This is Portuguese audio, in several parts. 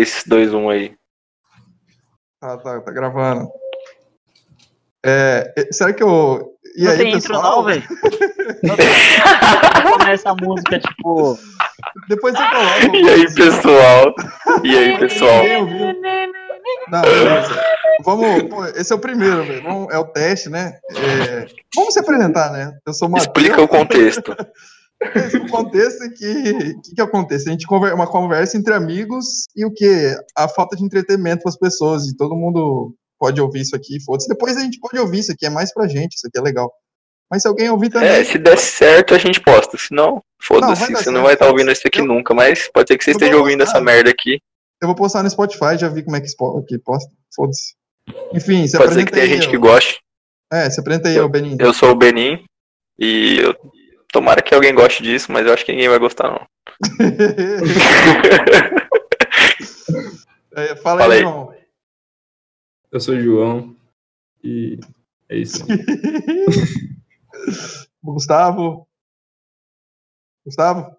Esses dois um aí. Tá, tá, tá gravando. É, e- será que eu. E não aí, tem intro não, pessoal? velho. Não tem- Começa a música, tipo... Depois eu coloco. E aí, pessoal? E aí, pessoal? Ninguém ouviu. Não, beleza. Vamos. pô, esse é o primeiro, velho. Vamos- É o teste, né? É, vamos se apresentar, né? Eu sou o Matheus. Explica o contexto. Esse é o contexto é que. O que, que acontece? A gente conver, uma conversa entre amigos e o quê? A falta de entretenimento para as pessoas. E todo mundo pode ouvir isso aqui. Foda-se. Depois a gente pode ouvir isso aqui. É mais pra gente. Isso aqui é legal. Mas se alguém ouvir também. É, se der certo, a gente posta. Se não, Não, vai foda-se. dar Você não certo. vai estar ouvindo isso aqui Eu- nunca, mas pode ser que você Eu vou esteja ouvindo postar. essa merda aqui. Eu vou postar no Spotify, já vi como é que, spo- que posta. Foda-se. Enfim, se Pode ser apresenta que tenha aí. gente que eu- goste. É, se apresenta aí, ô Benin. Eu sou o Benin e eu... tomara que alguém goste disso, mas eu acho que ninguém vai gostar, não. É, fala Fala aí, aí. João. Eu sou o João e é isso. Gustavo. Gustavo?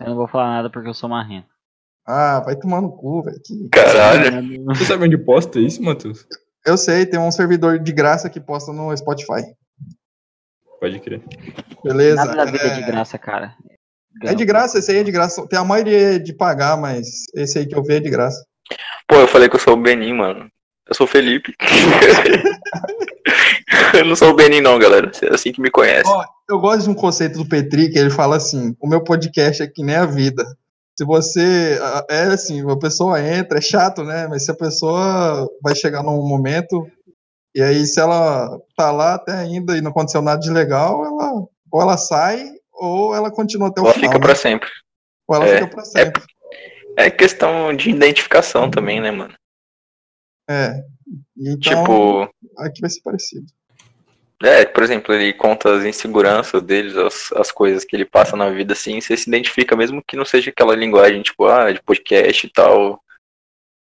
Eu não vou falar nada porque eu sou marrento. Ah, vai tomar no cu, velho. que- Caralho. Você sabe onde posta isso, Matheus? Eu sei, tem um servidor de graça que posta no Spotify. Pode crer. Beleza? Nada da vida é de É, graça, cara. É de graça, esse aí é de graça. Tem a maioria de pagar, mas esse aí que eu vi é de graça. Pô, eu falei que eu sou o Benin, mano. Eu sou o Felipe. eu não sou o Benin, não, galera. Você é assim que me conhece. Ó, Eu gosto de um conceito do Petri que ele fala assim: o meu podcast é que nem a vida. Se você. ah, É assim, a pessoa entra, é chato, né? Mas se a pessoa vai chegar num momento, e aí se ela tá lá até ainda e não aconteceu nada de legal, ela, ou ela sai, ou ela continua até o Ela final. fica pra né? sempre. Ou ela é, fica pra sempre. É questão de identificação também, né, mano? É. Então, tipo, aqui vai ser parecido. É, por exemplo, ele conta as inseguranças deles, as, as coisas que ele passa na vida, assim, e você se identifica, mesmo que não seja aquela linguagem, tipo, ah, de podcast e tal. É.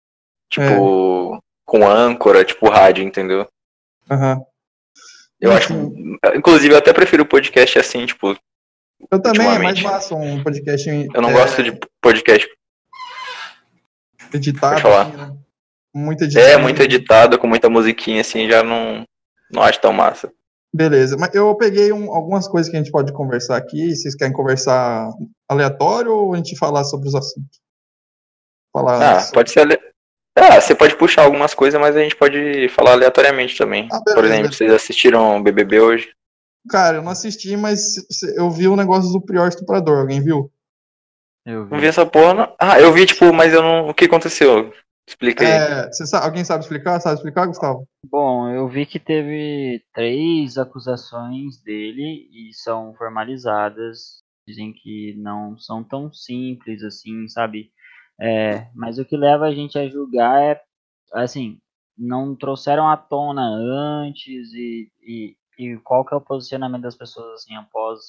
Tipo, com âncora, tipo rádio, entendeu? Aham. Eu acho. Uhum. Inclusive, eu até prefiro podcast assim, tipo, Eu também, é mais ultimamente- fácil um podcast. eu não é, gosto de podcast. editado. pode falar. assim, né? Muito editado. É muito editado, com muita musiquinha, assim, já não, não acho tão massa. Beleza, mas eu peguei um- algumas coisas que a gente pode conversar aqui. Vocês querem conversar aleatório ou a gente falar sobre os assuntos? Falar. Ah, sobre- pode ser. ale- Ah, você pode puxar algumas coisas, mas a gente pode falar aleatoriamente também. Ah, beleza, Por exemplo, beleza. vocês assistiram BBB hoje? Cara, eu não assisti, mas se- se- eu vi o negócio do Prior Estuprador. Alguém viu? Eu Uhum. vi. Não vi essa porra, não. Ah, eu vi, tipo, mas eu não. O que aconteceu? Explica aí. É, você sa- alguém sabe explicar? Sabe explicar, Gustavo? Bom, eu vi que teve três acusações dele e são formalizadas. Dizem que não são tão simples assim, sabe? É, mas o que leva a gente a julgar é, assim, não trouxeram à tona antes e, e, e qual que é o posicionamento das pessoas, assim, após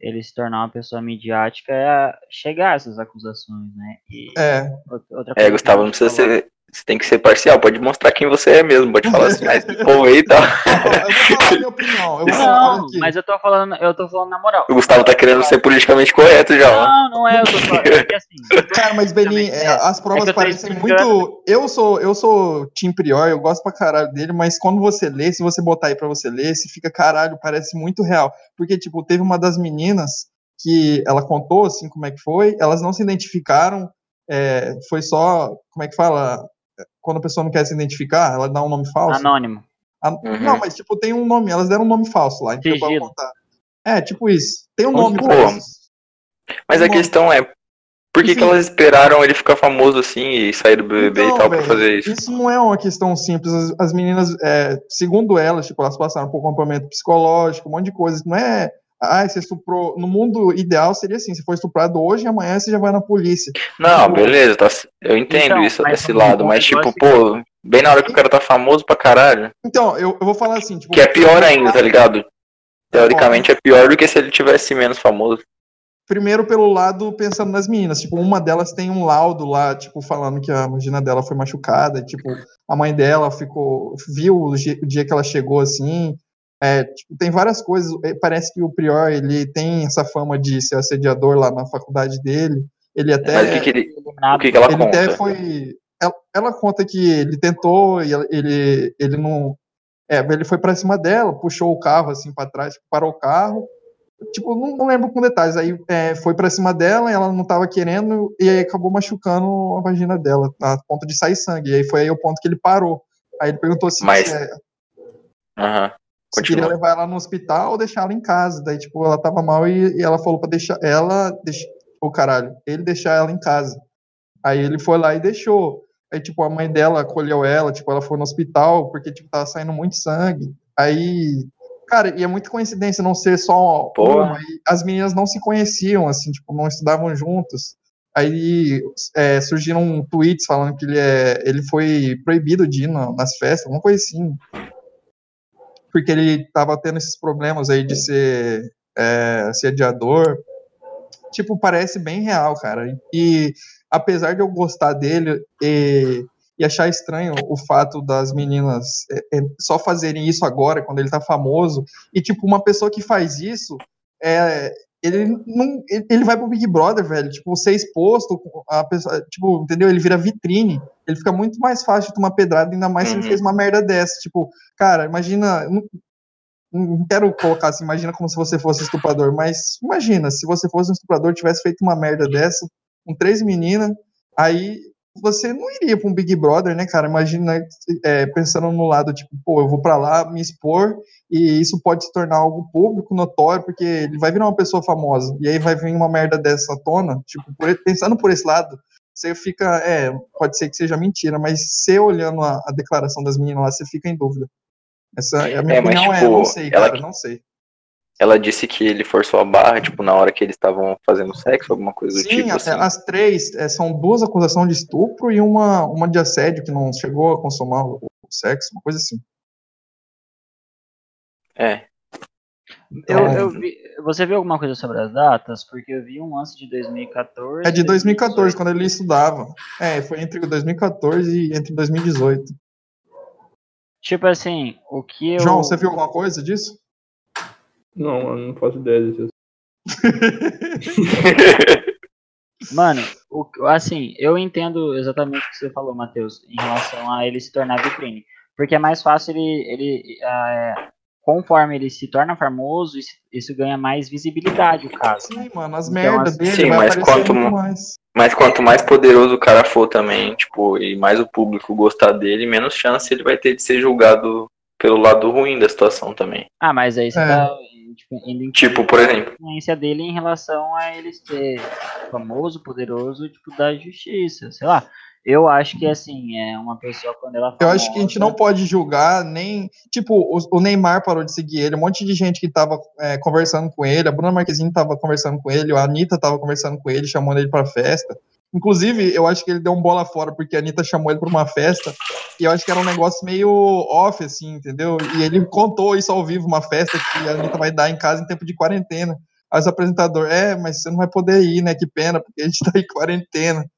ele se tornar uma pessoa midiática é a- chegar a essas acusações, né? E É, out- outra É, coisa que Gustavo, eu não precisa falar- ser. Você tem que ser parcial, pode mostrar quem você é mesmo, pode falar assim, ah, esse povo aí tá. eu vou falar a minha opinião. Eu vou falar Não, aqui. mas eu tô falando, eu tô falando na moral. O Gustavo tá querendo ser politicamente correto já, Ah, ó. Não, não é, eu tô falando. É que assim, eu tô- Cara, mas Benin, Também, é, é. as provas É que eu tô parecem explicando. muito. Eu sou, eu sou Tim Prior, eu gosto pra caralho dele, mas quando você lê, se você botar aí pra você ler, se fica caralho, parece muito real. Porque, tipo, teve uma das meninas que ela contou assim como é que foi, elas não se identificaram, é, foi só, como é que fala? Quando a pessoa não quer se identificar, ela dá um nome falso. anônimo. Ah, Uhum. Não, mas tipo, tem um nome, elas deram um nome falso lá, então pra Sigilo. contar. É, tipo isso. Tem um Mas, nome pô, falso. Mas a Não. questão é, por que, que Sim. elas esperaram ele ficar famoso assim e sair do BBB Então, e tal pra velho, fazer isso? Isso não é uma questão simples. As, as meninas, é, segundo elas, tipo, elas passaram por acompanhamento psicológico, um monte de coisa. Não é. Ah, você estuprou. No mundo ideal seria assim: você foi estuprado hoje e amanhã você já vai na polícia. Não, beleza, tá, eu entendo Então, isso, mas esse um lado, bom mas tipo, negócio pô, bem na hora que o cara tá famoso pra caralho. Então, eu, eu vou falar assim: tipo, Que é pior ainda, tá ligado? Teoricamente é pior do que se ele tivesse menos famoso. primeiro pelo lado pensando nas meninas. Tipo, uma delas tem um laudo lá, tipo, falando que a vagina dela foi machucada. Tipo, a mãe dela ficou. viu o ge- o dia que ela chegou assim. É, tipo, tem várias coisas. É, Parece que o Prior ele tem essa fama de ser assediador lá na faculdade dele. Ele até. Mas o que, que, ele, o que, que ela ele até conta? foi. Ela, ela conta que ele tentou e ela- ele, ele não. É, ele foi pra cima dela, puxou o carro assim pra trás, parou o carro. Tipo, não, não lembro com detalhes. Aí é, foi pra cima dela, ela não tava querendo, e aí acabou machucando a vagina dela, a ponto de sair sangue. E aí foi aí o ponto que ele parou. Aí ele perguntou se, Mas- é, Aham. se queria Continua. levar ela no hospital ou deixar ela em casa. Daí, tipo, ela tava mal e, e ela falou pra deixar ela. Deix... Ô, caralho, ele deixar ela em casa. Aí ele foi lá e deixou. Aí, tipo, a mãe dela acolheu ela, tipo, ela foi no hospital, porque, tipo, tava saindo muito sangue. Aí. Cara, e é muita coincidência não ser só Porra. uma. E as meninas não se conheciam, assim, tipo, não estudavam juntas. Aí é, surgiram tweets falando que ele, é, ele foi proibido de ir na- nas festas, alguma coisa assim porque ele tava tendo esses problemas aí de ser é, assediador. Tipo, parece bem real, cara. E apesar de eu gostar dele e, e achar estranho o fato das meninas é, é, só fazerem isso agora, quando ele tá famoso, e tipo, uma pessoa que faz isso, é, ele não, ele- ele vai pro Big Brother, velho. Tipo, ser exposto, a pessoa, tipo, entendeu? Ele vira vitrine. Ele fica muito mais fácil de tomar pedrada, ainda mais se ele Uhum. fez uma merda dessa. Tipo, Cara, imagina. Não, não quero colocar assim, imagina como se você fosse estuprador, mas imagina, se você fosse um estuprador, tivesse feito uma merda dessa, com três meninas, aí você não iria pra um Big Brother, né, cara? Imagina é, pensando no lado, tipo, pô, eu vou pra lá me expor e isso pode se tornar algo público, notório, porque ele vai virar uma pessoa famosa, e aí vai vir uma merda dessa à tona, tipo, por- pensando por esse lado, você fica, é, pode ser que seja mentira, mas você olhando a, a declaração das meninas lá, você fica em dúvida. Essa é a minha É, mas, opinião, é, tipo, não sei, ela- cara, não sei. Ela disse que ele forçou a barra, tipo, na hora que eles estavam fazendo sexo, alguma coisa do Sim, tipo. a- Assim. as três, é, são duas acusações de estupro e uma, uma de assédio que não chegou a consumar o, o sexo, uma coisa assim. É. Eu, Então- eu vi, você viu alguma coisa sobre as datas? Porque eu vi um lance de 2014. É de 2014, 2018. quando ele estudava. É, foi entre 2014 e entre 2018. Tipo assim, o que eu. João, você viu alguma coisa disso? Não, mano, não faço ideia disso. Mano, o, assim, eu entendo exatamente o que você falou, Matheus, em relação a ele se tornar vitrine. Porque é mais fácil ele. ele ah, é, conforme ele se torna famoso, isso, isso ganha mais visibilidade, o caso. né? Sim, mano, as Então, merdas assim- dele Sim, vai mas aparecer quanto muito mo- mais. Mas quanto mais poderoso o cara for também, tipo, e mais o público gostar dele, menos chance ele vai ter de ser julgado pelo lado ruim da situação também. Ah, mas aí você É. tá tipo, indo em Tipo, por exemplo, influência dele em relação a ele ser famoso, poderoso, tipo, da justiça, sei lá. Eu acho que, assim, é uma pessoa quando ela Eu acho que a gente não pode julgar nem. Tipo, o, o Neymar parou de seguir ele, um monte de gente que tava é, conversando com ele, a Bruna Marquezine tava conversando com ele, a Anitta tava conversando com ele, chamando ele pra festa. Inclusive, eu acho que ele deu um bola fora, porque a Anitta chamou ele pra uma festa, e eu acho que era um negócio meio off, assim, entendeu? E ele contou isso ao vivo, uma festa que a Anitta vai dar em casa em tempo de quarentena. Aí os apresentador, é, mas você não vai poder ir, né? Que pena, porque a gente tá em quarentena.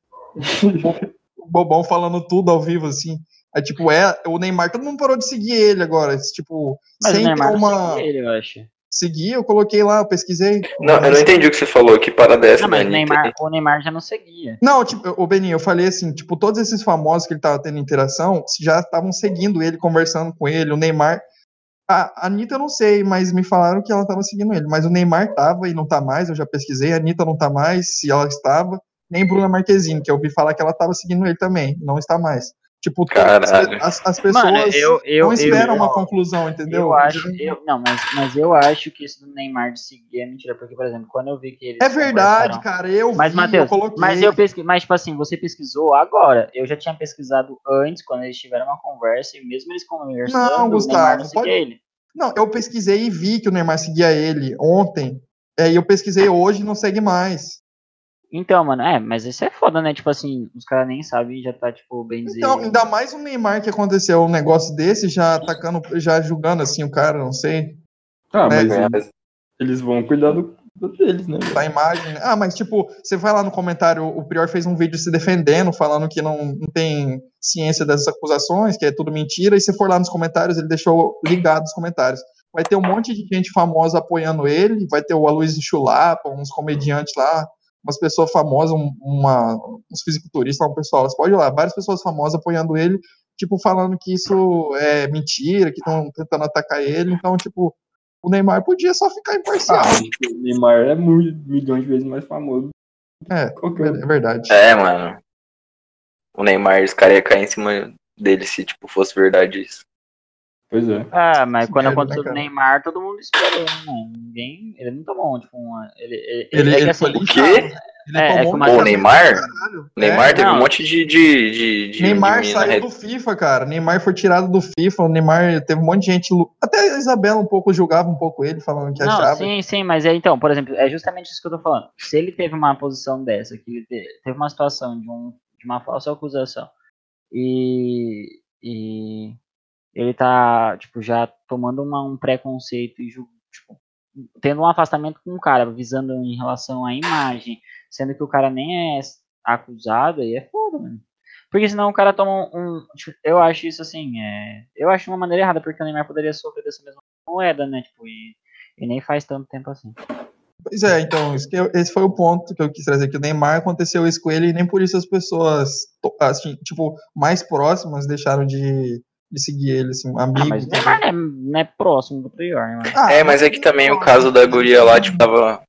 O bobão falando tudo ao vivo, assim. É tipo, é, o Neymar, todo mundo parou de seguir ele agora. esse Tipo, Mas sem o Neymar ter uma... uma. ele, eu acho. Seguir, eu coloquei lá, eu pesquisei. não, eu não entendi o que você falou, que parada é essa, Não, né? mas o Neymar, o Neymar já não seguia. Não, tipo, o Beninho, eu falei assim, tipo, todos esses famosos que ele tava tendo interação já estavam seguindo ele, conversando com ele, o Neymar. A a Anitta eu não sei, mas me falaram que ela tava seguindo ele. Mas o Neymar tava e não tá mais, eu já pesquisei, a Anitta não tá mais, se ela estava, nem Bruna Marquezine, que eu ouvi falar que ela tava seguindo ele também, não está mais. Tipo, todas Caralho. as, as pessoas Mano, eu, eu, não esperam eu, uma conclusão, entendeu? Eu acho, eu, não, mas, mas eu acho que isso do Neymar de seguir é mentira, porque, por exemplo, quando eu vi que ele. É verdade, cara, eu Mas, vi, eu Matheus, coloquei. Mas eu pesqui... mas tipo assim, você pesquisou agora. Eu já tinha pesquisado antes, quando eles tiveram uma conversa, e mesmo eles conversando, Não, o Gustavo, Neymar não pode- seguia ele. Não, eu pesquisei e vi que o Neymar seguia ele ontem. É, e eu pesquisei hoje e não segue mais. Então, mano, é, mas isso é foda, né? Tipo assim, os caras nem sabem e já tá, tipo, bem dizer. Então, ainda mais o Neymar que aconteceu um negócio desse, já atacando, já julgando assim o cara, não sei, Ah, É, mas cara. eles- eles vão cuidar do, do deles, né? velho? da imagem. né? Ah, mas tipo, você vai lá no comentário, o Prior fez um vídeo se defendendo, falando que não, não tem ciência dessas acusações, que é tudo mentira, e se for lá nos comentários, ele deixou ligado os comentários. Vai ter um monte de gente famosa apoiando ele, vai ter o Aloysio Chulapa, uns comediantes lá, umas pessoas famosas, um- uma, uns fisiculturistas, um pessoal, você pode ir lá, várias pessoas famosas apoiando ele, tipo, falando que isso é mentira, que estão tentando atacar ele, então, tipo, o Neymar podia só ficar imparcial. o Neymar é muito, milhões de vezes mais famoso. É, Qualquer um. É verdade. É, mano. O Neymar, os caras iam cair em cima dele se tipo, fosse verdade isso. Pois é. Ah, mas Que quando merda, aconteceu né, com o cara? Neymar, todo mundo esperou, né? Ninguém. Ele não tomou, tipo, uma. Ele, ele, Ele- é que ele assim, foi ali- O quê? Ele É, é tomou que o um Marcelo- Pô, o Neymar? caralho. Neymar É. teve não. um monte de. de, de, de Neymar de mina saiu re- do FIFA, cara. Neymar foi tirado do FIFA. O Neymar teve um monte de gente. lu- Até a Isabela um pouco julgava um pouco ele, falando que Não, achava. sim, sim, mas é então, por exemplo, é justamente isso que eu tô falando. Se ele teve uma posição dessa, que ele te- teve uma situação de, um, de uma falsa acusação e, e ele tá, tipo, já tomando uma- um preconceito e ju- tipo, tendo um afastamento com o cara, visando em relação à imagem, sendo que o cara nem é acusado, aí é foda, mano. Porque senão o cara toma um. um- tipo, eu acho isso assim, é, eu acho uma maneira errada, porque o Neymar poderia sofrer dessa mesma moeda, né? Tipo, e e nem faz tanto tempo assim. Pois é, então, isso que eu- esse foi o ponto que eu quis trazer, que o Neymar aconteceu isso com ele e nem por isso as pessoas, to- assim, tipo, mais próximas deixaram de, de seguir ele, assim, Ah, amigos. mas o Neymar não é, não é próximo do Prior, né, mano? Ah, É, mas é que também o caso da guria lá, tipo, tava.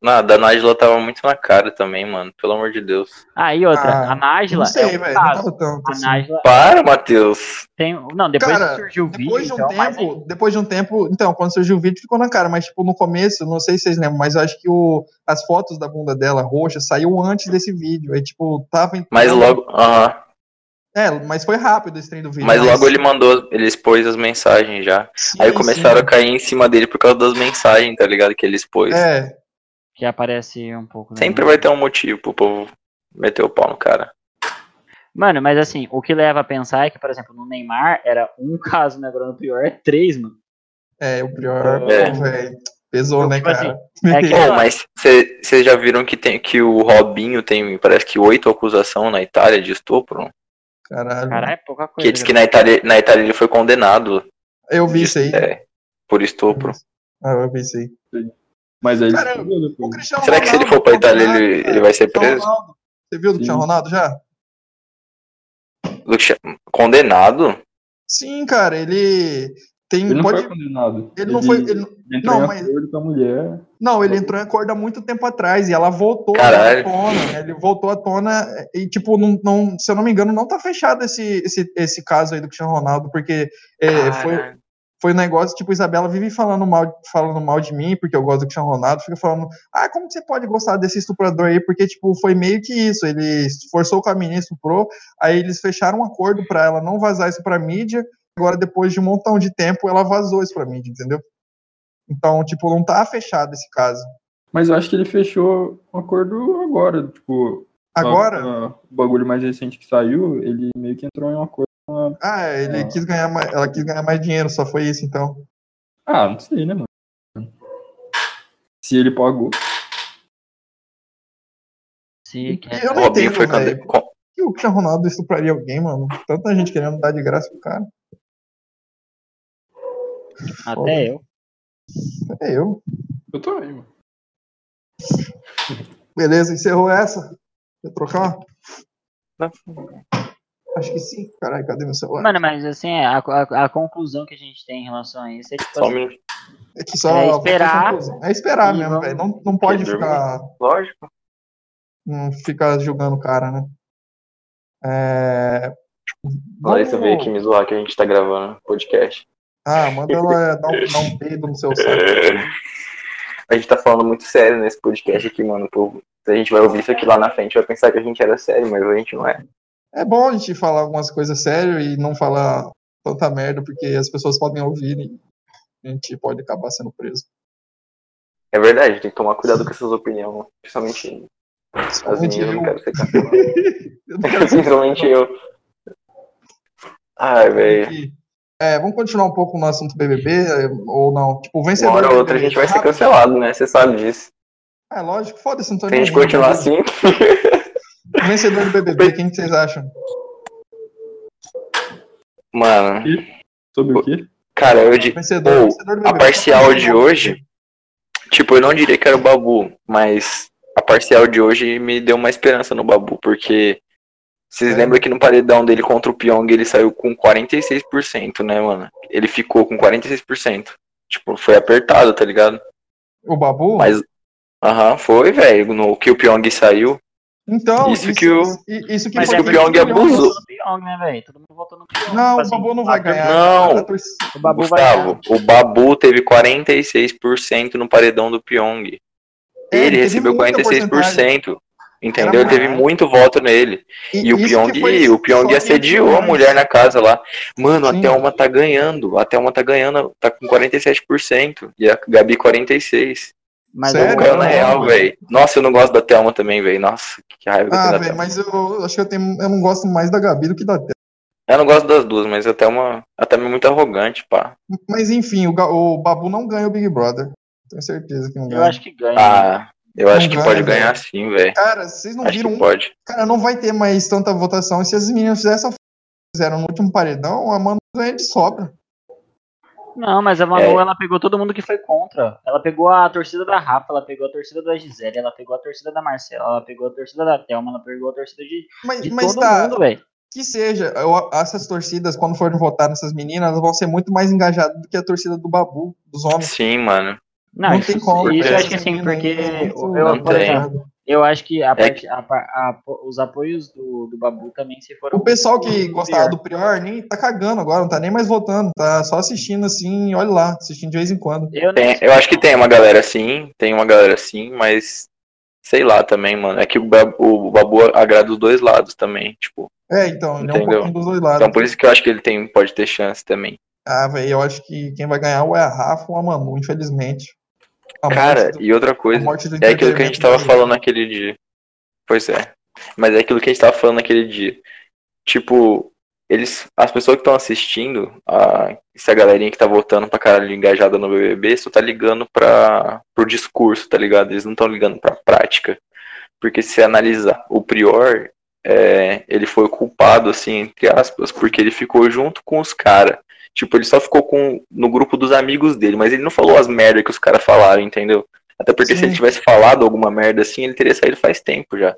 Não, da Nájila tava muito na cara também, mano. Pelo amor de Deus. Ah, e outra, Ah, a Nájila Não sei, é um velho, não caso. tava tanto, A assim. Nájila Para, Matheus! tem... Não, depois Cara, que surgiu o vídeo, Depois de um então, mas tempo, depois de um tempo, então, quando surgiu o vídeo ficou na cara, mas tipo, no começo, não sei se vocês lembram, mas eu acho que o, as fotos da bunda dela roxa saiu antes desse vídeo. Aí, tipo, tava em. Mas logo. Aham. É, mas foi rápido esse trem do vídeo. Mas logo ele mandou. Ele expôs as mensagens já. Sim, Aí sim. começaram a cair em cima dele por causa das mensagens, tá ligado? Que ele expôs. É, que aparece um pouco. né? Sempre vai ter um motivo pro povo meter o pau no cara. Mano, mas assim, o que leva a pensar é que, por exemplo, no Neymar era um caso, né? Agora no Prior é três, mano. é, o pior. É. pô, velho, pesou, Então, né, tipo cara? é que- Bom, Oh, mas vocês já viram que, tem, que o Robinho tem, parece que, oito acusações na Itália de estupro? Caralho. Caralho, é pouca coisa. Que diz que cara. na Itália, na Itália ele foi condenado Eu vi isso aí. é, por estupro. Ah, eu vi isso aí. Mas aí. Cara, ele- O Cristiano Será que se ele Ronaldo for pra Itália condenado, ele, cara. ele vai ser Cristiano preso? Ronaldo. Você viu do Cristiano Sim. Ronaldo já? Luxa- Condenado? Sim, cara, ele tem. Ele não pode- foi condenado. ele não foi. Ele, entrou não, em mas- acordo com a mulher. Não, ele entrou em acordo há muito tempo atrás e ela voltou Caralho. à tona. Ele voltou à tona e, tipo, não, não- se eu não me engano, não tá fechado esse, esse, esse caso aí do Cristiano Ronaldo, porque é, foi, Caralho. foi um negócio, tipo, Isabela vive falando mal, falando mal de mim, porque eu gosto do Cristiano Ronaldo, fica falando, ah, como que você pode gostar desse estuprador aí? Porque, tipo, foi meio que isso, ele forçou com a menina, estuprou, aí eles fecharam um acordo pra ela não vazar isso pra mídia, agora depois de um montão de tempo ela vazou isso pra mídia, entendeu? Então, tipo, não tá fechado esse caso. Mas eu acho que ele fechou um acordo agora. Tipo, Agora, a- a- o bagulho mais recente que saiu, ele meio que entrou em um acordo com a. ah, ele Ah. quis ganhar mais, ela quis ganhar mais dinheiro, só foi isso então. Ah, não sei, né, mano? Se ele pagou. Se quer- Eu O não Robinho entendo, foi conde- Tá velho. con- Que o Cristiano Ronaldo estupraria alguém, mano? Tanta gente querendo dar de graça pro cara. Até eu. É eu. Eu também, mano. Beleza, encerrou essa. Quer trocar? Não. Acho que sim. Caralho, cadê meu celular? Mano, mas assim, é, a, a- a conclusão que a gente tem em relação a isso é tipo Tá Só um assim, minuto. É que só. É esperar. É esperar E mesmo, vamos- velho. Não, não pode Quer ficar, Lógico. não ficar julgando o cara, né? É. Larissa Vamos- veio aqui me zoar que a gente tá gravando podcast. Ah, manda ela dar um, dar um peido no seu saco. A gente tá falando muito sério nesse podcast aqui, mano. o povo- Se a gente vai ouvir isso aqui lá na frente, vai pensar que a gente era sério, mas a gente não é. É bom a gente falar algumas coisas sérias e não falar tanta merda, porque as pessoas podem ouvir e a gente pode acabar sendo preso. É verdade, tem que tomar cuidado com essas opiniões, principalmente as Somente minhas, eu eu, não quero ser cancelado. eu não quero ser Principalmente eu. Ai, velho. aqui. É, vamos continuar um pouco no assunto BBB, é, ou não? Tipo, o Uma vencedor. hora do ou outra a BBB gente vai ser rápido. cancelado, né? Você sabe disso. É lógico, foda-se, não tô Se a gente nem aí. continuar assim, O Vencedor do BBB, quem que vocês acham? mano. Sobre o quê? Cara, eu, di- O Vencedor, Ou, o vencedor do a BBB. parcial de hoje, tipo, eu não diria que era o Babu, mas a parcial de hoje me deu uma esperança no Babu, porque vocês É. lembram que no paredão dele contra o Pyong ele saiu com 46%, né, mano? Ele ficou com 46%. Tipo, foi apertado, tá ligado? O Babu? Mas, aham, foi, velho. No que o Pyong saiu, então, isso que o- i- isso que Mas foi é que o Pyong muito abusou. curioso. O Pyong, né, velho? Todo mundo votou no Pyong. Não, Tipo o assim, Babu não vai a- ganhar. tá Não. A torcida- O Babu vai Gustavo, ganhar. o Babu teve 46% no paredão do Pyong. É, Ele teve recebeu muita 46%. Entendeu? Era Teve mais. muito voto nele. E, o isso que Pyong, foi- o Pyong só assediou isso, a mulher na casa lá. Mano, Sim. a Thelma tá ganhando. A Thelma tá ganhando, tá com 47%. E a Gabi 46%. Mas Sério? O o cara Pyong na Não, é real, mano. velho. Nossa, eu não gosto da Thelma também, velho. Nossa, que raiva que eu tenho Ah, da velho, Thelma. mas eu acho que eu, tenho, eu não gosto mais da Gabi do que da Thelma. Eu não gosto das duas, mas a Thelma, a Thelma é muito arrogante, pá. Mas enfim, o, Ga- o Babu não ganha o Big Brother. Tenho certeza que não Eu ganha. acho que ganha. Ah, eu acho Não que vai, pode velho. ganhar sim, velho. Cara, vocês né? não Acho viram que um. pode. Cara, não vai ter mais tanta votação. E se as meninas fizessem essa f- que fizeram no último paredão, a Manu ganha de sobra. Não, mas a Manu, É. ela pegou todo mundo que foi contra. Ela pegou a torcida da Rafa, ela pegou a torcida da Gisele, ela pegou a torcida da Marcela, ela pegou a torcida da Thelma, ela pegou a torcida de, Mas, de mas todo tá, mundo, velho. que seja, eu- essas torcidas, quando forem votar nessas meninas, elas vão ser muito mais engajadas do que a torcida do Babu, dos homens. Sim, mano. Não, não isso, tem como. isso é. eu essas acho que assim, meninas porque ainda é muito eu, Não por tem. É exemplo, engajado. eu acho que, a parte- que- a par- a- os apoios do, do Babu também se foram. O pessoal que pro gostava Prior. do Prior nem tá cagando agora, não tá nem mais votando, tá só assistindo assim, olha lá, assistindo de vez em quando. Eu, nem Tem- sei. eu acho que tem uma galera assim, tem uma galera assim, mas sei lá também, mano. É que o Babu, o Babu agrada os dois lados também, tipo. É, então, ele é um Entendeu? pouquinho dos dois lados. Então por isso que eu acho que ele tem, pode ter chance também. Ah, velho, eu acho que quem vai ganhar ou é a Rafa ou a Manu, infelizmente. A Cara, morte do- e outra a coisa, morte do é aquilo que a gente tava entretenimento falando naquele dia. Pois é. Mas é aquilo que a gente tava falando naquele dia. Tipo, eles, as pessoas que estão assistindo, a, essa galerinha que tá votando pra caralho engajada no BBB, só tá ligando pra, pro discurso, tá ligado? Eles não estão ligando pra prática. Porque se você analisar, o Prior, é, ele foi o culpado, assim, entre aspas, porque ele ficou junto com os caras. Tipo, ele só ficou com, no grupo dos amigos dele, mas ele não falou as merdas que os caras falaram, entendeu? Até porque se Sim. ele tivesse falado alguma merda assim, ele teria saído faz tempo já.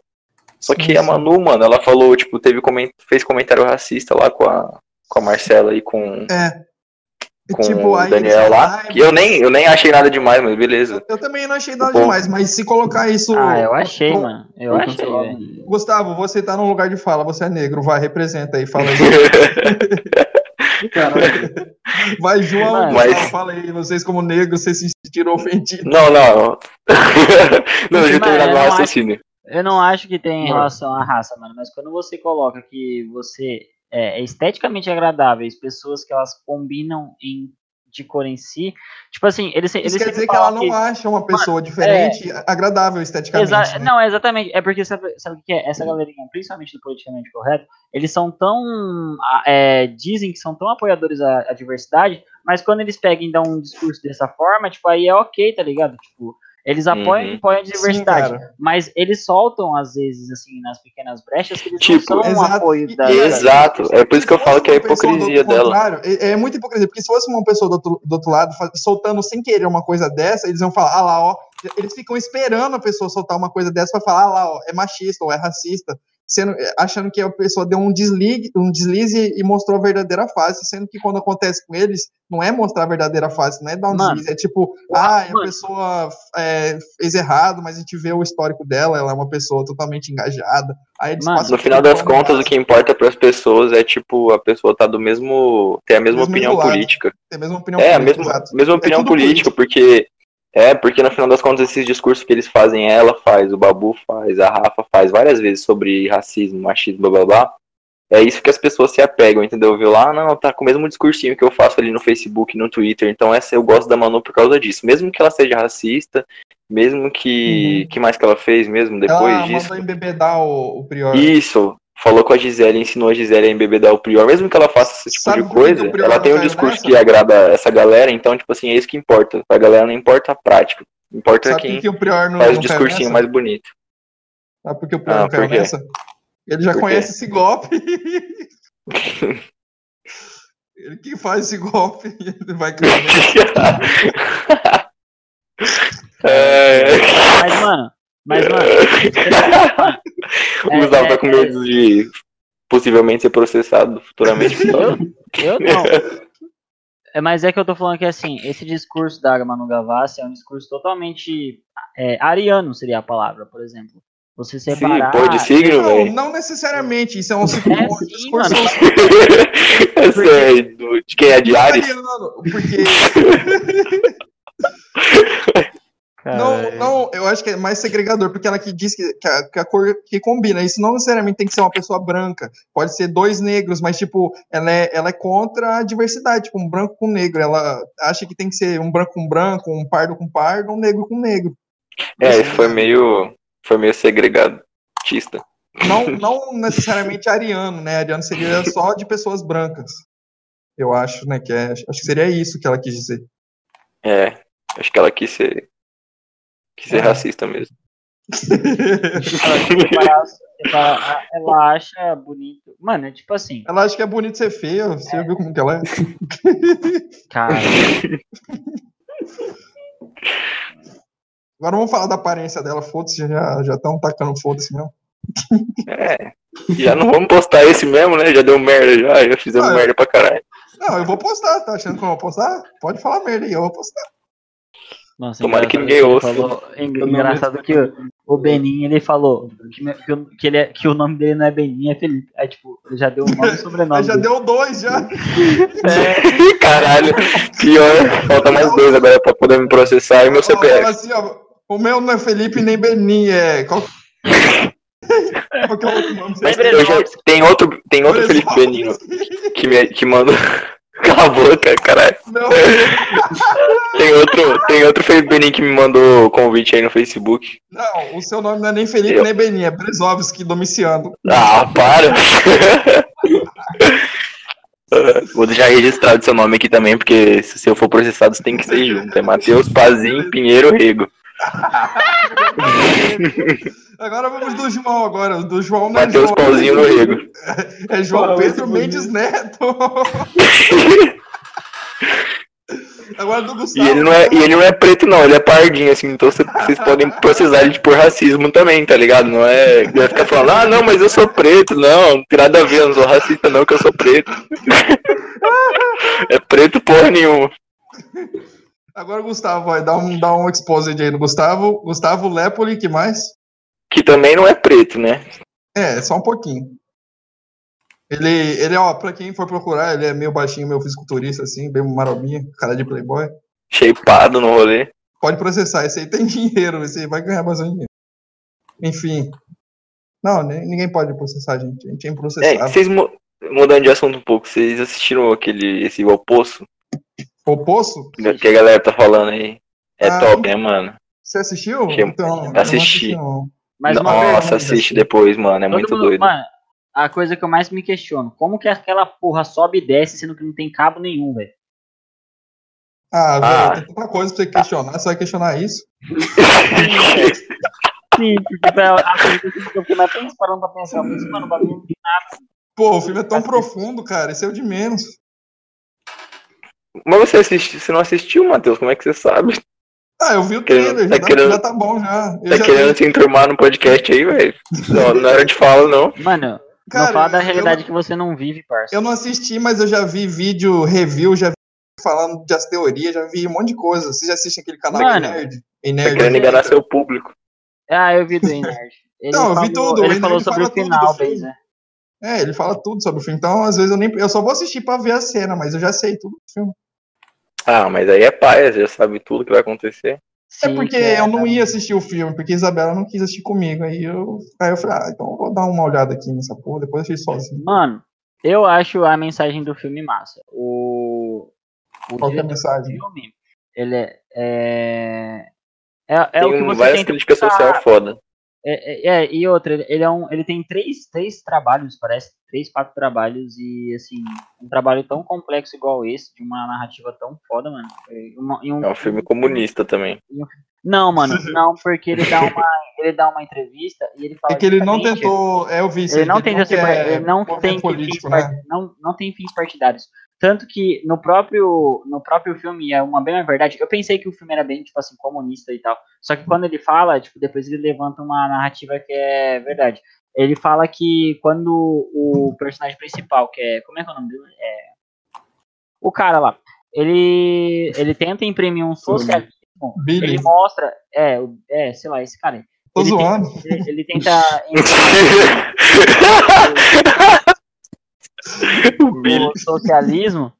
Só Sim, que a sim. Manu, mano, ela falou, tipo, teve comen- fez comentário racista lá com a, com a Marcela e com, É. E, com tipo, o aí Daniel eles- lá. Ai, Que é eu nem, eu nem achei nada demais, mas beleza. Eu, eu também não achei nada Bom. demais, mas se colocar isso. Ah, é. eu achei, Bom, mano. Eu Foi achei, cancelado. velho. Gustavo, você tá num lugar de fala, você é negro, vai, representa aí, fala aí. é. Caralho. Vai, João, Mano, mas- Gustavo, fala aí, vocês como negros, vocês se sentiram ofendidos. Não, não. não, deixa Mas, eu terminar eu meu não acho- raciocínio. Eu não acho que tem em Não. relação à raça, mano, mas quando você coloca que você é esteticamente agradáveis, pessoas que elas combinam em, de cor em si, tipo assim, eles, se- eles Isso quer sempre dizer que ela falam não acha uma pessoa diferente, agradável esteticamente. é. Exa- né? Não, exatamente. É porque sabe, sabe o que é? Essa galerinha, principalmente do politicamente correto, eles são tão. a- é, dizem que são tão apoiadores à, à diversidade, mas quando eles pegam e dão um discurso dessa forma, tipo, aí é ok, tá ligado? Tipo, eles apoiam Uhum. e apoiam a Sim, diversidade. cara. mas eles soltam, às vezes, assim, nas pequenas brechas, que eles Tipo, não são um exato. apoio da. Exato. É por isso que eu Se falo fosse que é a uma pessoa do hipocrisia outro dela. contrário, É, é muita hipocrisia, porque se fosse uma pessoa do outro, do outro lado fa- soltando sem querer uma coisa dessa, eles iam falar, ah lá, ó. Eles ficam esperando a pessoa soltar uma coisa dessa pra falar, ah lá, ó, é machista ou é racista, sendo, é, achando que a pessoa deu um deslize, um deslize e mostrou a verdadeira face, sendo que quando acontece com eles, não é mostrar a verdadeira face, não é dar um Mano. deslize, é tipo, ah, a Mano. pessoa é, fez errado, mas a gente vê o histórico dela, ela é uma pessoa totalmente engajada. Aí eles Mano, passam No final das pano, contas, o que importa pras pessoas é, tipo, a pessoa tá do mesmo. tem a mesma Mesmo opinião lado. política. tem a mesma opinião É, a política, mesma, exato. mesma opinião tudo política, porque. É, porque no final das contas, esses discursos que eles fazem, ela faz, o Babu faz, a Rafa faz várias vezes sobre racismo, machismo, blá blá blá. É isso que as pessoas se apegam, entendeu? Viu lá, não, tá com o mesmo discursinho que eu faço ali no Facebook, no Twitter. Então, essa eu gosto da Manu por causa disso. Mesmo que ela seja racista, mesmo que. que mais que ela fez mesmo depois Uhum. ela disso? mandou embebedar o, o Prior. Isso. Falou com a Gisele, ensinou a Gisele a embebedar o Prior. Mesmo que ela faça esse tipo Sabe de por que que coisa, o Prior ela não tem um caiu discurso nessa? que agrada essa galera, então, tipo assim, é isso que importa. Pra galera não importa a prática. Importa Sabe por quem que o Prior não, faz o não caiu discursinho nessa? mais bonito. Sabe por que o Prior Ah, não caiu por quê? nessa? Ele já Por quê? conhece esse golpe. Ele que faz esse golpe, ele vai cair nessa. É, Mas, mano, Mas, mano, o Gustavo tá com medo de possivelmente ser processado futuramente. eu, eu não. É, Mas é que eu tô falando que, assim, esse discurso da Manu Gavassi é um discurso totalmente é, ariano, seria a palavra, por exemplo. Você separar... Sim, pô, de signo, Não, velho. não necessariamente. Isso é um ciclo É bom sim, de discurso. mano. Essa é do- de quem é de Ares? Ariano, Porque não, Caralho. não, eu acho que é mais segregador, porque ela que diz que, que, a, que a cor que combina. Isso não necessariamente tem que ser uma pessoa branca. Pode ser dois negros, mas, tipo, ela é, ela é contra a diversidade, tipo, um branco com negro. Ela acha que tem que ser um branco com branco, um pardo com pardo, um negro com negro. É, foi né? meio. Foi meio segregadista. Não, não necessariamente ariano, né? Ariano seria só de pessoas brancas. Eu acho, né? Que é, acho que seria isso que ela quis dizer. É. Acho que ela quis ser. Quis ser É. racista mesmo. Separar- separar- ela acha bonito. Mano, é tipo assim, Ela acha que é bonito ser feia, você viu como que ela é? cara. Agora vamos falar da aparência dela, foda-se, já estão tacando foda-se né? mesmo. É. Já não vamos postar esse mesmo, né? Já deu merda já, já fizemos Ah, é. merda pra caralho. Não, eu vou postar, tá achando que eu não vou postar? Pode falar merda aí, eu vou postar. Nossa, Tomara que engraçado ninguém ele ouça. falou- en- Eu não engraçado que o, o Benin, ele falou que, me- que o- que ele é- que o nome dele não é Benin, é Felipe. Aí, tipo, ele já deu o nome e o sobrenome. Aí já dele. deu dois, já. Caralho, pior. Falta mais dois agora pra poder me processar e meu Ó, fala CPF. assim, ó, o meu não é Felipe nem Benin, é... Qual... Qual que é o outro nome? Mas Lembra eu já- nós. tem outro, tem outro Felipe Brezoski. Benino que, me, que mandou. Cala a boca, caralho. Não, Tem outro, tem outro Felipe Benino que me mandou convite aí no Facebook. não, o seu nome não é nem Felipe Eu. nem Benin, é Brezovski, Domiciano. Ah, para! Vou deixar registrado seu nome aqui também, porque se eu for processado, você tem que ser junto. É Matheus Pazim Pinheiro Rego. Agora vamos do João agora, o do João não é Matheus João, Pauzinho no Rego. é João Ah, muito Pedro bonito. Mendes Neto. Agora do E Gustavo. ele não é, e ele não é preto, não, ele é pardinho, assim, então cê- vocês podem processar ele por racismo também, tá ligado? Não é. Vai ficar falando, ah, não, mas eu sou preto, não, não tem nada a ver, eu não sou racista, não, que eu sou preto. é preto porra nenhuma. Agora o Gustavo, vai, dá um, dá um exposed aí no Gustavo. Gustavo Lépoli, que mais? Que também não é preto, né? É, só um pouquinho. Ele, ele, ó, pra quem for procurar, ele é meio baixinho, meio fisiculturista, assim, bem marobinha, cara de playboy. Shapeado no rolê. Pode processar, esse aí tem dinheiro, esse aí vai ganhar bastante dinheiro. Enfim. Não, nem- ninguém pode processar a gente, a gente é É, improcessável. vocês mu- mudando de assunto um pouco, vocês assistiram aquele esse O Poço O Poço, que que a galera tá falando aí? É Ah, top, né, mano? você assistiu? Achei- um Então, eu não assisti. não. Mas uma Nossa, pergunta. assiste depois, mano, é Todo muito mundo- doido. Mano, a coisa que eu mais me questiono, como que aquela porra sobe e desce sendo que não tem cabo nenhum, velho? Ah, Ah. velho, tem tanta coisa pra você questionar, você vai questionar isso? Sim, porque pra- a pergunta que eu fiquei mais pensando, parando pra pensar, mas, mano, o bagulho não tem Pô, o filme é tão profundo, cara, esse é o de menos. Mas você assistiu, você não assistiu, Matheus? Como é que você sabe? Ah, eu vi o Querendo- trailer, tá já, tá- querendo- já tá bom já. Eu Tá já querendo se enturmar no podcast aí, velho? Não, não era de fala, não. Mano, não Cara, fala da eu- realidade que você não vive, Eu, parça. não assisti, mas eu já vi vídeo, review, já vi falando de as teorias, já vi um monte de coisa. Você já assiste aquele canal Mano. em Nerd? Em Tá Nerd. é, querendo enganar então. seu público. Ah, eu vi do Inard. Ele Não, eu falou- vi tudo, o Ele Inard falou sobre fala o tudo do final, filme. Beis, né? É, ele fala tudo sobre o filme. Então, às vezes eu nem. Eu só vou assistir pra ver a cena, mas eu já sei tudo do filme. Ah, mas aí é paia, você já sabe tudo que vai acontecer. é Sim, porque que é- eu não ia assistir o filme, porque a Isabela não quis assistir comigo. Aí eu, aí eu falei, ah, então eu vou dar uma olhada aqui nessa porra, depois eu assisto sozinho. Mano, eu acho a mensagem do filme massa. O, o Qual que é diretor a do mensagem? filme, ele é. É, é, é o que Tem você várias tem. críticas sociais foda. É, é, é, e outra, ele- ele, é um, ele tem três, três trabalhos, parece, três, quatro trabalhos, e assim, um trabalho tão complexo igual esse, de uma narrativa tão foda, mano. E uma- e um- É um filme comunista também. Não, mano, não, porque ele dá uma, ele dá uma entrevista e ele fala. É que ele não justamente- tentou. É, eu vi isso. Ele não tem tem, ser, par- ele não tem fins político, par- né? não, não tem fins partidários. Tanto que no próprio, no próprio filme, é uma bem na verdade, eu pensei que o filme era bem, tipo assim, comunista e tal. Só que quando ele fala, tipo, depois ele levanta uma narrativa que é verdade. Ele fala que quando o personagem principal, que é. Como é que é o nome dele? É, o cara lá. Ele, ele tenta imprimir um socialismo. Billy. Ele mostra. É, o- é, sei lá, esse cara aí. Tô ele zoando. Tenta, ele, ele tenta imprimir o Billy. o socialismo,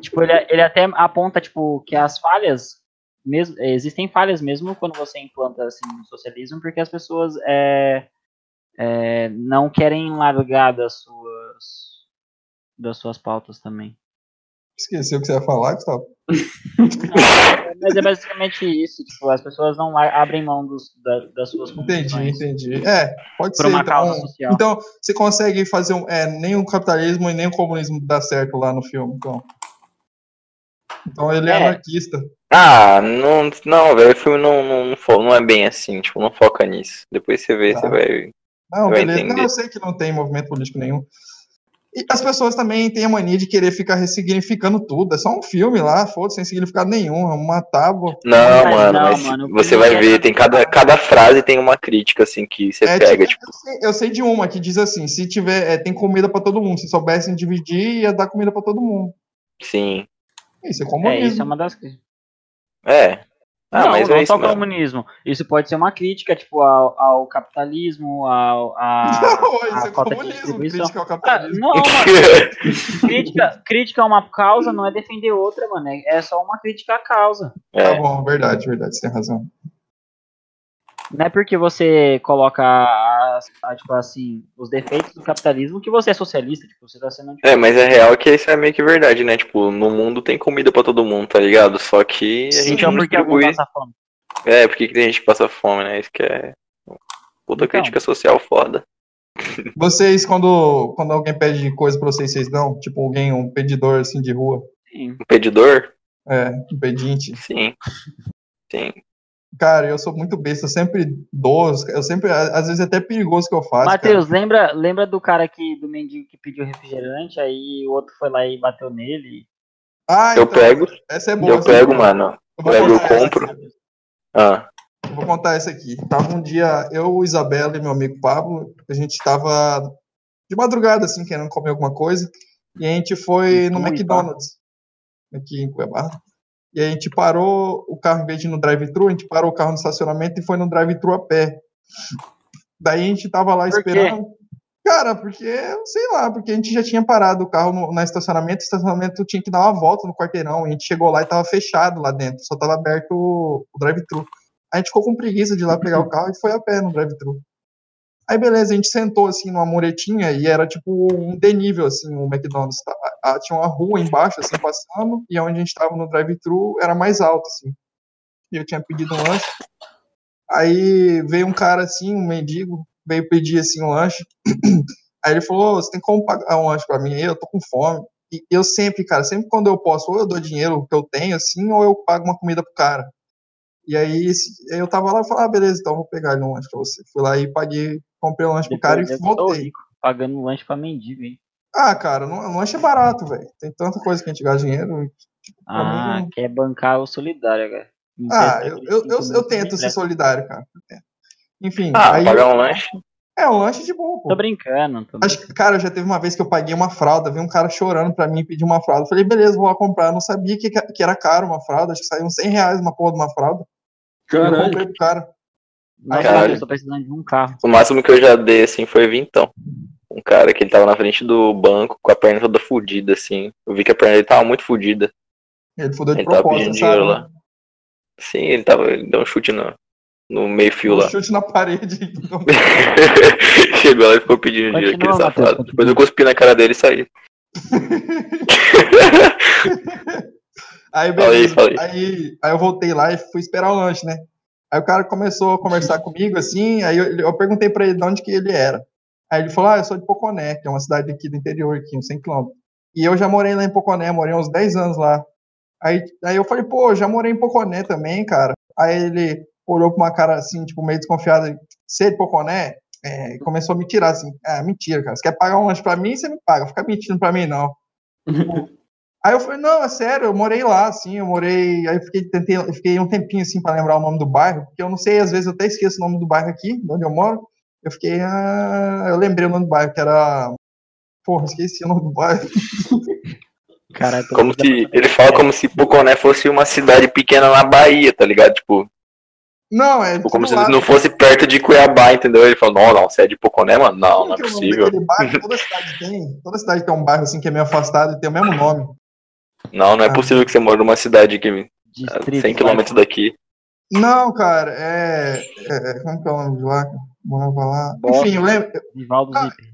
tipo, ele, ele até aponta, tipo, que as falhas, mesmo, eh, existem falhas mesmo quando você implanta, assim, o socialismo, porque as pessoas eh, eh, não querem largar das suas, das suas pautas também. Esqueceu o que você ia falar, Gustavo? Mas é basicamente isso, tipo, as pessoas não lar- abrem mão dos, da- das suas Entendi, convicções entendi. É, pode por ser. uma então, causa social. Então, você consegue fazer um, é, nem o capitalismo e nem o comunismo dá certo lá no filme, então. Então ele é, É. anarquista. Ah, não, não, velho, o filme não, não, não fo- não é bem assim, tipo, não foca nisso. Depois você vê, Tá. você vai. Não, Eu beleza. entendi. Não, eu sei que não tem movimento político nenhum. E as pessoas também têm a mania de querer ficar ressignificando tudo. É só um filme lá, foda-se, sem significado nenhum. É uma tábua. Não, Não, mano, não, mas mano, o você filme vai é- ver, tem cada, cada frase tem uma crítica, assim, que você É, pega, tipo, eu, sei, eu sei de uma que diz assim: se tiver, é, tem comida pra todo mundo. Se soubessem dividir, ia dar comida pra todo mundo. tipo, sim. Isso é É, comunismo. isso é uma das críticas. É. Ah, não, mas não é isso, só mano. comunismo. Isso pode ser uma crítica, tipo, ao, ao capitalismo, ao, a, Não, a isso é falta de comunismo, distribuição. crítica ao Ah, capitalismo. não, mano, crítica, crítica a uma causa não é defender outra, mano. É é só uma crítica à causa. Tá É. bom, verdade, verdade, você tem razão. Não é porque você coloca, a- a, tipo assim, os defeitos do capitalismo que você é socialista, tipo, você tá sendo... É, mas é real que isso é meio que verdade, né? Tipo, no mundo tem comida pra todo mundo, tá ligado? Só que a gente é Então, um não por que algum distribui. passa fome? É, porque que tem gente que passa fome, né? Isso que é. Puta Então. crítica social foda. Vocês, quando, quando alguém pede coisa pra vocês, vocês dão? Tipo, alguém, um pedidor assim de rua, Sim. Um pedidor? é, um pedinte. Sim. Sim. Cara, eu sou muito besta, eu sempre dou, eu sempre, às vezes é até perigoso que eu faço. cara. Matheus, lembra, lembra do cara que, do mendigo que pediu refrigerante, aí o outro foi lá e bateu nele? Ah, Eu então, pego, Essa é boa. eu essa é pego, boa. mano. Eu vou, Pego, eu contar essa, compro. Ah, eu vou contar essa aqui. Tava um dia, eu, Isabela e meu amigo Pablo, a gente tava de madrugada, assim, querendo comer alguma coisa, e a gente foi Em no Cuiabá. McDonald's, aqui em Cuiabá. E a gente parou o carro, em vez de ir no drive-thru, a gente parou o carro no estacionamento e foi no drive-thru a pé. Daí a gente tava lá Por quê? esperando. Cara, porque, sei lá, porque a gente já tinha parado o carro no, no estacionamento, o estacionamento tinha que dar uma volta no quarteirão, e a gente chegou lá e tava fechado lá dentro, só tava aberto o, o drive-thru. A gente ficou com preguiça de ir lá pegar o carro e foi a pé no drive-thru. Aí beleza, a gente sentou assim numa muretinha e era tipo um denível, assim, o McDonald's. tá- ah, Tinha uma rua embaixo, assim, passando, e onde a gente tava no drive-thru era mais alto, assim. E eu tinha pedido um lanche. Aí veio um cara assim, um mendigo, veio pedir assim um lanche. Aí ele falou: "Ô, Você tem como pagar um lanche pra mim? aí? Eu tô com fome. E eu sempre, cara, sempre quando eu posso, ou eu dou dinheiro que eu tenho, assim, ou eu pago uma comida pro cara. E aí esse- eu tava lá e falei: ah, beleza, então eu vou pegar ali um lanche pra você. Fui lá e paguei, comprei um lanche pro cara e Depois eu tô voltei. rico, Pagando um lanche pra mendigo, hein? Ah, cara, um lanche é barato, velho. Tem tanta coisa que a gente gasta dinheiro. Pra Ah, mim- quer bancar o solidário, cara. Não Ah, sei se é eu, eu, eu, preciso, eu não tento me ser presta. solidário, cara. Eu tento. Enfim, ah aí, pagar um lanche? é um lanche de bom, pô. Tô brincando, tô Acho que, cara, já teve uma vez que eu paguei uma fralda, vi um cara chorando pra mim pedir uma fralda. Eu Falei, beleza, vou lá comprar. Eu não sabia que, que era caro uma fralda, acho que saiu uns 100 reais uma porra de uma fralda. Eu Caralho. comprei pro cara. Nossa, Caralho. eu tô precisando de um carro. O máximo que eu já dei, assim, foi vintão. Um cara que ele tava na frente do banco com a perna toda fudida assim. Eu vi que a perna dele tava muito fudida. Ele fudeu de Ele tava propósito, pedindo dinheiro sabe? lá. Sim, ele tava. Ele deu um chute no, no meio-fio Um lá. chute na parede. Chegou lá e ficou pedindo dinheiro, aquele Continua, Matheus, safado. continua. Depois eu cuspi na cara dele e saí. Aí, Fala aí, beleza. fala aí. Aí, aí eu voltei lá e fui esperar o lanche, né? Aí o cara começou a conversar comigo, assim, aí eu, eu perguntei pra ele de onde que ele era. Aí ele falou, ah, eu sou de Poconé, que é uma cidade aqui do interior, aqui, uns 100 quilômetros. E eu já morei lá em Poconé, morei uns 10 anos lá. Aí, aí eu falei, pô, eu já morei em Poconé também, cara. Aí ele olhou com uma cara, assim, tipo, meio desconfiada, você é de Poconé? É, e começou a me tirar, assim, ah, mentira, cara, você quer pagar um lanche pra mim, você me paga, fica mentindo pra mim, não. Tipo, Aí eu falei, não, é sério, eu morei lá, assim, eu morei. Aí eu fiquei, tentei, eu fiquei um tempinho assim para lembrar o nome do bairro, porque eu não sei, às vezes eu até esqueço o nome do bairro aqui, de onde eu moro. Eu fiquei. Ah, eu lembrei o nome do bairro, que era. Porra, esqueci o nome do bairro. Caralho, tô Como se, ele fala como se Puconé fosse uma cidade pequena na Bahia, tá ligado? Tipo, Não, é. tipo, como do se lado. não fosse perto de Cuiabá, entendeu? Ele falou, não, não, você é de Puconé, mano? Não, Como não é que o nome possível. daquele bairro? Toda cidade tem. Toda cidade tem um bairro assim que é meio afastado e tem o mesmo nome. Não, não é Ah. possível que você mora numa cidade que distrito. 100 km daqui. Não, cara, é. é- como que é o nome de lá? que eu Morava lá. Bosta. Enfim, eu lembro. Rivaldo Ah, Zipper.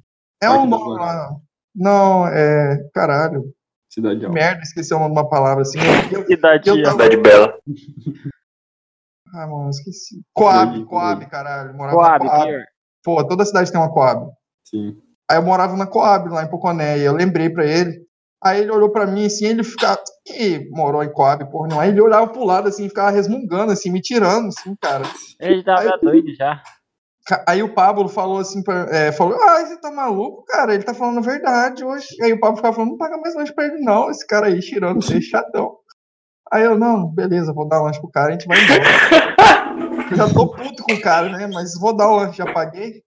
É Parque das um nome Lagoas. lá. Não, é. Caralho. Cidade Alta. Merda, esqueci o nome de uma palavra assim. Eu- eu- Cidade eu tava- Cidade Bela. Ah, mano, esqueci. Coab, Doido, Coab, doido. caralho. eu Morava Coab, é? na Coab. pior. Pô, toda cidade tem uma Coab. Sim. Aí eu morava na Coab, lá em Poconé, e eu lembrei pra ele. Aí ele olhou pra mim assim, ele ficava. Que morou em Coab, porra, não. Aí ele olhava pro lado assim, ficava resmungando, assim, me tirando, assim, cara. Ele tava Aí- doido já. Ca- Aí o Pablo falou assim, pra- é, falou, ah, você tá maluco, cara? Ele tá falando a verdade hoje. Aí o Pablo ficava falando, não paga mais lanche pra ele, não. Esse cara aí tirando, você é chatão. Aí eu, não, beleza, vou dar lanche pro cara, a gente vai embora. já tô puto com o cara, né? Mas vou dar o lanche, já paguei.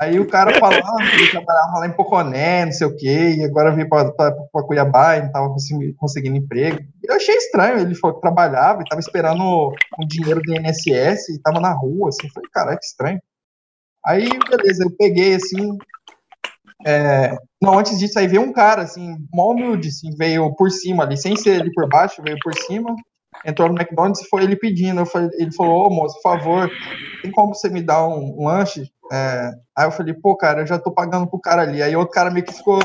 Aí o cara falando que ele trabalhava lá em Poconé, não sei o quê, e agora veio pra, pra, pra Cuiabá e não tava consegui- conseguindo emprego. Eu achei estranho, ele falou que trabalhava e tava esperando um dinheiro do INSS e tava na rua, assim. Eu falei, caralho, que estranho. Aí, beleza, eu peguei assim. é, Não, antes disso, aí veio um cara, assim, mó humilde, assim, veio por cima ali, sem ser ele por baixo, veio por cima, entrou no McDonald's e foi ele pedindo. Eu falei- ele falou, ô moço, por favor, tem como você me dar um, um lanche? É, Aí eu falei, pô, cara, eu já tô pagando pro cara ali. Aí outro cara meio que ficou,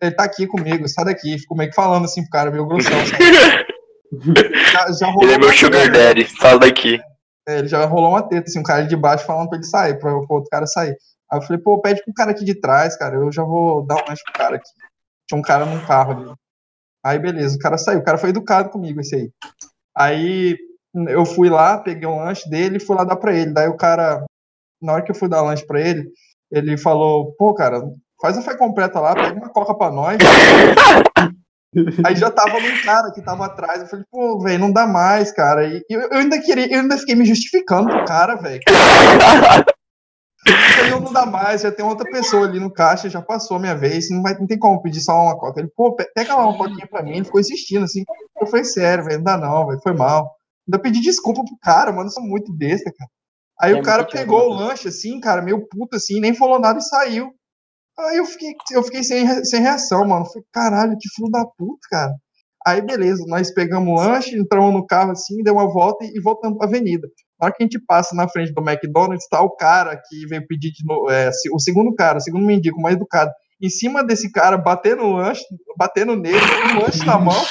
ele tá aqui comigo, sai daqui, ficou meio que falando assim pro cara, meio grossão. sabe? Já, já rolou Ele é meu uma sugar treta. daddy, fala daqui. É, ele já rolou uma treta, assim, um cara de baixo falando pra ele sair, pra, pro outro cara sair. Aí eu falei, pô, pede pro cara aqui de trás, cara, eu já vou dar um lanche pro cara aqui. Tinha um cara num carro ali. Aí beleza, o cara saiu, o cara foi educado comigo, esse aí. Aí eu fui lá, peguei um lanche dele e fui lá dar pra ele. Daí o cara, na hora que eu fui dar lanche pra ele, ele falou, pô, cara, faz a fé completa lá, pega uma coca pra nós. Aí já tava um cara que tava atrás. Eu falei, pô, velho, não dá mais, cara. E eu, eu ainda queria, eu ainda fiquei me justificando pro cara, velho. Eu falei, Não, não dá mais, já tem outra pessoa ali no caixa, já passou a minha vez, não, vai, não tem como pedir só uma coca. Ele, pô, pe- pega lá uma coquinha pra mim, ele ficou insistindo assim. Eu falei, sério, velho, não dá não, velho, foi mal. Ainda pedi desculpa pro cara, mano, eu sou muito besta, cara. Aí É o cara muito chato, pegou o né? lanche assim, cara, meio puto assim, nem falou nada e saiu. Aí eu fiquei, eu fiquei sem, re- sem reação, mano. Falei, caralho, que filho da puta, cara. Aí, beleza, nós pegamos o lanche, entramos no carro assim, deu uma volta e, e voltamos pra avenida. Na hora que a gente passa na frente do McDonald's, tá o cara que veio pedir de novo, é, se- o segundo cara, o segundo mendigo mais educado, em cima desse cara, batendo o lanche, batendo nele, com o lanche na mão.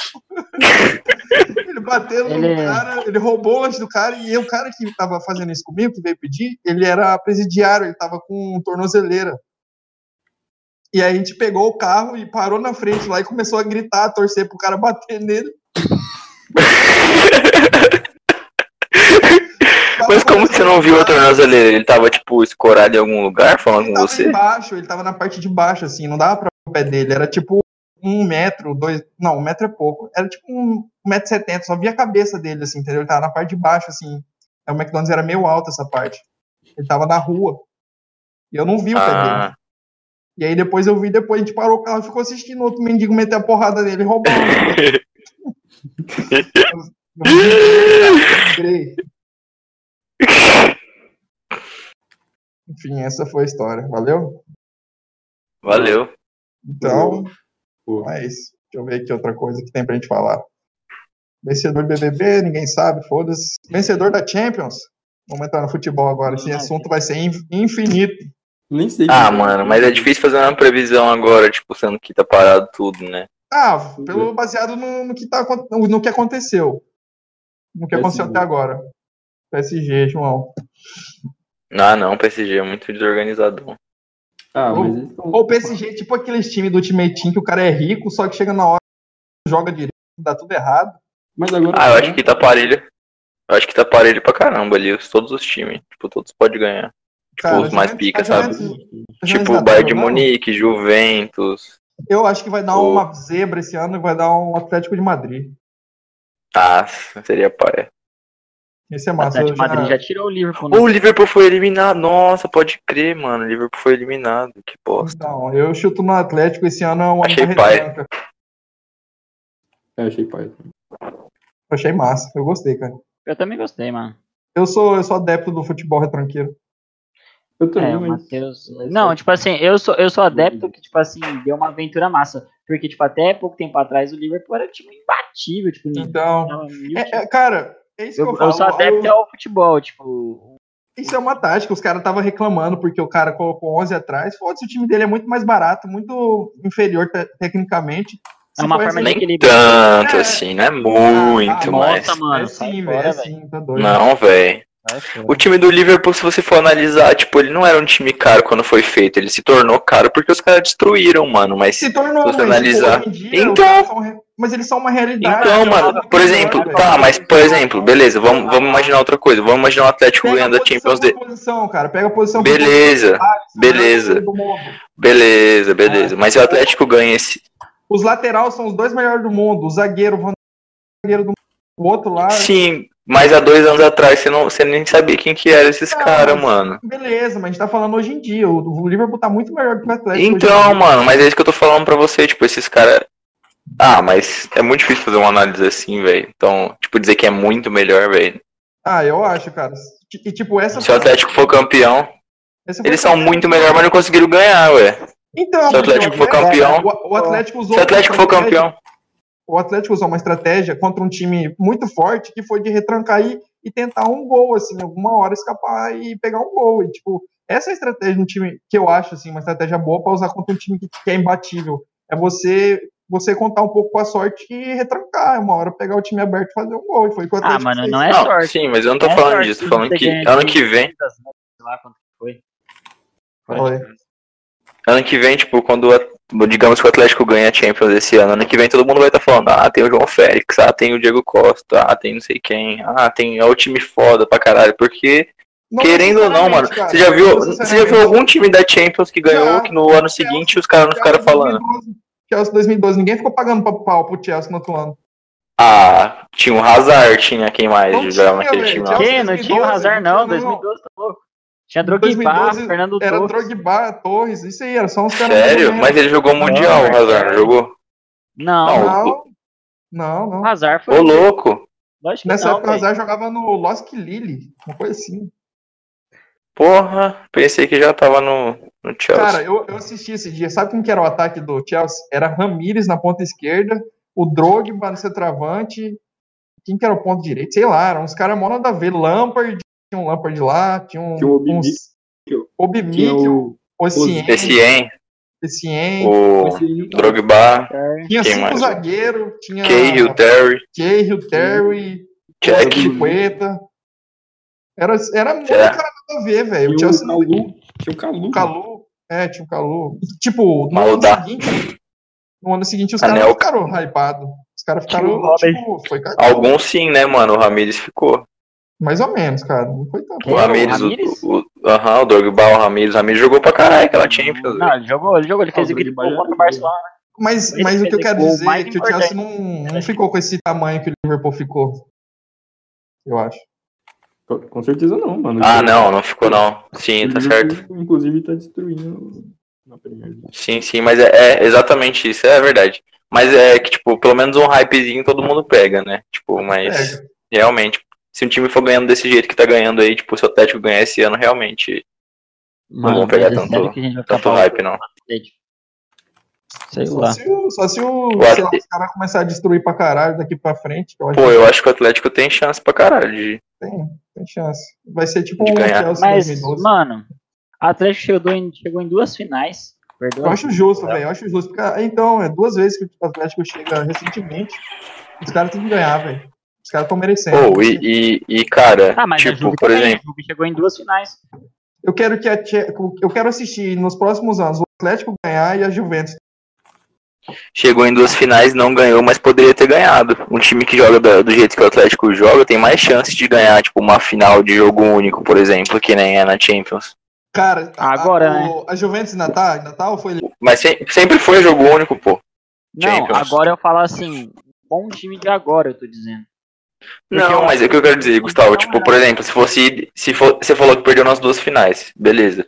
ele bateu no é Ele- cara, ele roubou o lanche do cara, e o cara que tava fazendo isso comigo, que veio pedir, ele era presidiário, ele tava com tornozeleira. E aí a gente pegou o carro e parou na frente lá e começou a gritar, a torcer pro cara bater nele. Mas como você não viu a tornozeleira? Ele tava, tipo, escorado em algum lugar falando Ele com tava você? embaixo, ele tava na parte de baixo, assim, não dava pra ver o pé dele. Era tipo um metro, dois. Não, um metro é pouco. Era tipo um metro e setenta, só via a cabeça dele, assim, entendeu? Ele tava na parte de baixo, assim. Aí O McDonald's era meio alto essa parte. Ele tava na rua. E eu não vi o pé dele. Ah, E aí depois eu vi, depois a gente parou o carro e ficou assistindo outro mendigo meter a porrada nele e roubar. Eu lembrei. Enfim, essa foi a história. Valeu? valeu. Então, Pô, é isso. Deixa eu ver aqui outra coisa que tem pra gente falar. Vencedor do BBB, ninguém sabe, foda-se. Vencedor da Champions. Vamos entrar no futebol agora. Esse assunto vai ser in- infinito. nem sei. Ah, mano, mas é difícil fazer uma previsão agora, tipo, sendo que tá parado tudo, né? Ah, pelo baseado no, no que tá, acon- no que aconteceu. No que aconteceu PSG. até agora. PSG, João. Ah, não, o PSG é muito desorganizadão. Ah, mas eles tão- Ou o PSG, é tipo aqueles times do Ultimate Team que o cara é rico, só que chega na hora, joga direito, dá tudo errado. Mas agora. né? Ah, eu Uhum. acho que tá parelho. Eu acho que tá parelho pra caramba ali, os- todos os times. Tipo, todos podem ganhar. Tipo, Cara, os mais Juventus- pica, a sabe? Juventus- a Juventus Tipo, ainda o tá Bayern de jogando? Munique, Juventus. Eu acho que vai dar Ô. uma zebra esse ano e vai dar um Atlético de Madrid. Ah, seria pai. Esse é O massa. Atlético Eu de Madrid já já... tirou o Liverpool. Uhum. né? O Liverpool foi eliminado. Nossa, pode crer, mano. O Liverpool foi eliminado. Que bosta. Então, eu chuto no Atlético esse ano é um Achei ano da pai. retranca. É, achei pai. Eu Achei massa, eu gostei, cara. Eu também gostei, mano. Eu sou, eu sou adepto do futebol retranqueiro. Eu também, É, o mas. Matheus. mas Não, eu- tipo assim, eu sou, eu sou adepto que, tipo assim, deu uma aventura massa. Porque, tipo, até pouco tempo atrás o Liverpool era um time imbatível, tipo, ninguém Então, tava mil é- times. é, cara, é isso que eu, eu, eu falo. sou adepto Eu- ao futebol, tipo. Isso é uma tática. Os caras estavam reclamando porque o cara colocou 11 atrás. Foda-se, o time dele é muito mais barato, muito inferior te- tecnicamente. É uma for forma essa- de- Nem Aquele- tanto É. assim, não é Ah, muito, mas. Nossa, mano. É sai sim, velho, fora, é velho. sim, tá doido. Não, velho. É vai fora. O time do Liverpool, se você for analisar, tipo, ele não era um time caro quando foi feito. Ele se tornou caro porque os caras destruíram, mano. Mas Se tornou, Se mas, você tipo, analisar- hoje em dia, os Então- caras são re- mas eles são uma realidade. Então, né? mano, por exemplo, tá, mas por exemplo, beleza, vamos, vamos imaginar outra coisa. Vamos imaginar o Atlético Pega a ganhando a posição Champions por League. posição, cara. Pega a posição por Beleza, posição, é melhor beleza. time do mundo. beleza, beleza. É. Mas se o Atlético ganha esse. Os laterais são os dois melhores do mundo. O zagueiro, o zagueiro do mundo. O outro lá. Sim, mas há dois anos atrás você, não, você nem sabia quem que eram esses Não, caras, mas- mano. Beleza, mas a gente tá falando hoje em dia. O, o Liverpool tá muito melhor que o Atlético. hoje Então, em dia. mano, mas é isso que eu tô falando pra você, tipo, esses caras. Ah, mas é muito difícil fazer uma análise assim, velho. Então, tipo, dizer que é muito melhor, velho. Ah, eu acho, cara. E tipo, essa Se o Atlético for campeão, essa foi- eles são muito melhor, mas não conseguiram ganhar, ué. Então, se o porque Atlético for campeão- o, o Atlético usou Se o Atlético uma for estratégia- campeão. O Atlético usou uma estratégia contra um time muito forte que foi de retrancar e, e tentar um gol, assim, alguma hora escapar e pegar um gol. E, tipo, essa é a estratégia de um time que eu acho, assim, uma estratégia boa pra usar contra um time que, que é imbatível. É você você contar um pouco com a sorte e retrancar. Uma hora pegar o time aberto e fazer um gol. E foi o que o Ah, Atlético mano, fez. não é não, sorte. Sim, mas eu não tô É falando sorte disso, de tô falando você que ganhar ano de- né, que vem, Sei lá quanto que é. foi. Fora Foi. de casa. ano que vem, tipo, quando a- digamos que o Atlético ganha a Champions esse ano, ano que vem todo mundo vai estar falando, ah, tem o João Félix, ah, tem o Diego Costa, ah, tem não sei quem, ah, tem é o time foda pra caralho, porque Não querendo ou não, mano, necessariamente, cara. você já viu, Não é você já necessariamente. viu algum time da Champions que ganhou Já. que no ano seguinte os caras não ficaram Chelsea falando? 2012, Chelsea 2012, ninguém ficou pagando pra- pau pro Chelsea no outro ano. Ah, tinha o Hazard, tinha quem mais Não jogava tinha, naquele é, velho, time Chelsea- lá? Que? Não tinha o 2012, Hazard, não. não, não. 2012 tá louco. Tinha Drogba, 2012 Fernando Era Torres. Drogba, Torres, isso aí, era só uns caras. Sério? mais ou menos. Mas ele jogou o Mundial, o Hazard, não jogou? Não, Não. Não, não, não. o Hazard Ô, foi. louco! Lógico que Nessa não, época o velho. Hazard jogava no Losk Lille, uma coisa assim. Porra, pensei que já tava no, no Chelsea. Cara, eu, eu assisti esse dia, sabe quem que era o ataque do Chelsea? Era Ramires na ponta esquerda, o Drogba no centroavante, quem que era o ponto direito? Sei lá, eram uns caras mó nada a ver, Lampard, tinha um Lampard lá, tinha um... Tinha o Obi uns- Mikel. Obi Tinha o o. Ossien, Esse, hein? Ossien, O Drogba, tinha quem cinco mais? zagueiros, tinha Cahill, Terry, Cahill, Terry, Jack. Chiqueta. Era, era muito É. cara nada a ver, velho. O Tinha Chelsea o não Calu. Tinha o Calu. O Calu. um É, tinha o Calu. E, Tipo, no ano Maldá. seguinte. No ano seguinte, os caras Anelka. não ficaram hypados. Os caras Tinha o ficaram. Robert. Tipo, foi cagado. Alguns sim, né, mano? O Ramires ficou. Mais ou menos, cara. Não foi tanto. Quem? O Era o Ramires, o, Ramires? o, aham, o Drogba, o Ramires. O Ramires jogou pra caralho aquela Champions. velho. Não, ele jogou, ele jogou, ele fez Ah, o o grito Drogba contra jogou. o Barcelona. Mas, Ele mas o fez que eu quero o gol dizer é mais que o Chelsea não, não ficou com esse tamanho que o Liverpool ficou. Eu acho. Com- Com certeza não, mano. Ah, não, não ficou não. O Sim, tá Uhum. Liverpool, certo. Inclusive tá destruindo na primeira. Sim, sim, mas é, é exatamente isso, é verdade. Mas é que, tipo, pelo menos um hypezinho todo mundo pega, né? Tipo, É, mas Pega. realmente, se um time for ganhando desse jeito que tá ganhando aí, tipo, se o Atlético ganhar esse ano, realmente, Mano, vamos pegar mas é tanto- sério que a gente vai ficar tanto falando hype não. dele. Sei Só lá. se, o- só se o, O sei lá, Atl- os caras começarem a destruir pra caralho daqui pra frente, que eu acho Pô, eu acho que o Atlético tem chance pra caralho de. que tem, tem chance. Vai ser tipo De um ganhar. Chelsea Mas, 2012. mano, o Atlético chegou em, chegou em duas finais. Perdeu. Eu acho justo, é. velho. Eu acho justo. Porque, então, é duas vezes que o Atlético chega recentemente. Os caras têm que ganhar, velho. Os caras estão merecendo. Pô, e, e, e, cara, Ah, mas a tipo, Juve por também, exemplo, a Juve chegou em duas finais. Eu quero que a Tche- Eu quero assistir nos próximos anos o Atlético ganhar e a Juventus. chegou em É. duas finais, não ganhou, mas poderia ter ganhado. Um time que joga da- do jeito que o Atlético joga tem mais chance de ganhar, tipo, uma final de jogo único, por exemplo, que nem é na Champions. Cara, a- Agora, a, né? o- a Juventus ainda tá? Ainda tá ou foi ele? Mas se- sempre foi jogo único, pô. Não, Champions. agora eu falo assim, bom time de agora, eu tô dizendo. Porque Não, eu mas acho é o que eu quero dizer, Gustavo. não Tipo, era. por exemplo, se fosse. Se for, você falou que perdeu nas duas finais, beleza.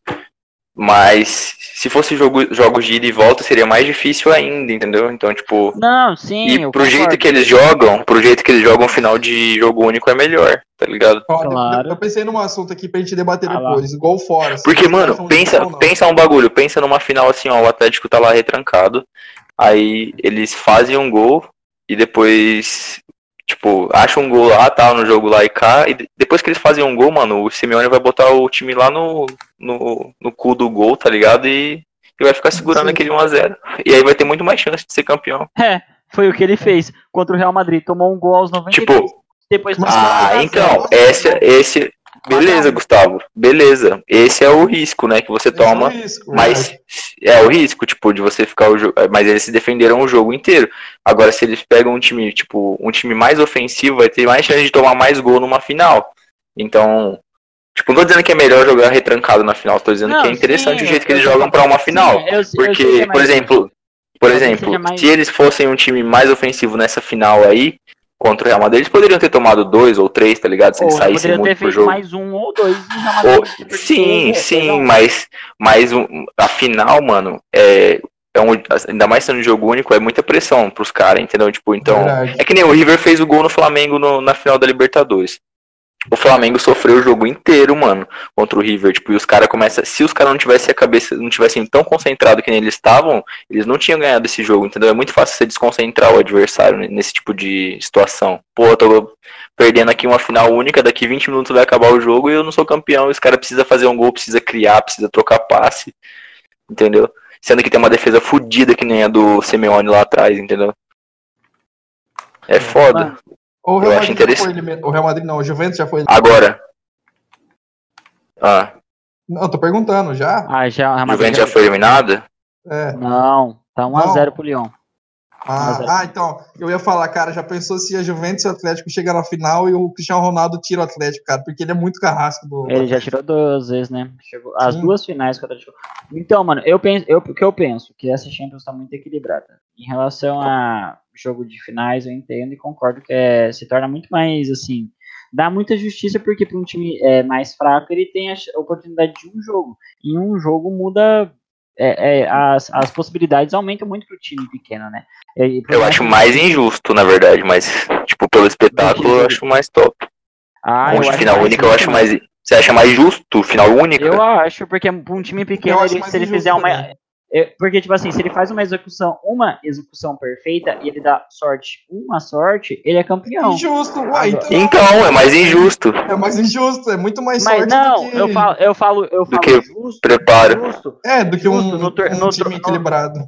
Mas se fosse jogo, jogos de ida e volta, seria mais difícil ainda, entendeu? Então, tipo. Não, sim, E eu pro jeito concordo. que eles jogam, pro jeito que eles jogam, um final de jogo único é melhor, tá ligado? Ó, de- Claro. Eu pensei num assunto aqui pra gente debater Ah lá. depois. Gol fora. assim, se Porque, vocês mano, acham pensa, justo ou não. pensa um bagulho, pensa numa final assim, ó, o Atlético tá lá retrancado, aí eles fazem um gol e depois, tipo, acham um gol lá, tá, no jogo lá e cá, e de- depois que eles fazem um gol, mano, o Simeone vai botar o time lá no, no, no cu do gol, tá ligado? E, e vai ficar segurando Sim. aquele 1x0. E aí vai ter muito mais chance de ser campeão. Foi o que ele fez contra o Real Madrid, tomou um gol aos 93, Tipo, depois Mas Ah, não, então, não, esse, não. esse, beleza, não. Gustavo, beleza. Esse é o risco, né, que você Esse é o toma, risco, mas é o risco, tipo, de você ficar o jogo, mas eles se defenderam o jogo inteiro. Agora, se eles pegam um time, tipo, um time mais ofensivo, vai ter mais chance de tomar mais gol numa final. Então, tipo, não tô dizendo que é melhor jogar retrancado na final, tô dizendo Não, que é interessante sim, o jeito que eu- eles jogam pra uma final. Sim, eu- eu sei que Porque, é por mais- exemplo, por Talvez exemplo, seja mais- se eles fossem um time mais ofensivo nessa final aí, contra o Real Madrid, eles poderiam ter tomado dois ou três, tá ligado? Se Ou eles ele saíssem poderia ter muito pro feito jogo. mais um ou dois e já matou Ou- o Liverpool. Sim, Ele- ele- sim, ele- mas, mas um- a final, mano, é, é um, ainda mais sendo um jogo único, é muita pressão pros caras, entendeu? Tipo, então. Verdade. É que nem o River fez o gol no Flamengo no- na final da Libertadores. O Flamengo sofreu o jogo inteiro, mano, contra o River. Tipo, e os caras começam. Se os caras não tivessem a cabeça, não tivessem tão concentrado que nem eles estavam, eles não tinham ganhado esse jogo, entendeu? É muito fácil você desconcentrar o adversário ne- nesse tipo de situação. Pô, eu tô perdendo aqui uma final única, daqui 20 minutos vai acabar o jogo e eu não sou campeão. E os caras precisam fazer um gol, precisa criar, precisa trocar passe. Entendeu? Sendo que tem uma defesa fodida que nem a do Simeone lá atrás, entendeu? É foda. Mano, O eu Real acho Madrid já interessante. foi eliminado. O Real Madrid não, o Juventus já foi eliminado. Agora. Ah, Não, eu tô perguntando já. Ah, já, a a Madrid Juventus já foi eliminada? É. Não, tá 1x0 pro Lyon. Mas é. Ah, ah, então, eu ia falar, cara, já pensou se a Juventus e o Atlético chegam na final e o Cristiano Ronaldo tira o Atlético, cara, porque ele é muito carrasco do. Ele já tirou duas vezes, né? Chegou as Sim. duas finais que o Atlético. Então, mano, eu penso, eu, o que eu penso que essa Champions tá muito equilibrada. Em relação a jogo de finais, eu entendo e concordo que é, se torna muito mais assim, dá muita justiça porque para um time é, mais fraco ele tem a ch- a oportunidade de um jogo. Em um jogo muda é, é, as, as possibilidades aumentam muito pro time pequeno, né? E por Eu acho que- mais injusto, na verdade, mas, tipo, pelo espetáculo, eu acho mais top. Ah, Um eu de acho final mais única, eu acho justo, né? mais. Você acha mais justo final única? Eu acho, porque pra um time Eu pequeno, acho ele, mais se ele injusto fizer uma. também. é, Porque, tipo assim, se ele faz uma execução, uma execução perfeita e ele dá sorte, uma sorte, ele é campeão. Injusto, ué, então, Então, é mais injusto. é mais injusto, é muito mais Mas sorte não, do que, eu falo, eu falo, eu falo que justo, Preparo. justo. é, do que um, Justo, no tor- um no tor- time no- equilibrado.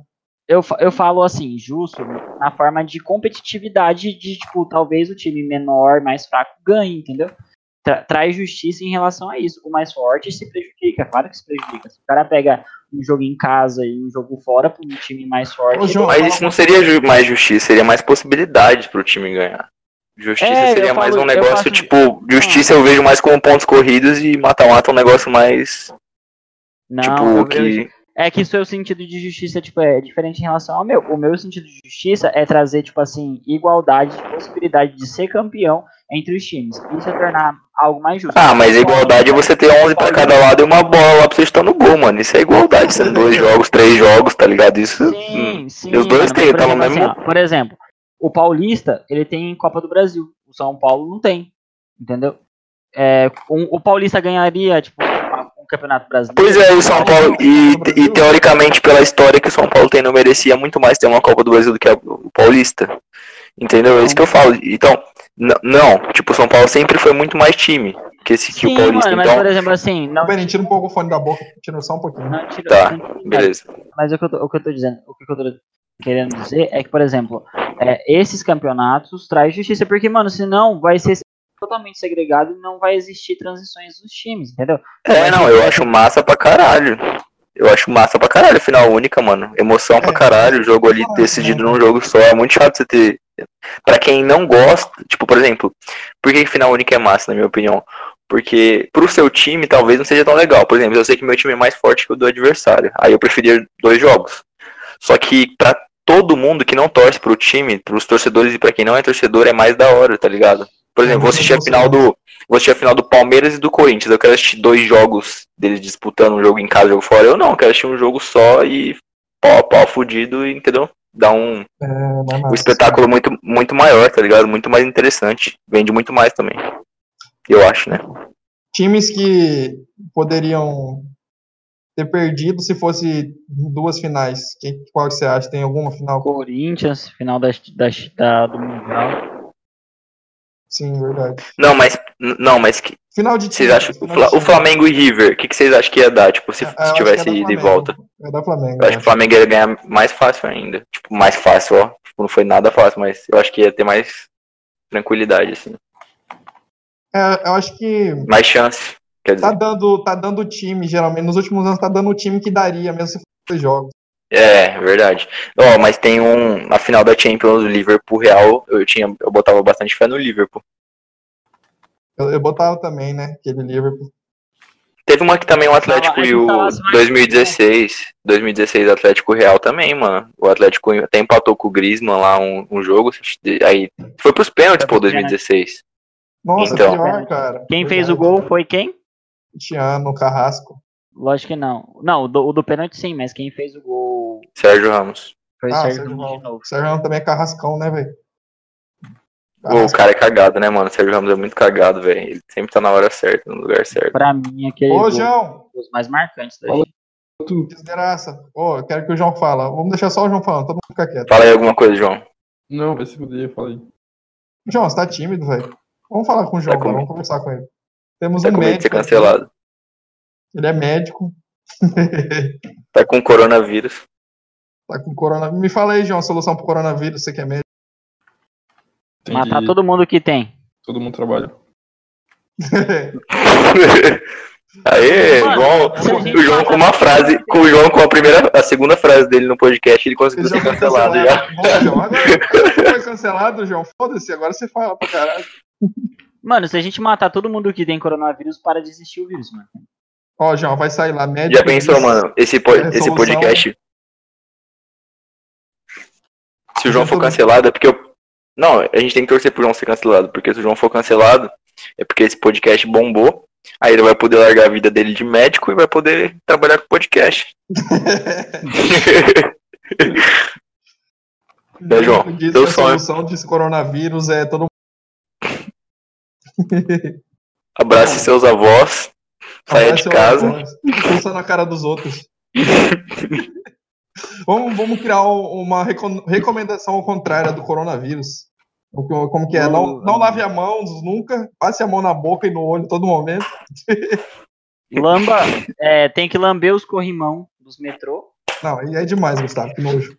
Eu, fa- eu falo assim, justo, na forma de competitividade de, tipo, talvez o time menor, mais fraco, ganhe, entendeu? Tra- traz justiça em relação a isso. O mais forte se prejudica, claro que se prejudica. Se o cara pega um jogo em casa e um jogo fora pra um time mais forte. Ô, ele João, vai Mas isso não seria ju- mais justiça, seria mais possibilidades pro time ganhar. Justiça É, eu seria mais falo- um eu negócio, faço- Ah. tipo, justiça eu vejo mais como pontos corridos e mata-mata é um negócio mais, Não, eu- tipo, que. é que o seu sentido de justiça tipo, é diferente em relação ao meu. O meu sentido de justiça é trazer, tipo assim, igualdade, possibilidade de ser campeão entre os times. Isso é tornar algo mais justo. Ah, mas a igualdade é você ter 11 pra cada lado e uma bola lá pra você estar no gol, mano. Isso é igualdade, sendo dois jogos, três jogos, tá ligado? Isso. hum. Sim, sim. E os dois mano, têm, mas, por tá no exemplo, mesmo- assim, ó, por exemplo, o Paulista, ele tem Copa do Brasil. O São Paulo não tem. Entendeu? É, um- o Paulista ganharia, tipo, um campeonato brasileiro. Pois é, o São Paulo, e, e teoricamente, pela história que o São Paulo tem, não merecia muito mais ter uma Copa do Brasil do que a- o Paulista. Entendeu? É isso que eu falo. Então, n- não, tipo, o São Paulo sempre foi muito mais time que esse que Sim, o Paulista. mano, mas então, por exemplo, assim, não, Beni, tira um pouco o fone da boca, tira só um pouquinho. não tira. Tá, não tira- beleza. Mas o que, eu tô, o que eu tô dizendo, o que eu tô querendo dizer é que, por exemplo, é, esses campeonatos traz justiça, porque, mano, senão vai ser totalmente segregado e não vai existir transições dos times, entendeu? É, não, eu acho massa pra caralho. Eu acho massa pra caralho, final única, mano. Emoção pra É. caralho, o jogo ali Ah, decidido num jogo só. É muito chato você ter. Pra quem não gosta, tipo, por exemplo, por que final única é massa, na minha opinião? Porque pro seu time talvez não seja tão legal. Por exemplo, eu sei que meu time é mais forte que o do adversário. Aí eu preferia dois jogos. Só que pra todo mundo que não torce pro time, pros torcedores e pra quem não é torcedor, é mais da hora, tá ligado? É Por exemplo, vou assistir a final do. Vou assistir a final do Palmeiras e do Corinthians. Eu quero assistir dois jogos deles disputando um jogo em casa, um jogo fora. Eu não, eu quero assistir um jogo só e pau a pau fudido, entendeu? Dá um, É, mas um massa. espetáculo muito, muito maior, tá ligado? Muito mais interessante. Vende muito mais também. Eu acho, né? Times que poderiam ter perdido se fosse duas finais. Quem, qual que você acha? Tem alguma final? Corinthians, final da, da, da- do Mundial. Sim, verdade. Não, mas. n- Não, mas que- Final de vocês time, acham que o, final Fla- de o time. Flamengo e River, o que, que vocês acham que ia dar? Tipo, se, Eu se acho que tivesse é da ido e Flamengo. volta. É da Flamengo. Eu acho que o Flamengo ia ganhar mais fácil ainda. Tipo, mais fácil, ó. Tipo, não foi nada fácil, mas eu acho que ia ter mais tranquilidade, assim. É, eu acho que Mais chance. Quer dizer. tá dando, tá dando time, geralmente. Nos últimos anos tá dando o time que daria, mesmo se fosse jogos. É, verdade. Ó, mas tem um. Na final da Champions, o Liverpool Real, eu tinha. Eu botava bastante fé no Liverpool. Eu, eu botava também, né? Aquele Liverpool. Teve uma que também o Atlético Ah, e o tá, mas- 2016. 2016 Atlético Real também, mano. O Atlético até empatou com o Griezmann lá um, um jogo. Aí foi pros pênaltis, pô, 2016. Nossa, Então. pior, cara. Quem fez Verdade. o gol foi quem? Cristiano, Carrasco. Lógico que não. Não, o do, o do pênalti sim, mas quem fez o gol Sérgio Ramos. foi o Ah, Sérgio Sérgio Ramos de Ramos. novo. O Sérgio Ramos também é carrascão, né, velho? Pô, o cara é cagado, né, mano? O Sérgio Ramos é muito cagado, velho. Ele sempre tá na hora certa, no lugar certo. Pra mim, aquele Ô, gol João, foi um dos mais marcantes da Fala. gente. Tu- desgraça. Ô, eu quero que o João fala. Vamos deixar só o João falando, todo mundo fica quieto. Fala aí alguma coisa, João. Não, vai se fuder, eu falei. João, você tá tímido, velho? Vamos falar com o João, Tá com cara, vamos conversar com ele. Temos Tá um com medo de médico. ser aqui, cancelado. Ele é médico, Tá com coronavírus. tá com coronavírus. Me fala aí, João, a solução pro coronavírus, você que é médico. Tem Matar que- todo mundo que tem. todo mundo trabalha. Aê, Mano, João. se a gente O João com uma frase, com o João com a primeira, a segunda frase dele no podcast, ele conseguiu Ele já ser foi cancelado já. cancelado. Boa, João. Agora você foi cancelado, João. Foda-se, agora você fala pra caralho. Mano, se a gente matar todo mundo que tem coronavírus, para de existir o vírus, mano. Ó, João, vai sair lá, médico. Já pensou, mano, esse, po- Resolução. esse podcast. Se o João for Resolução. cancelado, é porque eu. Não, a gente tem que torcer pro João ser cancelado, porque se o João for cancelado, é porque esse podcast bombou. Aí ele vai poder largar a vida dele de médico e vai poder trabalhar com podcast. Né, João? Médico Diz Teu que a sonho. solução desse coronavírus é todo mundo. Abrace seus avós, saia Abraça de o casa. Amazonas. Pulsa na cara dos outros. vamos, vamos criar um- uma reco- recomendação ao contrário do coronavírus. O que- Como que é? Não, não lave a mão nunca, passe a mão na boca e no olho todo momento. Lamba, é, tem que lamber os corrimão dos metrô. Não, aí é demais, Gustavo, que nojo.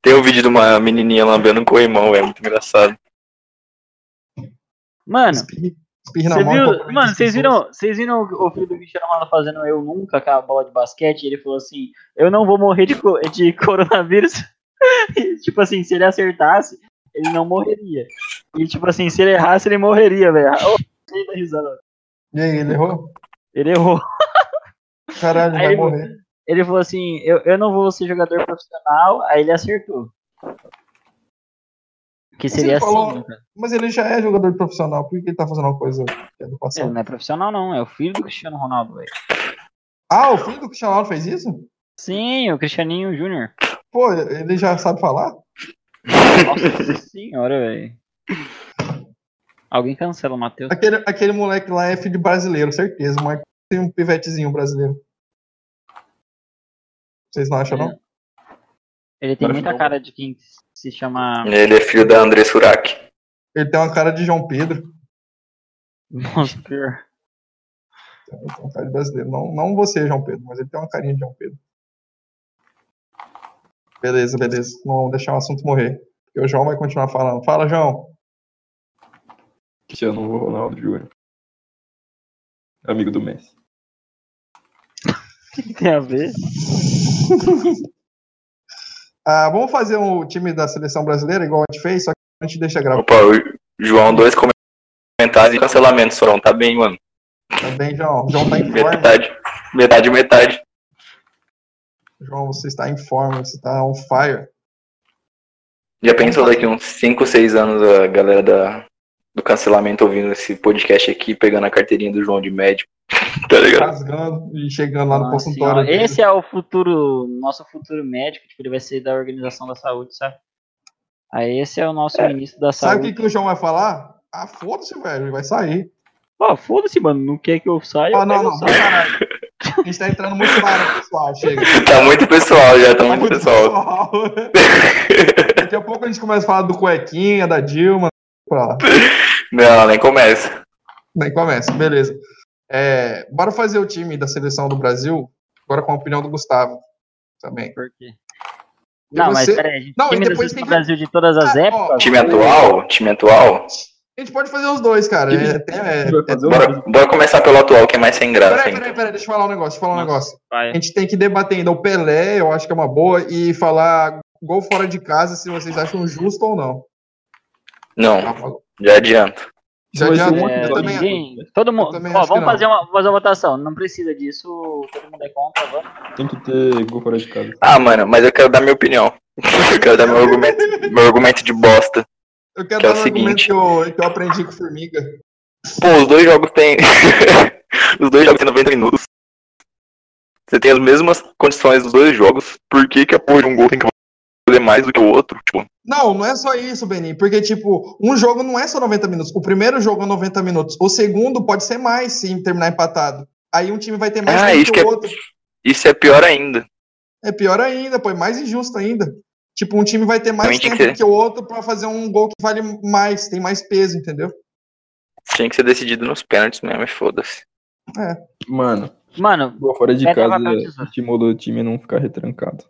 Tem um vídeo de uma menininha lambendo um corrimão, é muito engraçado. Mano, Espirre, espirre na Você mão. e viu, cumprimenta mano, as vocês pessoas. viram, vocês viram o o filho do Cristiano Ronaldo fazendo eu nunca com a bola de basquete? Ele falou assim: Eu não vou morrer de, co- de coronavírus. E, tipo assim, se ele acertasse, ele não morreria. E tipo assim, se ele errasse, ele morreria, velho. Oh, achei da risada. E aí, ele errou? ele errou. Caralho, Aí vai ele- morrer. Ele falou assim: eu, eu não vou ser jogador profissional. Aí ele acertou. Que seria assim. falou- né, cara? Mas ele já é jogador profissional, por que ele tá fazendo uma coisa que é do Ele passado? não é profissional, não. É o filho do Cristiano Ronaldo, velho. Ah, o filho do Cristiano Ronaldo fez isso? Sim, o Cristianinho Júnior. Pô, ele já sabe falar? Nossa senhora, velho. Alguém cancela o Matheus. Aquele, aquele moleque lá é filho de brasileiro, certeza. Mas tem um pivetezinho brasileiro. Vocês não acham, não? Ele tem Agora muita ficou. cara de quem se chama. Ele é filho da André Surak. Ele tem uma cara de João Pedro. Nossa, pior. Ele tem uma cara de brasileiro. Não, não você, João Pedro, mas ele tem uma carinha de João Pedro. Beleza, beleza. Não vamos deixar o assunto morrer. Porque o João vai continuar falando. Fala, João. Cristiano Ronaldo Júnior. Amigo do Messi. O que tem a ver? Ah, vamos fazer um time da seleção brasileira, igual a gente fez, só que a gente deixa gravar. Opa, o João dois Comentários e cancelamentos foram, tá bem, mano. Tá bem, João? João tá em forma? Metade, metade, metade. João, você está em forma, você está on fire. Já pensou daqui uns 5, 6 anos a galera da, do cancelamento ouvindo esse podcast aqui, pegando a carteirinha do João de médico? Tá ligado? Rasgando e chegando lá no Nossa consultório. senhora, dele. Esse é o futuro, nosso futuro médico, tipo, ele vai ser da Organização da Saúde, sabe? Aí esse é o nosso ministro da Sabe o saúde. que, que o João vai falar? Ah, foda-se, velho, ele vai sair. Pô, foda-se, mano, não quer que eu saia? Ah, eu não, pego não, e saio. caralho. A gente tá entrando muito na área, pessoal, chega. Tá muito pessoal já, tá muito pessoal. pessoal. Daqui a pouco a gente começa a falar do Cuequinha, da Dilma, pra lá. Não, nem começa. Nem começa, beleza. É, bora fazer o time da seleção do Brasil, agora com a opinião do Gustavo também. Por quê? Não, mas você- peraí, gente, Não, e time depois do tem que- Brasil de todas as Ah, ó, épocas? Time atual, time atual. A gente pode fazer os dois, cara. É, até- é- Vai fazer um Bora, bora começar pelo atual, que é mais sem graça. Peraí, hein? peraí, peraí, deixa eu falar um negócio, deixa eu falar um Nossa. negócio. Vai. A gente tem que debater ainda o Pelé, eu acho que é uma boa, e falar gol fora de casa, se vocês acham justo ou não. Tá Não, já adianto. Já Mas adianta, um eu episódio também ninguém, É, todo mundo. também Ó, acho que vamos não. fazer uma, vamos fazer uma votação. Não precisa disso, todo mundo é contra agora. Tem que ter gol fora de casa. Ah, mano, mas eu quero dar minha opinião. Eu quero dar meu argumento, meu argumento de bosta. eu quero que é dar o um argumento seguinte. que eu, que eu aprendi com o Formiga. Pô, os dois jogos têm. os dois jogos têm 90 minutos. Você tem as mesmas condições dos dois jogos. Por que, que a porra de um gol tem que valer mais do que o outro? Tipo, Não, não é só isso, Beni, porque, tipo, um jogo não é só 90 minutos. O primeiro jogo é 90 minutos, o segundo pode ser mais se terminar empatado. Aí um time vai ter mais Ah, tempo isso que que o é- outro. isso é pior ainda. É pior ainda, pô, é mais injusto ainda. Tipo, um time vai ter mais Também tinha tempo que que, ser. o outro pra fazer um gol que vale mais, tem mais peso, entendeu? Tinha que ser decidido nos pênaltis mesmo, e foda-se. Mano, Mano, gol fora de É, tá Pega casa é. papel, tesoura. estimula o time a não ficar retrancado.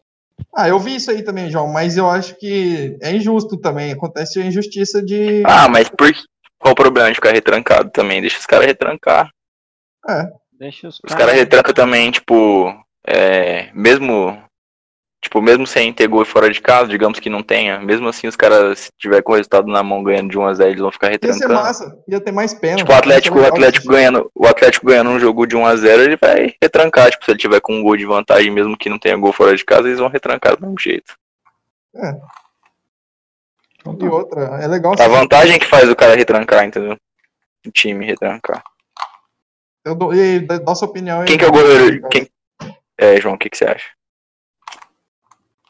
Ah, eu vi isso aí também, João, mas eu acho que é injusto também. Acontece a injustiça de. Ah, mas por que- Qual o problema de ficar retrancado também? Deixa os caras retrancar. deixa os Os Ah. caras retrancam também, tipo, é, mesmo. Tipo, mesmo sem ter gol fora de casa, digamos que não tenha, mesmo assim os caras, se tiver com o resultado na mão ganhando de 1 a 0 eles vão ficar Ia ser retrancando. massa, ia ter mais pena. Tipo, o Atlético, o Atlético ganhando, o Atlético ganhando um jogo de 1 a 0 ele vai retrancar, tipo, se ele tiver com um gol de vantagem, mesmo que não tenha gol fora de casa, eles vão retrancar do mesmo jeito. Então tá. E outra, é legal. A sabe? vantagem que faz o cara retrancar, entendeu? O time retrancar. Eu dou, e da- dá sua opinião aí. Quem que é o goleiro? Quem... É, João, o que, que você acha?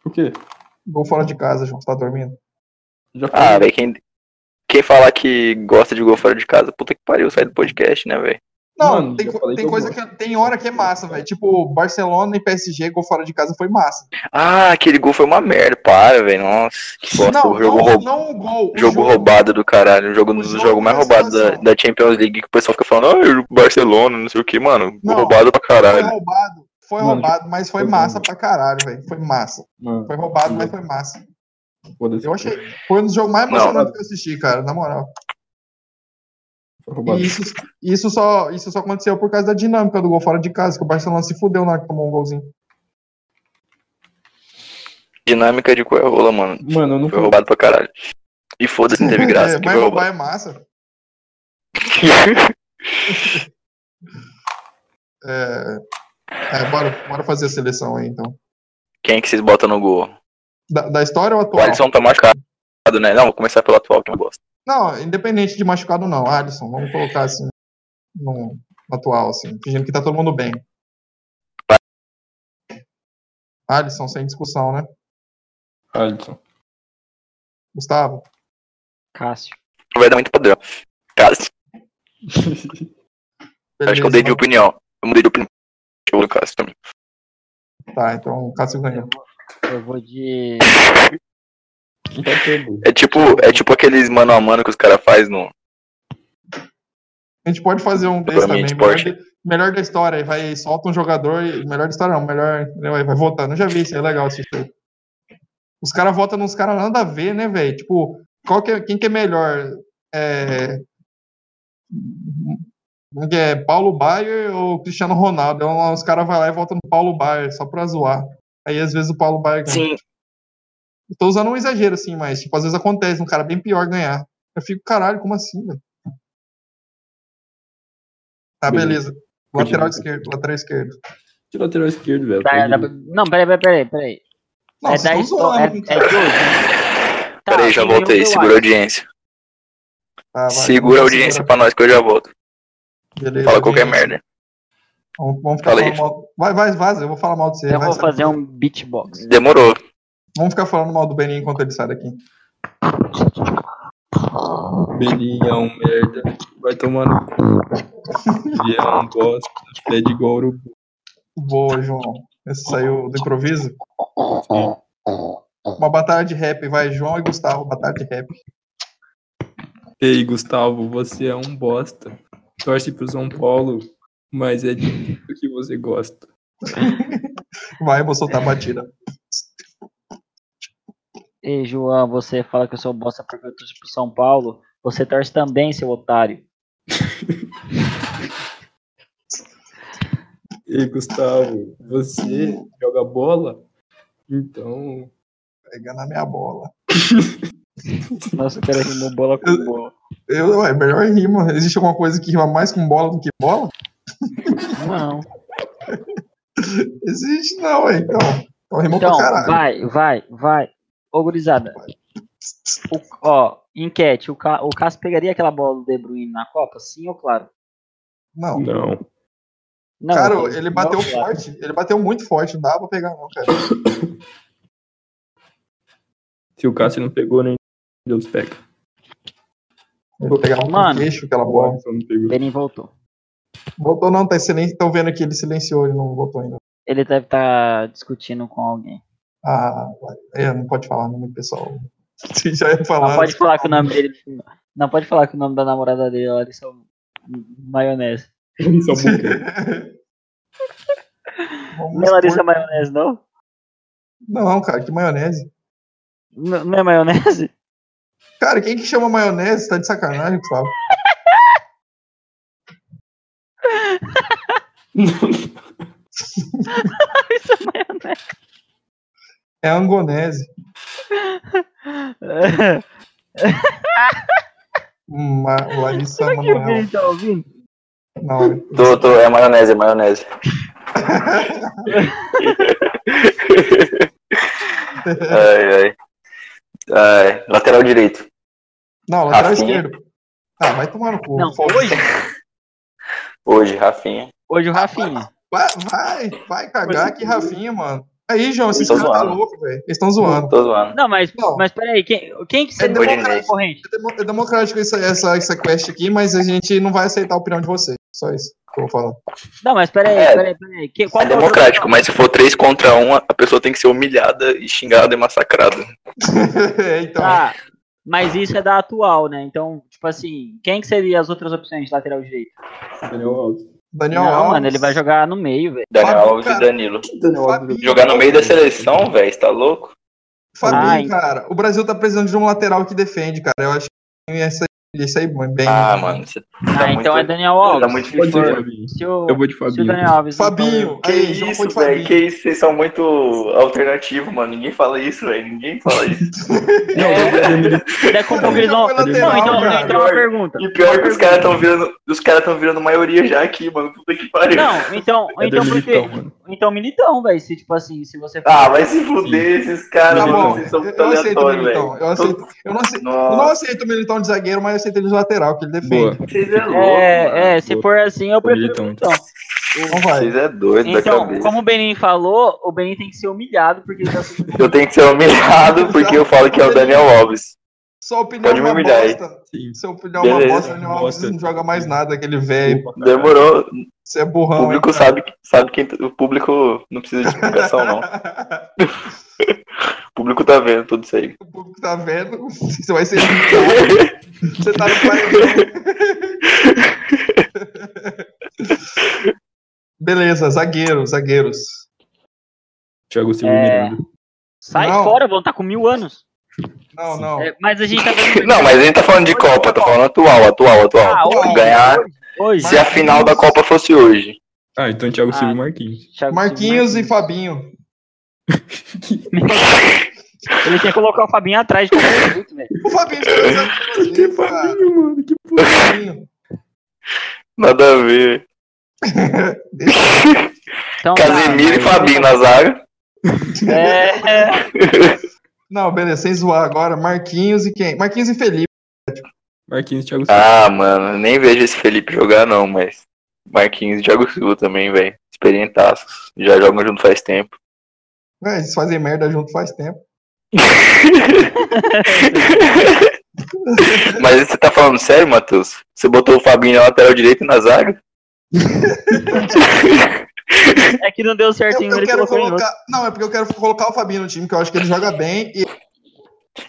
Por quê? Gol fora de casa, João, você tá dormindo? Já Ah, falei. velho, quem quem falar que gosta de gol fora de casa, puta que pariu, sai do podcast, né, velho? Não, Mano, tem, eu co- falei tem que eu coisa que tem hora que é massa, velho. Tipo, Barcelona e PSG, gol fora de casa foi massa. Ah, aquele gol foi uma merda, para, velho. Nossa, que bosta. não, o jogo, não, roub- não o gol. o jogo roubado do caralho. O jogo, um dos jogo jogos mais da roubados da, seleção. da Champions League, que o pessoal fica falando, ah, o Barcelona, não sei o que, mano. Não. É. Roubado pra Foi caralho. roubado, foi Mano, roubado, mas foi foi massa bom. pra caralho, velho. Foi massa. Mano, Foi roubado, mas foi massa. foda-se. Eu achei. Foi um dos jogos mais Não. emocionantes que eu assisti, cara, na moral. Foi roubado. E isso, isso, só, isso só aconteceu por causa da dinâmica do gol fora de casa, que o Barcelona se fudeu na hora que tomou um golzinho. Dinâmica de coelho rola, mano. Mano, eu não Foi fui. roubado pra caralho. E foda-se, não teve graça. Uhum. É, que mas foi roubado. roubar é massa. É, é, bora, bora fazer a seleção aí, então. Quem é que vocês botam no gol? Da, da história ou O atual? Alisson tá machucado, né? Não, vou começar pelo atual, que eu gosto. Não, independente de machucado ou não, Alisson, vamos colocar assim no no atual, assim, fingindo que tá todo mundo bem. Alisson, sem discussão, né? Alisson. Gustavo, Cássio. Vai dar muito padrão. Cara, acho que eu dei de beleza, opinião. Eu mudei de opinião. Eu vou no Cássio também. né? Tá, então o Cássio ganhou. Eu vou, eu vou de. Não pode perder. É tipo, é tipo aqueles mano a mano que os caras fazem no. A gente pode fazer um desse também, Totalmente melhor, esporte. de- melhor da história, aí vai, solta um jogador, e- melhor da história não, melhor, entendeu? Aí vai votando, eu já vi isso, é legal assistir. Os caras votam nos caras nada a ver, né, velho? Tipo, qual que é, quem que é melhor? É... como que é, Paulo Baier ou Cristiano Ronaldo? Então, os caras vão lá e votam no Paulo Baier, só pra zoar. Aí às vezes o Paulo Baier ganha. Sim. Eu tô usando um exagero assim, mas tipo, às vezes acontece um cara bem pior ganhar. Eu fico, caralho, como assim, velho? Tá, Beleza. beleza. Lateral Continua. esquerdo, lateral É esquerdo. De lateral esquerdo, velho. Da- da- pode- Tá, Não, peraí, peraí, peraí. peraí. Não, é vocês da estão história. zoando, É, é cara. de hoje. Tá, Peraí, já primeiro voltei. eu Segura a audiência. Tá, vai, Segura vamos a audiência segurar. pra nós que eu já volto. Beleza, Fala qualquer beleza. merda. Vamos, vamos ficar Fala aí. falando mal. Vai, vai, vaza, eu vou falar mal de você. Eu vai, vou sai. fazer um beatbox. Demorou. Vamos ficar falando mal do Beninho enquanto ele sai daqui. Belinha é um merda. Vai tomar no cu. Ele é um bosta. Pede igual urubu. Boa, João. Esse saiu do improviso? Uma batalha de rap, vai, João e Gustavo, batalha de rap. Ei, Gustavo, você é um bosta. Torce pro São Paulo, mas é de tudo que você gosta. Vai, eu vou soltar a batida. Ei, João, você fala que eu sou bosta porque eu torço pro São Paulo. Você torce também, seu otário. Ei, Gustavo, você joga bola? Então, Pegando a minha bola. Nossa, o cara rimou bola com bola. Eu, ué, melhor rima. Existe alguma coisa que rima mais com bola do que bola? Não. Existe não, ué. Então, então rimou Então, pra vai, caralho. vai, vai. Ô, gurizada. O- ó, enquete. O, Ca, o Cássio pegaria aquela bola do De Bruyne na Copa? Sim ou claro? Não. não. Não. cara, eu- ele bateu não, claro. forte. Ele bateu muito forte. Não dá pra pegar não, cara. Se o Cássio não pegou, nem Deus pega. Vou pegar um Mano. queixo aquela O bola. Alisson não pegou. Benin voltou. Voltou não, tá estão vendo aqui, ele silenciou, ele não voltou ainda. Ele deve estar discutindo com alguém. Ah, vai. é, não pode falar nome pessoal. Você já ia falar. Não pode falar que o nome dele. Não pode falar que o nome da namorada dele é Larissa Maionese. Alisson Bucão. Vamos Não é Larissa expor- Maionese, não? Não, cara, que maionese. Não não é maionese? Cara, quem que chama maionese? Tá de sacanagem, Gustavo. Isso é maionese. É angonese. Hum, Ma Larissa Será que o Manoel. Vini tá ouvindo? Não, Tô, tô, é maionese, é maionese. É. ai, ai. Ai, lateral direito. não lateral Rafinha. esquerdo. Ah, vai tomar no cu. Não, Foda. hoje, Hoje, Rafinha. hoje o Rafinha. Vai, vai, vai cagar Mas- que Rafinha, mano. Aí, João, esses Tô caras tá zoando. louco, velho. Eles estão zoando. Tô zoando. Não, mas, Não. mas peraí, quem, quem que seria o Hoje concorrente? ninguém. corrente? É demo- É democrático essa, essa, essa quest aqui, mas a gente não vai aceitar a opinião de vocês. Só isso que eu vou falar. Não, mas peraí, É. peraí, peraí. Que, qual É que o democrático, outro mas se for três contra um, a pessoa tem que ser humilhada e xingada e massacrada. então, Ah, Tá, mas isso é da atual, né? Então, tipo assim, quem que seria as outras opções de lateral direito? Daniel Alves. Daniel Não, Alves. mano, ele vai jogar no meio, velho. Daniel Fábio, Alves cara. e Danilo. Daniel Alves. Jogar no meio da seleção, velho, tá louco? Fabinho, Ai. cara, o Brasil tá precisando de um lateral que defende, cara. Eu acho que essa, isso aí bem. Ah, mano, você Ah, muito- então é Daniel tá Alves. muito Pode difícil. ser mano. Fabinho. Se o, Eu vou de se o Fabinho. Daniel Alves. não tá Fabinho, Que aí, João foi isso, de velho, Fabinho. que isso, vocês são muito alternativo, mano. Ninguém fala isso, velho, ninguém fala isso. Não, tá- daqui a pouco eles vão. Foi lateral, Não, então, cara. então uma pergunta. E pior que os caras tão virando, os caras tão virando maioria já aqui, mano. Puta que pariu. Não, então, É então do por quê? Militão, mano. Então, militão, velho. Se, tipo assim, se você. Ah, vai se fuder esses caras, Tá mano. bom, Vocês são eu, muito eu aceito o aleatórios, Militão. velho. Eu, aceito, eu, não aceito, eu não Nossa, aceito o Militão de zagueiro, mas eu aceito ele de lateral, que ele Boa. defende. vocês é louco. mano. É, é, se for assim, eu prefiro Militão, então. militão. Então vai. Vocês é doido da Então, cabeça. como o Benin falou, o Benin tem que ser humilhado porque ele tá sendo. Eu tenho que ser humilhado porque eu falo que é o Daniel Alves. Sua opinião é Pode me uma humilhar aí. bosta. Sim. Sua opinião é uma Beleza. bosta, o Daniel Alves Bosta. não joga mais nada, aquele É, velho. Demorou. Você é O burrão, hein, público sabe, sabe que o público não precisa de explicação, não. cara? O público tá vendo tudo isso aí. O público tá vendo, você vai ser humilhado. Você tá no paredão. Beleza, zagueiro, zagueiros. Thiago Silva e É. Miranda. Sai Não. fora, vão estar com mil anos. Não, não. É, mas a gente tá vendo. Não, mas a gente tá falando de Copa, tá falando atual, atual, Ah, atual. hoje, Ganhar hoje. se é a final da Copa fosse hoje. Ah, então Thiago Ah. Silva e Marquinhos. Thiago Marquinhos e Silva, Fabinho. Marquinhos. Ele tinha que colocar o Fabinho atrás de qualquer jeito, velho. O Fabinho tá já foi zagueiro, Que cara. Fabinho, mano. Que porra. Fabinho. Nada a ver. Então, tá, Casemiro e mas- Fabinho na zaga. É, Não, beleza, sem zoar agora. Marquinhos e quem? Marquinhos e Felipe. Marquinhos, Thiago Silva. Ah, mano, nem vejo esse Felipe jogar, não, mas. Marquinhos e Thiago Silva também, velho. Experientaços. Já jogam junto faz tempo. Ué, É, Eles fazem merda junto faz tempo. mas você tá falando sério, Matheus? Você botou o Fabinho na lateral direita e na zaga? é que não deu certinho, Eu, eu ele quero colocou em outro. colocar. Não, é porque eu quero colocar o Fabinho no time, que eu acho que ele joga bem. E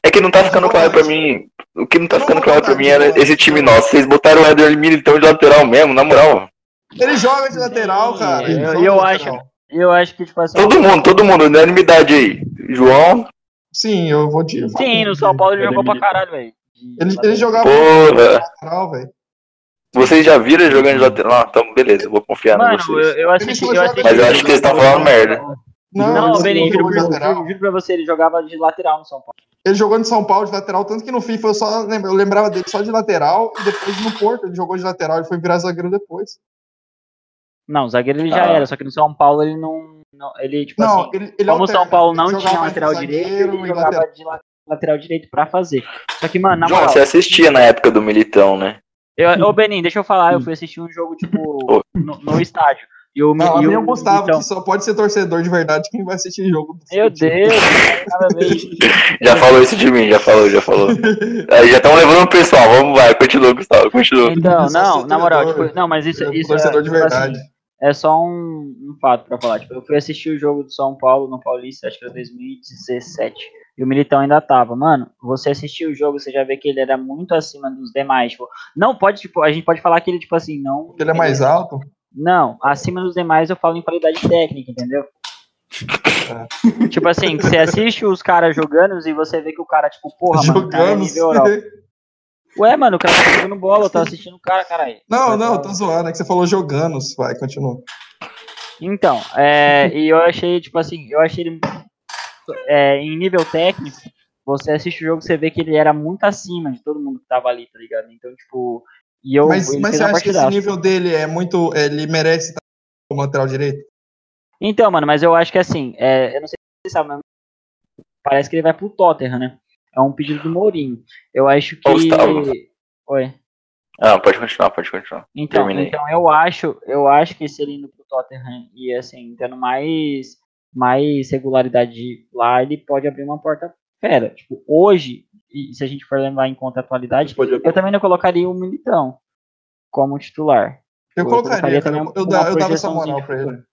É que não tá ficando claro pra mim. O que não tá ficando claro pra mim era esse time nosso. Vocês botaram o Eder Militão de lateral mesmo, na moral. ele joga de lateral, cara. Ele Eu- joga É, eu de acho. E eu acho que, tipo assim. Todo mundo, todo mundo, unanimidade aí. João, Sim, eu vou de. Sim, no São Paulo ele Ele jogou pra militou. caralho, velho. Tá Ele, ele jogava de porra. lateral, velho. Vocês já viram ele jogando de lateral? Ah, então beleza, eu vou confiar Mano, em eu, vocês. eu assisti. Ele Eu joga- assisti Mas eu acho que vocês estão falando merda. Não, ele Benny, jogou juro, de juro, lateral. juro, juro pra você, ele jogava de lateral no São Paulo. Ele jogou de São Paulo de lateral, tanto que no FIFA eu só lembra- eu lembrava dele só de lateral e depois no Porto ele jogou de lateral e foi virar zagueiro depois. Não, o zagueiro ele já Ah. era, só que no São Paulo ele não. não- ele, tipo Não, assim, ele, ele como o altera, São Paulo ele não jogava tinha de lateral direito, zagueiro ele e jogava lateral. de la- lateral direito pra fazer. Só que, mano, na João, moral. você assistia na época do Militão, né? Eu, ô, Benin, deixa eu falar, eu fui assistir um jogo, tipo, no, no estádio. E o, Não, e lá o, vem o Gustavo, então- que só pode ser torcedor de verdade quem vai assistir jogo. Meu Deus, nada a ver. Já falou isso de mim, já falou, já falou. Aí já estão levando o pessoal, vamos vai, continua, Gustavo, continua. Então, Eu sou não, na moral, torcedor. tipo, não, mas isso, Eu isso torcedor de tipo assim, verdade. é só um, um fato pra falar. Tipo, eu fui assistir o jogo do São Paulo no Paulista, acho que era 2017. E o Militão ainda tava. Mano, você assistiu o jogo, você já vê que ele era muito acima dos demais. Tipo, não pode, tipo, a gente pode falar que ele, tipo assim, não. Ele é mais alto. Não, acima dos demais eu falo em qualidade técnica, entendeu? É. tipo assim, que você assiste os caras jogando e você vê que o cara, tipo, porra, mano, o cara é Jogamos. nível Europa. Ué, mano, o cara tá jogando bola, eu tô assistindo o cara, caralho. Não, não, tô zoando. É que você falou jogando. Vai, continua. Então, é, e eu achei, tipo assim, eu achei ele. é, em nível técnico, você assiste o jogo, você vê que ele era muito acima de todo mundo que tava ali, tá ligado? Então, tipo. E eu. mas ele mas fez você uma acha que esse partidaça. nível dele é muito. Ele merece estar como lateral direito? Então, mano, mas eu acho que assim, é, eu não sei se você sabe, mas parece que ele vai pro Tottenham, né? É um pedido do Mourinho. Eu acho que. Ô, Gustavo. Oi. Ah, pode continuar, pode continuar. Então, Termina aí. então eu acho, eu acho que se ele indo pro Tottenham e assim, tendo mais, mais regularidade lá, ele pode abrir uma porta fera. Tipo, hoje, e se a gente for levar em conta a atualidade, Pode eu também não colocaria o Militão como titular. Eu, Eu colocaria, colocaria cara. também Eu, eu é uma dá- eu dava essa projeçãozinha. moral pra ele.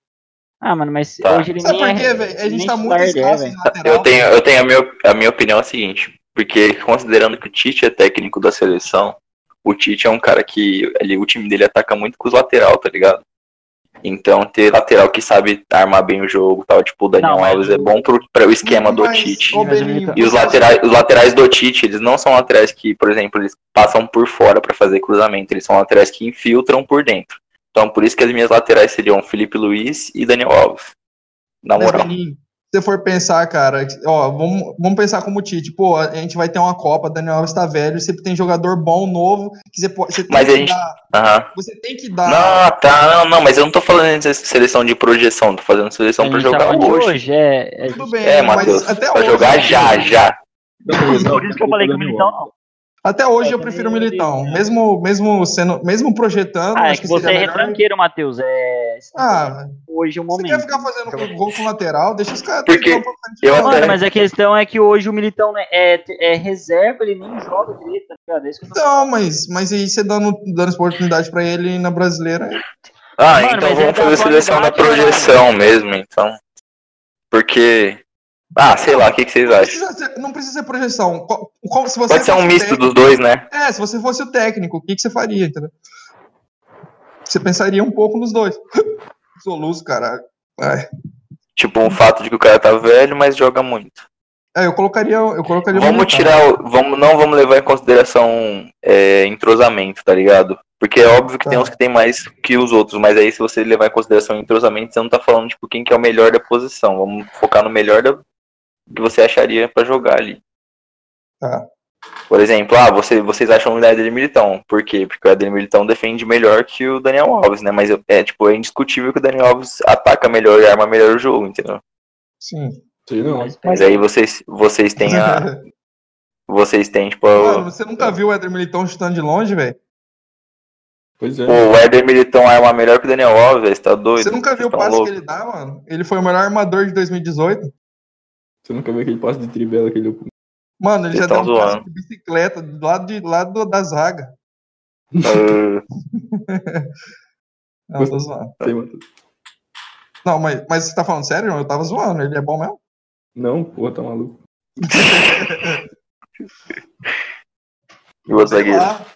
Ah, mano, mas Tá. hoje ele Sabe nem por quê, é, velho? A gente nem tá muito titular ele é, escasso em velho. lateral. Eu tenho, eu tenho a minha, a minha opinião é a seguinte, porque considerando que o Tite é técnico da seleção, o Tite é um cara que ele, o time dele ataca muito com os lateral, tá ligado? Então ter lateral que sabe armar bem o jogo, tal, tipo o Daniel Não, mas- Alves é bom pro, pra o esquema do Mas, Tite. ô, Mas Belinho, ele tá- E os laterais, os laterais do Tite, eles não são laterais que, por exemplo, eles passam por fora pra fazer cruzamento, eles são laterais que infiltram por dentro. Então, por isso que as minhas laterais seriam Felipe Luiz e Daniel Alves. Na Mas, moral. Belinho, se você for pensar, cara, ó, vamos, vamos pensar como o Tite. Pô, a gente vai ter uma Copa, Daniel Alves tá velho, sempre tem jogador bom, novo, que você, pode, você tem Mas a que gente- dar. Ah. Aham. Você tem que dar. Não, tá, não, não, mas eu não tô falando de seleção de projeção, tô fazendo A seleção pra gente tá jogar falando de hoje. hoje, é, é Tudo bem, né? É, mas Matheus, até pra hoje. jogar já, já. por isso que eu falei que o Militão não. Até hoje eu É, prefiro o também eu Militão. diria. Mesmo, mesmo, sendo, mesmo projetando, Ah, é acho que que, você é seria melhor. retranqueiro, Matheus. É, né? Ah, hoje é o você momento. quer ficar fazendo gol com lateral? Deixa os caras. Porque deixa os eu caras- até- Mano, mas a questão é que hoje o Militão né, é, é reserva, ele nem joga direito, tá ligado? É isso que eu tô Então, mas, mas aí você dando, dando essa oportunidade pra ele na brasileira. Ah, Mano, então mas é vamos da né? fazer seleção na qualidade, projeção mesmo, então. Porque. Ah, sei lá, o que, que vocês Não acham? precisa ser, não precisa ser projeção. Co- co- se você Pode ser um fosse misto técnico- dos dois, né? É, se você fosse o técnico, o que, que você faria, entendeu? Você pensaria um pouco nos dois. Soluço, caralho. Tipo, um fato de que o cara tá velho, mas joga muito. É, eu colocaria. Eu colocaria o Vamos Militão. tirar o. Vamos, não vamos levar em consideração é, entrosamento, tá ligado? Porque é óbvio que tem Tá. uns que tem mais que os outros, mas aí se você levar em consideração entrosamento, você não tá falando, tipo, quem que é o melhor da posição. Vamos focar no melhor da- que você acharia pra jogar ali. Tá. Por exemplo, ah, você, vocês acham o Éder Militão. Por quê? Porque o Éder Militão defende melhor que o Daniel Alves, né? Mas é, tipo, é indiscutível que o Daniel Alves ataca melhor e arma melhor o jogo, entendeu? Sim. Sei Então, não. Mas, Mas é aí vocês, vocês têm a. né? Vocês têm, tipo, a- Mano, você nunca viu o Éder Militão chutando de longe, velho? Pois é. o Éder Militão arma melhor que o Daniel Alves, velho, você tá doido? Você nunca Vocês viu o tão passe louco. que ele dá, mano? Ele foi o melhor armador de 2018. Você nunca viu aquele passe de trivela aquele Mano, ele já Vocês deu tão um passe zoando. de bicicleta do lado, de, lado do- da zaga. Ah, Não, eu tô zoando. Sei, Matheus. Não, mas, mas você tá falando sério, irmão? Eu tava zoando. Ele é bom mesmo? Não, porra, tá maluco. e o outro Sei zagueiro? lá.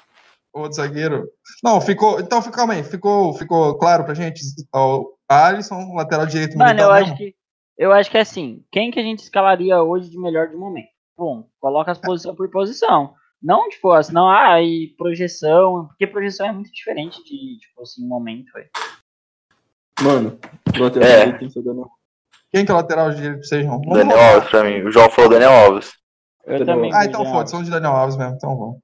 Outro zagueiro. Não, ficou. Então, fica- calma aí. Ficou, ficou claro pra gente? O Alisson, lateral direito Mano, eu militão acho mesmo? que eu acho que é assim, quem que a gente escalaria hoje de melhor de momento? Bom, coloca as posição por posição. Não, tipo, assim, não, ah, e projeção, porque projeção é muito diferente de, tipo assim, momento, velho. Mano, o lateral É. direito tem que ser o Daniel. Quem que é o lateral direito pra vocês, irmão? Vamos Daniel voltar. Alves pra mim. O João falou Daniel Alves. É, Eu Daniel também. Alves. Ah, então foda-se. Vamos de Daniel Alves mesmo. Então vamos.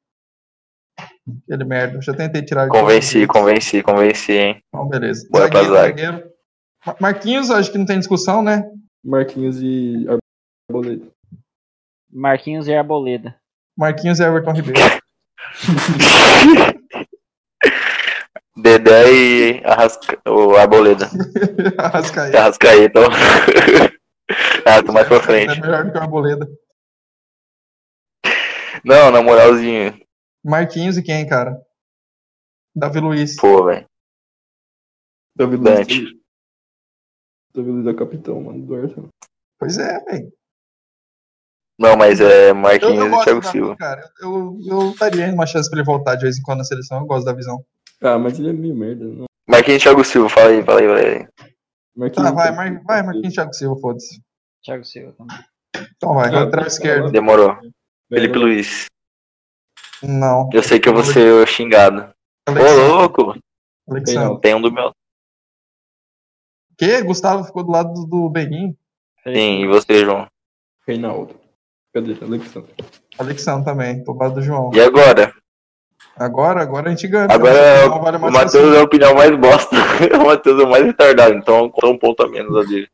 Ele merda. Eu já tentei tirar ele. Convenci, convenci, convenci, hein? Então, beleza. Bora pra zaga. zagueiro. Ma- Marquinhos, acho que não tem discussão, né? Marquinhos e Arboleda. Marquinhos e Arboleda. Marquinhos e Everton Ribeiro. Dedé e Arrasca... o Arboleda. Arrascaeta. Arrascaeta. ah, tô mais pra frente. É melhor do que o Arboleda. Não, na moralzinha. Marquinhos e quem, cara? Davi Luiz. Pô, velho. Davi Luiz. Dante. Davi Luiz é o capitão, mano, do Arsenal. Pois é, velho. Não, mas é Eu, eu Marquinhos gosto e do Thiago Davi, Silva. cara. Eu, eu daria uma chance pra ele voltar de vez em quando na seleção. Eu gosto da visão. Ah, mas ele é meio merda. Não. Marquinhos e Thiago Silva, fala aí, fala aí, fala aí. Marquinhos. Tá, vai, Mar... vai Marquinhos e Thiago Silva, foda-se. Thiago Silva também. Então vai, Ah, lateral esquerdo. Demorou. Velho, Felipe Luiz. Não. Eu sei que eu vou ser xingado. Ô, Alex- louco! Alexandre. Tem um do meu. Que? Gustavo ficou do lado do, do Beguinho? Sim, e você, João? Reinaldo. Cadê? Tá Alexandre. Alexandre também, do lado do João. E agora? Agora, agora a gente ganha. Agora Não vale o mais assim- Matheus é a opinião mais bosta. o Matheus é o mais retardado, então conta um ponto a menos a dele.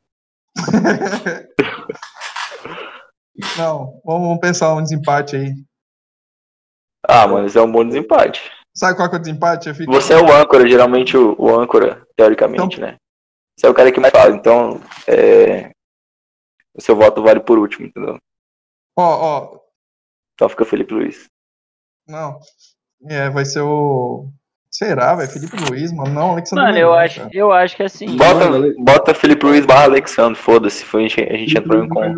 Não, vamos, vamos pensar um desempate aí. Ah, mano, isso é um bom desempate. Sabe qual que é o desempate? Eu fico- Você é o âncora, geralmente o, o âncora, teoricamente, né? Você é o cara que mais fala, então é, o seu voto vale por último, entendeu? Ó, ó, Então fica Felipe Luiz. não. É, vai ser o... Será, velho? Felipe Luiz, mano? Não, Alexandre Mano, eu Beguinho, acho, cara. eu acho que assim, Bota, Mano, Ale- bota Felipe Luiz barra Alexandre, foda-se, foi, a gente a gente entrou em conta.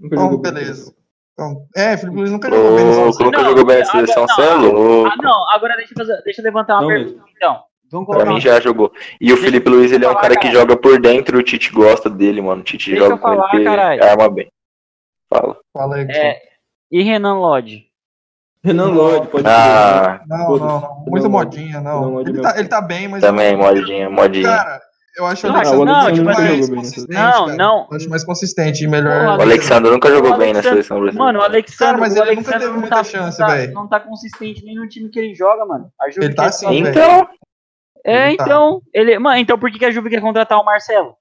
Então, beleza. Então, é, Felipe Luiz nunca jogou bem. nessa Louco, seleção. nunca Não, jogou bem na não, seleção, não, você é não. louco. Ah, não, agora deixa eu, fazer- deixa eu levantar uma Não, pergunta, então. Vamos Pra colocar mim uma... já jogou. E o Felipe Luiz, ele é um falar, cara que cara. joga por dentro, o Tite gosta dele, mano. O Tite Deixa joga eu com falar, ele, caralho. porque arma bem. Fala. Fala aí, tipo, Gustavo. É, e Renan Lodge? Renan Lodge, pode Ah, Não, não, não. Muito Não, modinha, não, não. modinha Ele meu tá, filho. ele tá bem, mas... também, modinha, modinha. Cara, eu acho o Não, Alexandre não, Beguinho tipo mais assim, consistente, não, cara. não. Eu acho mais consistente e melhor... O Alexandre nunca jogou bem na Alexandre- seleção brasileira. Mano, o Alexandre, Cara, mas o ele nunca Alexandre teve não muita tá- chance, não tá- velho. Não tá consistente nem no time que ele joga, mano. A Juve Ele tá quer- assim, velho. então, É, Ele tá. então, ele, mano, então por que que a Juve quer contratar o Marcelo?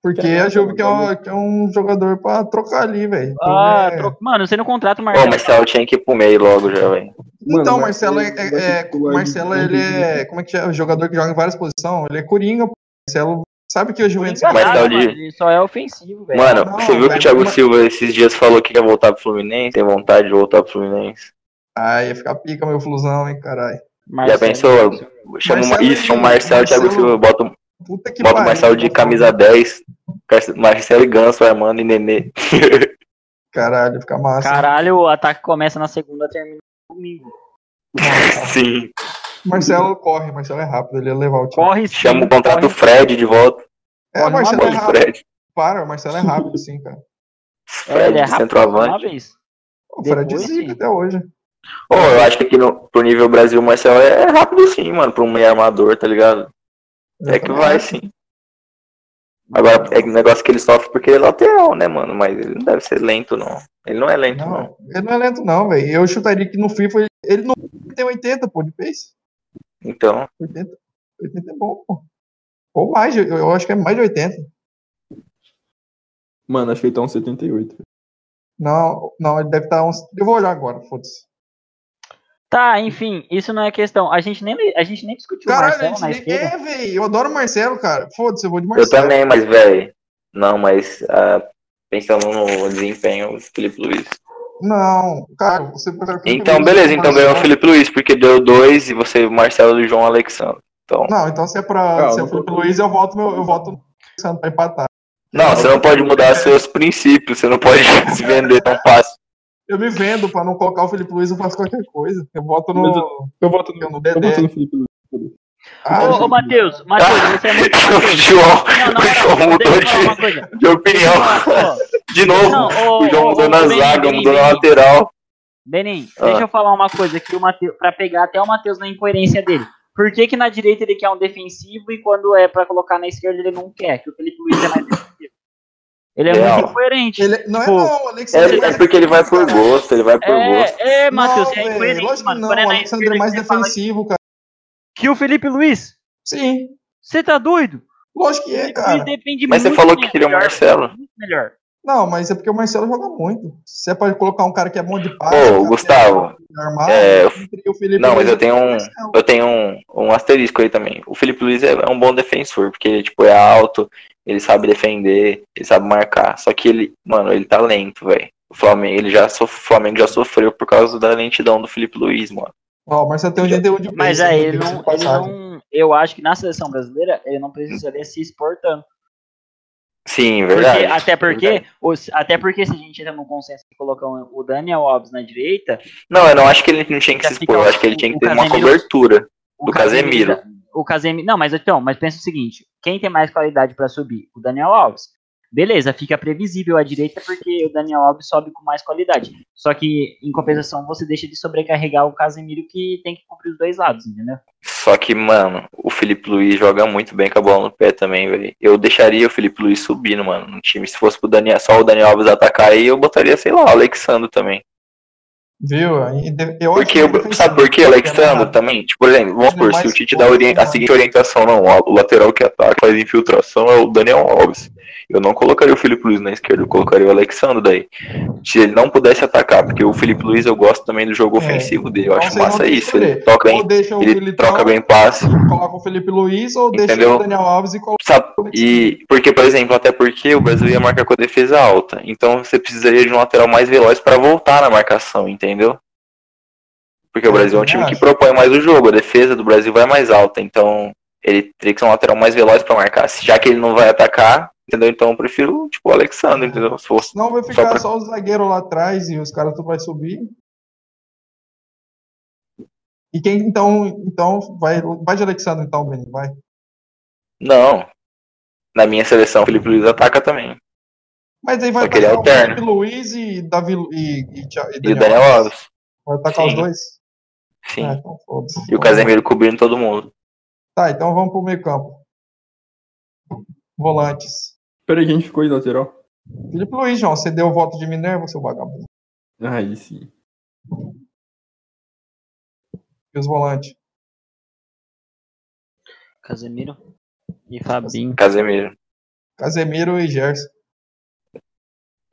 Porque Caraca, a Juve que é, mano. um, que é um jogador pra trocar ali, velho. Então, Ah, é- tro- mano, você não contrata o Ô, Marcelo. Marcelo tá, tinha que ir pro meio logo já, velho. Então, Mano, Marcelo, é, vai ser- tipo vai ser é- é- titular de- Marcelo, ele é. Como é que é? O jogador que joga em várias posições. Ele é coringa, pô. Marcelo. Sabe que o Juventus. Mas tá o Enganado, de- mano, ele só é ofensivo, velho. Mano, não, você viu que o velho, Thiago mas- Silva esses dias falou que quer voltar pro Fluminense? Tem vontade de voltar pro Fluminense? Ah, ia ficar pica, meu flusão, hein, caralho. Já é pensou? Chama uma- Marcelo isso, chama o e- Marcelo e Thiago Marcelo- Silva, bota, Puta que bota o Marcelo de mano. camisa 10. Car- Marcelo e Ganso, Armando e Nenê. Caralho, ia ficar massa. Caralho, o ataque começa na segunda, termina no domingo. Sim. Marcelo corre, Marcelo é rápido, ele ia levar o time. Corre sim, Chama o contrato do corre. Fred de volta. É, corre, o Marcelo é Bota o rápido. Fred. Para, o Marcelo é rápido, sim, cara. É, ele Fred é de rápido, uma centroavante. vez. O Fred Depois, zica sim. até hoje. Ô, eu acho que aqui no, pro nível Brasil, o Marcelo é rápido sim, mano. Pra um meio armador, tá ligado? Eu É que também vai acho. sim. Agora, é um negócio que ele sofre porque ele é lateral, né, mano? Mas ele não deve ser lento, não. Ele não é lento, não. Não, ele não é lento, não, velho. Eu chutaria que no FIFA ele, ele não tem 80, pô, de pace. Então, 80, 80 é bom, pô. Ou mais, eu, eu acho que é mais de 80. Mano, acho que ele tá uns 78. Não, não, ele deve estar uns. Eu vou olhar agora, foda-se. Tá, enfim, isso não é questão. A gente nem, a gente nem discutiu o Caralho, a Marcelo gente na nem- esquerda. é, velho. Eu adoro o Marcelo, cara. Foda-se, eu vou de Marcelo. eu também, mas, velho. Não, mas ah, pensando no desempenho do Felipe Luiz. Não, cara, você prefere. Então, beleza, então ganhou o Felipe Luiz, porque deu dois e você, Marcelo e João Alexandre. Então. Não, então se é pra. Calma, se é eu o tô- Felipe Luiz, eu voto meu. Eu voto no Santos pra empatar. Não, você não pode mudar seus princípios, você não pode se vender tão fácil. Eu me vendo pra não colocar o Felipe Luiz, eu faço qualquer coisa. Eu voto Mas no. Eu voto no, Eu no eu voto Dedé. no Felipe Luiz. Ah, Ô, ô, Matheus, Matheus, você é muito. o João, Não, na o João moral, deixa mudou eu falar uma de, coisa. de opinião. Ô, De novo, Não, ô, o João ô, mudou ô, na Benin, zaga, Benin, mudou na Benin. lateral. Benin, Ah. deixa eu falar uma coisa que o Matheus. Pra pegar até o Matheus na incoerência dele. Por que, que na direita ele quer um defensivo e quando é pra colocar na esquerda ele não quer? Que o Felipe Luiz é mais defensivo. Ele é Real. muito incoerente. Ele, não é Pô, não, o Alexandre. É, é porque ele vai por gosto, ele vai por gosto. É, é, Matheus, Não, você é velho, incoerente, Lógico que mano. não, Quando é o na Alexandre esquerda, é mais você fala defensivo, cara. Que o Felipe Luiz? Sim, Você tá doido? lógico que é, O Felipe Luiz cara. depende Mas você muito falou que melhor, queria o Marcelo. muito Melhor. Não, mas é porque o Marcelo joga muito. Se é pra colocar um cara que é bom de passe, Ô, um cara Gustavo, que é armado, é, entre o Felipe não, mas Luiz e eu o tenho um- Marcelo. Eu tenho um, um asterisco aí também. O Felipe Luiz é, é um bom defensor, porque ele tipo, é alto, ele sabe defender, ele sabe marcar. Só que ele, mano, ele tá lento, velho. O Flamengo, ele já sof- o Flamengo já sofreu por causa da lentidão do Felipe Luiz, mano. Ó, o Marcelo tem um GD1 de Mas pace, aí né, ele diga-se não, de ele passagem. não. Eu acho que na seleção brasileira ele não precisaria se exportando. Sim, Porque- verdade. é até porque, Verdade. os- até porque se a gente entra num consenso de colocar um- o Daniel Alves na direita, Não, eu não acho que ele não tinha que Já se fica expor, eu acho que ele o- tinha que o ter uma Casemiro- cobertura. o Do Casemiro. O Casemiro. Não, mas então, mas pensa o seguinte: quem tem mais qualidade pra subir? O Daniel Alves. Beleza, fica previsível a direita porque o Daniel Alves sobe com mais qualidade. Só que, em compensação, você deixa de sobrecarregar o Casemiro que tem que cumprir os dois lados, entendeu? Só que, mano, o Felipe Luiz joga muito bem com a bola no pé também, velho. Eu deixaria o Felipe Luiz subindo, mano, no time. Se fosse pro Daniel, só o Daniel Alves atacar aí, eu botaria, sei lá, o Alexandro também. Viu? Aí de- Eu acho Porque, que ele eu- fez sabe isso. por quê, Alexandro? errado. Também, tipo, por exemplo, vamos Ele é supor, se mais o Tite dá forte, orien- a mano. seguinte orientação, não, o lateral que ataca, faz infiltração é o Daniel Alves. Eu não colocaria o Felipe Luiz na esquerda, eu colocaria o Alexandro daí. Se ele não pudesse atacar, porque o Felipe Luiz eu gosto também do jogo É. ofensivo dele, eu Então acho vocês massa vão ter que isso. Ele escolher. tá toca bem, Ou deixa o ele Filipão troca bem passe. e coloca o Felipe Luiz, ou deixa Entendeu? o Daniel Alves e coloca. Sabe? E porque, por exemplo, até porque o Brasil ia marcar com a defesa alta. Então você precisaria de um lateral mais veloz para voltar na marcação, entendeu? Porque o Eu Brasil é um também time que acho. propõe mais o jogo. A defesa do Brasil vai mais alta. Então ele teria que ser um lateral mais veloz para marcar. Se- Já que ele não vai atacar, entendeu? Então eu prefiro, tipo, o Alexandre, entendeu? Se fosse. Senão vai Só ficar pra- só o zagueiro lá atrás e os caras tudo vai subir. E quem então, então vai, vai de Alexandre então, Benny, vai. Não. Na minha seleção, o Felipe Luiz ataca também. Mas aí vai Só que ele atacar o alterna. Felipe Luiz e Davi Lu- e, e, Thi- E o Daniel Alves. Vai atacar os Sim. dois? Sim. Ah, então foda-se. E o Casemiro cobrindo todo mundo. Tá, então vamos pro meio campo. Volantes. Peraí, quem ficou de lateral? Felipe Luiz, João, você deu o voto de Minerva, seu vagabundo. Ah, Aí sim. E os volantes? Casemiro e Fabinho. Casemiro. Casemiro e Gerson.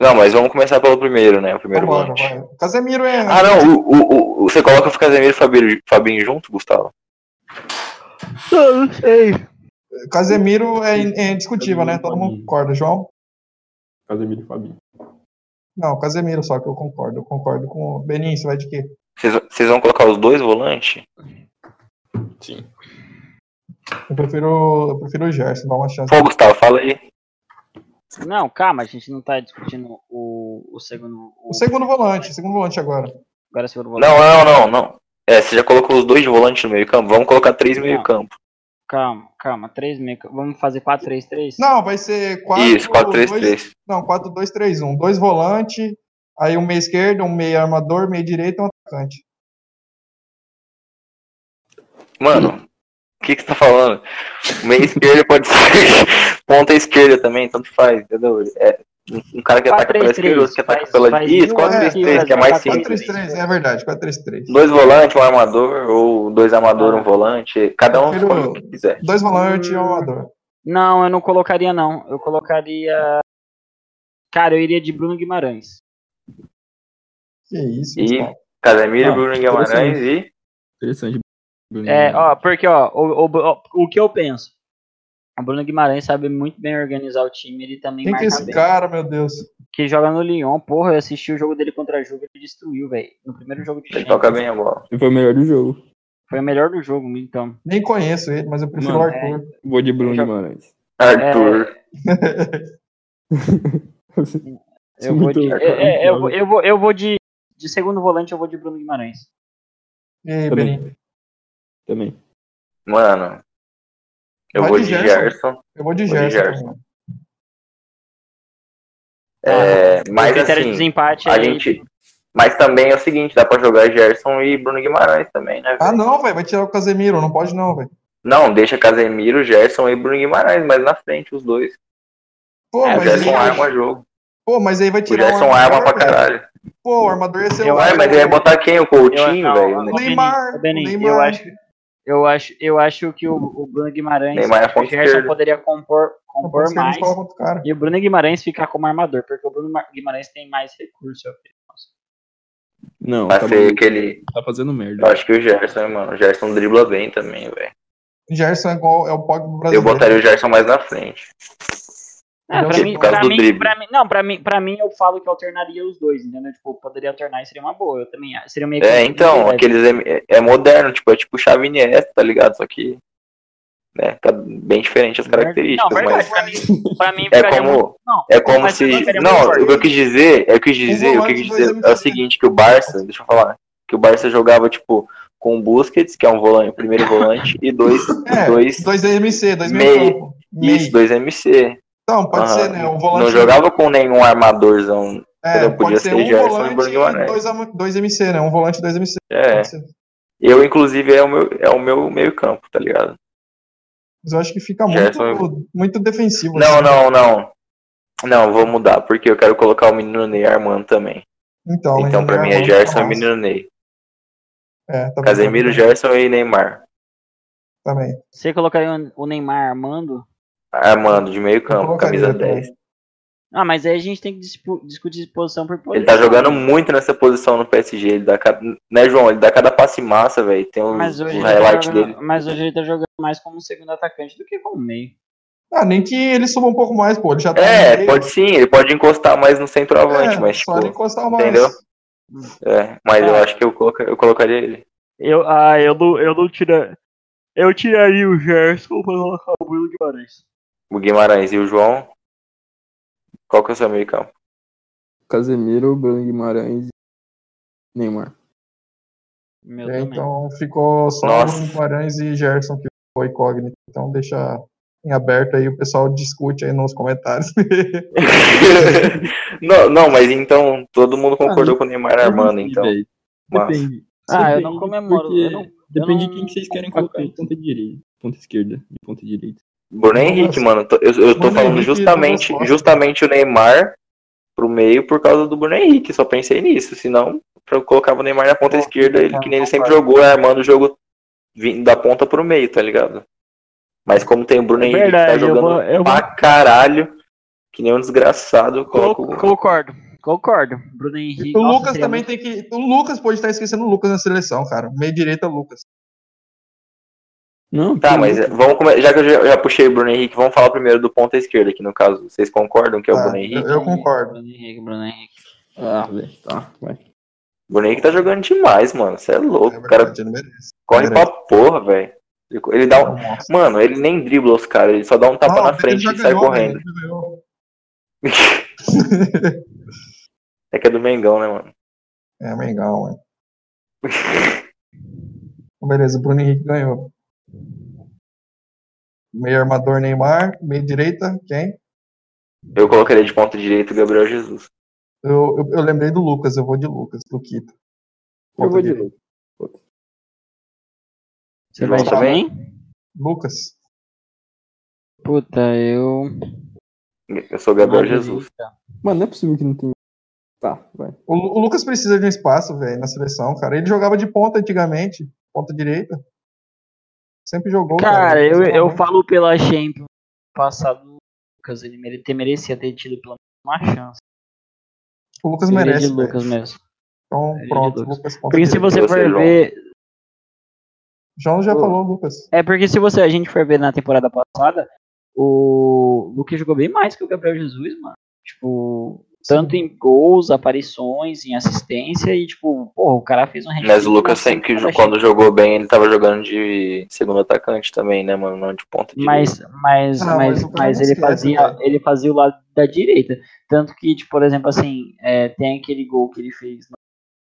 Não, mas vamos começar pelo primeiro, né? O primeiro Vambora, volante. vai. Casemiro é. Ah, não, o, o, o- o- você coloca o Casemiro e o Fabinho, Fabinho junto, Gustavo? Não sei. Casemiro é, in- é indiscutível, né? Todo mundo concorda, João? Casemiro e Fabinho. Não, Casemiro só que eu concordo. Eu concordo com o Benício, vai de quê? Vocês vocês vão colocar os dois volantes? Sim. Eu prefiro, eu prefiro o Gerson, dá uma chance. Pô, Gustavo, fala aí. Não, calma, a gente não tá discutindo o, o segundo. O segundo volante, o segundo volante agora. Agora é o segundo volante. Não, não, não, não. É, você já colocou os dois de volante no meio campo? Vamos colocar três no meio campo. Calma, calma. 3 meio. Vamos fazer 4-3-3? Não, vai ser 4. Isso, 3 4-3-3. Não, 4, 2, 3, 1. Dois volantes, aí um meia esquerda, um meia armador, meia direita e um atacante. Mano, que, que você tá falando? Meia esquerda pode ser ponta esquerda também, tanto faz, entendeu? É, um cara que ataca pela 4-3-3, esquerda, outro que ataca faz- pela. faz Isso, mil 4-3-3, que é arquivos, mais vai pra simples. 4-3-3, é verdade, 4-3-3. Dois volantes, um armador, ou dois armadores, um volante, cada um Prefiro- escolhe o que quiser. Dois volantes e um armador. Não, eu não colocaria, não. Eu colocaria. Cara, eu iria de Bruno Guimarães. Que isso, E- Gustavo. Casemiro, Ah, Bruno Guimarães e. Interessante. Hum. Bruno. É, ó, porque, ó, o, o, ó, o que eu penso? O Bruno Guimarães sabe muito bem organizar o time, ele também Quem que é marca esse bem. cara, meu Deus? Que joga no Lyon, porra, eu assisti o jogo dele contra a Juve, ele destruiu, velho. No primeiro jogo de Ele Champions. toca bem a bola. Foi o melhor do jogo. Foi o melhor do jogo, então. Nem conheço ele, mas eu prefiro Mano, é. o Arthur. Vou de Bruno Já- Guimarães. Arthur. Eu vou de, Muito- é, é, eu, vou- eu vou, eu vou de, de segundo volante, eu vou de Bruno Guimarães. E aí, Também. Berim? Também. Mano. Eu Vai vou de de Gerson. Gerson. Eu vou de Vou de Gerson. Gerson. também. É, Tá. o mas um critério de assim, desempate é a aí- gente. Mas também é o seguinte, dá pra jogar Gerson e Bruno Guimarães também, né? Ah, velho? não, velho, vai tirar o Casemiro, não pode não, velho. Não, deixa Casemiro, Gerson e Bruno Guimarães, mas na frente os dois. Pô, É, o mas, Gerson aí, arma jogo. pô, mas aí vai O tirar Gerson armador, arma pra velho. caralho. Pô, o armador é ia ser Eu o Ué, acho- mas ele é ia botar quem? O Coutinho, não, velho? né? não. O Neymar, Ô, Benin, o eu Neymar. acho- Eu acho, eu acho que o, o Bruno Guimarães Neymar é acho que o ponta Gerson esquerda. poderia compor, Não pode compor ser que a mais gente coloca outro cara. e o Bruno Guimarães ficar como armador, porque o Bruno Mar- Guimarães tem mais recurso. Não, Vai tá, ser bom. aquele. tá fazendo merda. Eu acho que o Gerson, mano. O Gerson dribla bem também, velho. Gerson é igual, é o Pogba Eu brasileiro. botaria o Gerson mais na frente. Ah, Não, pra, sim, mim, É, por causa pra, do mim, drible. pra mim, não, pra mim, pra mim eu falo que alternaria os dois, entendeu? Tipo, poderia alternar e seria uma boa. Eu também acho. seria meio que- um né? É, então, leve. aqueles é, é moderno, tipo, é tipo chave Iniesta, tá ligado? Só que. Né, tá bem diferente as características, Não, mas. verdade, pra mim, pra mim É ficaria um muito- como, não, é como mas se. não seria muito Um Não, forte. o que eu quis dizer, é o que eu quis dizer, o que eu volante, quis dois dizer é o MCs. seguinte, que o Barça, deixa eu falar, que o Barça jogava, tipo, com o Busquets, que é um volante, primeiro volante, e dois, É, dois, dois MC, dois Meio. meio campo. isso, Meio. dois MC. Então, pode Aham. ser, né? O volante. Não jogava com nenhum armadorzão. é, podia pode ser ser um Gerson e Bruno volante Guimarães. e dois, am- dois MC, né? Um volante e dois MC. É. pode ser. Eu, inclusive, é o meu, é o meu meio campo, tá ligado? Mas eu acho que fica Gerson- muito, muito defensivo. Não, assim. não, não. Não, vou mudar, porque eu quero colocar o menino Ney armando também. Então, né, então, pra mim é Armando Gerson e Tomás. menino Ney. É, tá bem, Casemiro, Gerson e Neymar. Também. Você colocaria o- o Neymar armando? Armando, de meio campo, colocaria camisa também. 10. Ah, mas aí a gente tem que dispu- discutir posição por posição. Ele tá jogando muito nessa posição no PSG. Ele dá cada... Né, João? Ele dá cada passe massa, velho. Tem um Mas hoje, ele tá highlight jogando- dele. mas hoje ele tá jogando mais como segundo atacante do que como meio. Ah, nem que ele suba um pouco mais, pô. Ele já tá no É, meio. pode sim. Ele pode encostar mais no centroavante, É, mas só ele tipo... encostar mais. entendeu? É, mas eu É. acho que eu, coloca... eu colocaria ele. Eu, ah, eu não, eu não tira, eu tiraria o Gerson pra colocar o Bruno Guimarães. O Guimarães e o João. Qual que é o seu meio campo? Casemiro, Bruno Guimarães e Neymar. Meu É, também. então ficou só Nossa. o Guarães e Gerson que foi incógnito. Então deixa em aberto aí, o pessoal discute aí nos comentários. não, não, mas então todo mundo concordou com o Neymar armando, então. Depende. Mas, Ah, eu Depende, não comemoro, porque eu não- Depende eu de não quem que vocês querem compacto. colocar em ponta direita. Ponta esquerda e ponta direita. Bruno Henrique, mano, tô- eu, eu tô Bruno falando Henrique e justamente, Douglas Costa. justamente o Neymar pro meio por causa do Bruno Henrique, só pensei nisso, senão eu colocava o Neymar na ponta Pô, esquerda, ele, tá, que nem ele concordo. sempre jogou, armando o jogo vindo da ponta pro meio, tá ligado? Mas como tem o Bruno É Henrique que tá verdade, eu jogando vou, eu vou- pra caralho, que nem um desgraçado, eu coloco Co- concordo, concordo. Bruno Henrique. O nossa, Lucas seria também tem que. O Lucas pode estar esquecendo o Lucas na seleção, cara. Meio direita, Lucas. Não, Tá, tem mas outro. vamos come- já que eu já, já puxei o Bruno Henrique, vamos falar primeiro do ponta esquerda aqui, no caso. Vocês concordam que é o Tá, Bruno eu, Henrique? eu concordo. Bruno Henrique, Bruno Henrique. Ah, velho. Tá, vai. O Bruno Henrique tá jogando demais, mano. Você é louco. É O cara verdade, ele merece. corre pra verdade. porra, velho. Ele- Ele dá um. Nossa. Mano, ele nem dribla os caras, ele só dá um tapa Não, na ele frente já e sai ganhou, né? correndo. ele já ganhou. É que é do Mengão, né, mano? É, Mengão, mano. Então, Beleza, o Bruno Henrique ganhou. Meio armador Neymar, meio direita, quem? Eu colocaria de ponta direita o Gabriel Jesus. Eu, eu, eu lembrei do Lucas, eu vou de Lucas, Luquita. Eu vou de Luquita. novo. Você vai João também? também? Lucas. Puta, eu. Eu sou o Gabriel Margarita. Jesus. Mano, não é possível que não tenha. Tá, vai. O, Lu- o Lucas precisa de um espaço, velho, na seleção, cara. Ele jogava de ponta antigamente, ponta direita. Sempre jogou. Cara, eu, eu Principalmente. falo pela Champions passado, o Lucas, ele mere- ter- merecia ter tido pelo menos uma chance. O Lucas Eu iria merece, é de velho. Lucas mesmo. é Então, de pronto, Lucas. Lucas ponta Porque se direita. você Você, é for João. ver, João já Ô. falou, Lucas. É porque se você a gente for ver na temporada passada, o Lucas jogou bem mais que o Gabriel Jesus, mano. Tipo, tanto em gols, aparições, em assistência e tipo, porra, o cara fez um Mas o hat-trick Lucas na sempre, temporada, quando jogou bem, ele tava jogando de segundo atacante também, né, mano? Não de ponta de mas mas Ah, mas, mas o cara mas não ele esquece, fazia velho. ele fazia o lado da direita, tanto que tipo, por exemplo, assim, é, tem aquele gol que ele fez, na-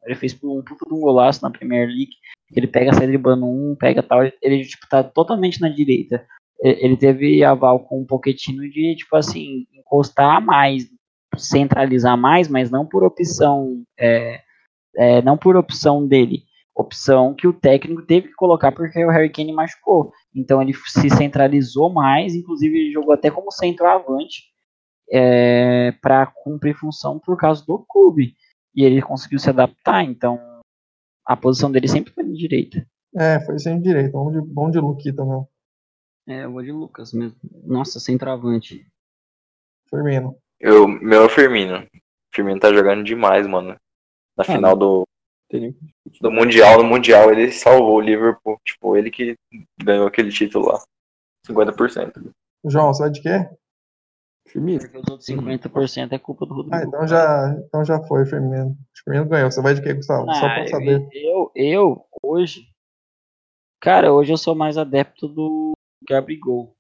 ele fez um puta de um golaço na Premier League, ele pega sai driblando um, pega tal, ele tipo tá totalmente na direita. E- ele teve aval com o Pochettino de, tipo assim, encostar mais, centralizar mais, mas não por opção, é, é, não por opção dele. Opção que o técnico teve que colocar porque o Harry Kane machucou. Então ele se centralizou mais, inclusive ele jogou até como centroavante para cumprir função por causa do clube. E ele conseguiu se adaptar, então a posição dele sempre foi de direita. É, foi sem direito. Bom de, bom de Luquita, meu. É, eu vou de Lucas mesmo. Nossa, centroavante. Firmino. Eu, meu é o Firmino. O Firmino tá jogando demais, mano. Na final do, Tem nem o que do Mundial, no Mundial, ele salvou o Liverpool. Tipo, ele que ganhou aquele título lá. 50%. João, você vai de quê? Firmino. Porque os outros 50% é culpa do Rodrigo. Ah, então já, então já foi, Firmino. Firmino ganhou. Você vai de quê, Gustavo? um Só Ah, pra saber. Eu, eu, hoje. Cara, hoje eu sou mais adepto do Gabigol.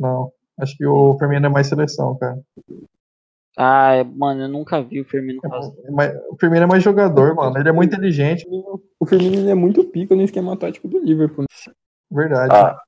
Não. Acho que o Firmino é mais seleção, cara. Ah, mano, eu nunca vi o Firmino É fazer. mais- O Firmino é mais jogador, mano. Ele é muito inteligente, O Firmino ele é muito pica no esquema tático do Liverpool. né? verdade. Ah.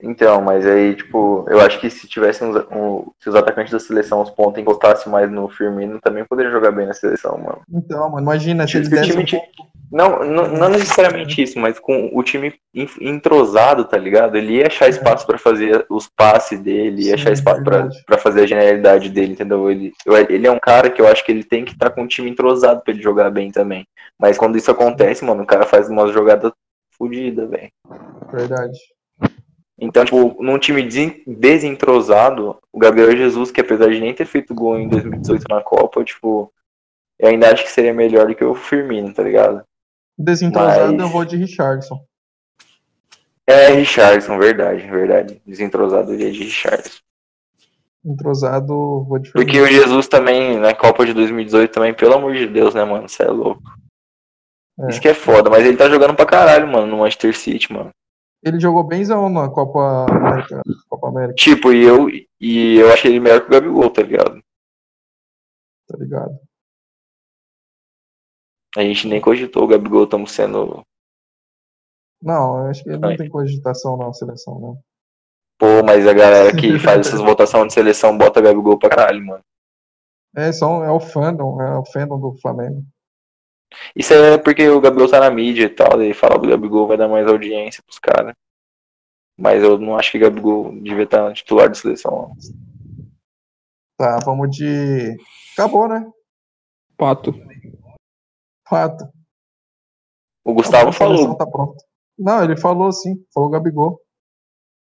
Então, mas aí, tipo, eu acho que se tivesse uns, um- se os atacantes da seleção, os pontos, encostassem mais no Firmino, também poderia jogar bem na seleção, mano. Então, mano, imagina se Acho eles que o dessem time tinha- Não, não, não necessariamente isso, mas com o time en- entrosado, tá ligado? Ele ia achar espaço pra fazer os passes dele, ia É. Sim, achar espaço pra verdade. pra fazer a genialidade dele, entendeu? Ele, eu- ele é um cara que eu acho que ele tem que estar com o time entrosado pra ele jogar bem também. Mas quando isso acontece, mano, o cara faz uma jogada fodida, velho. Verdade. Então, tipo, num time desen- desentrosado, o Gabriel Jesus, que apesar de nem ter feito gol em 2018 na Copa, tipo, eu ainda acho que seria melhor do que o Firmino, tá ligado? Desentrosado, Mas- eu vou de Richardson. É, Richardson, verdade, verdade. Desentrosado ele é de Richardson. Entrosado, eu vou de Porque Firmino. o Jesus também, na Copa de 2018 também, pelo amor de Deus, né, mano? Você é louco. É. Isso que é foda, mas ele tá jogando pra caralho, mano, no Manchester City, mano. Ele jogou bemzão na Copa América. né? Copa América, Tipo, e eu, e eu achei ele melhor que o Gabigol, tá ligado? tá ligado? A gente nem cogitou o Gabigol, estamos sendo. Não, eu acho que ele não Aí. tem cogitação na seleção, não. Pô, mas a galera que faz essas votações de seleção bota Gabigol pra caralho, mano. É, só, é o fandom, é o fandom do Flamengo. Isso é porque o Gabigol tá na mídia e tal, daí falar do Gabigol vai dar mais audiência pros caras. Mas eu não acho que o Gabigol devia estar titular de seleção, não. Tá, vamos de. Acabou, né? Pato. Fato. O Gustavo A seleção falou. Tá pronto. Não, ele falou sim, falou Gabigol.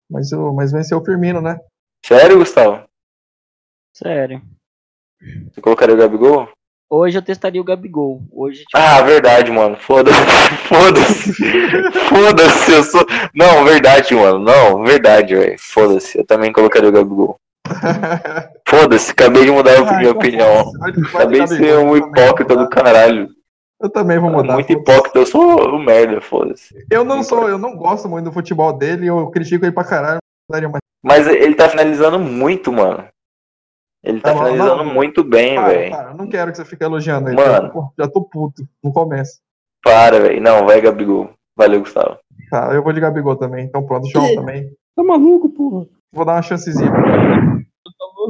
Mas, o, mas venceu o Firmino, né? Sério, Gustavo? Sério. Você colocaria o Gabigol? Hoje eu testaria o Gabigol. Hoje, tipo, Ah, verdade, mano. Foda-se. Foda-se. Foda-se. Eu sou. Não, verdade, mano. Não, verdade, velho. Foda-se. Eu também colocaria o Gabigol. Foda-se. Acabei de mudar a Ah, minha então opinião. foda-se, vai de- vai de Acabei de Gabigol, ser eu um também vou hipócrita mudar. do caralho. Eu também vou mudar. Muito foda-se. hipócrita. Eu sou um merda, foda-se. Eu não sou, eu não gosto muito do futebol dele, eu critico ele pra caralho. mas daria uma- Mas ele tá finalizando muito, mano. Ele tá Não, não, finalizando não. muito bem, Para, velho. para, eu não quero que você fique elogiando ele. Mano. Pô, já tô puto, não começa. Para, velho. Não, vai, Gabigol. Valeu, Gustavo. Tá, eu vou de Gabigol também, então pronto, João também. Tá maluco, porra? Vou dar uma chancezinha.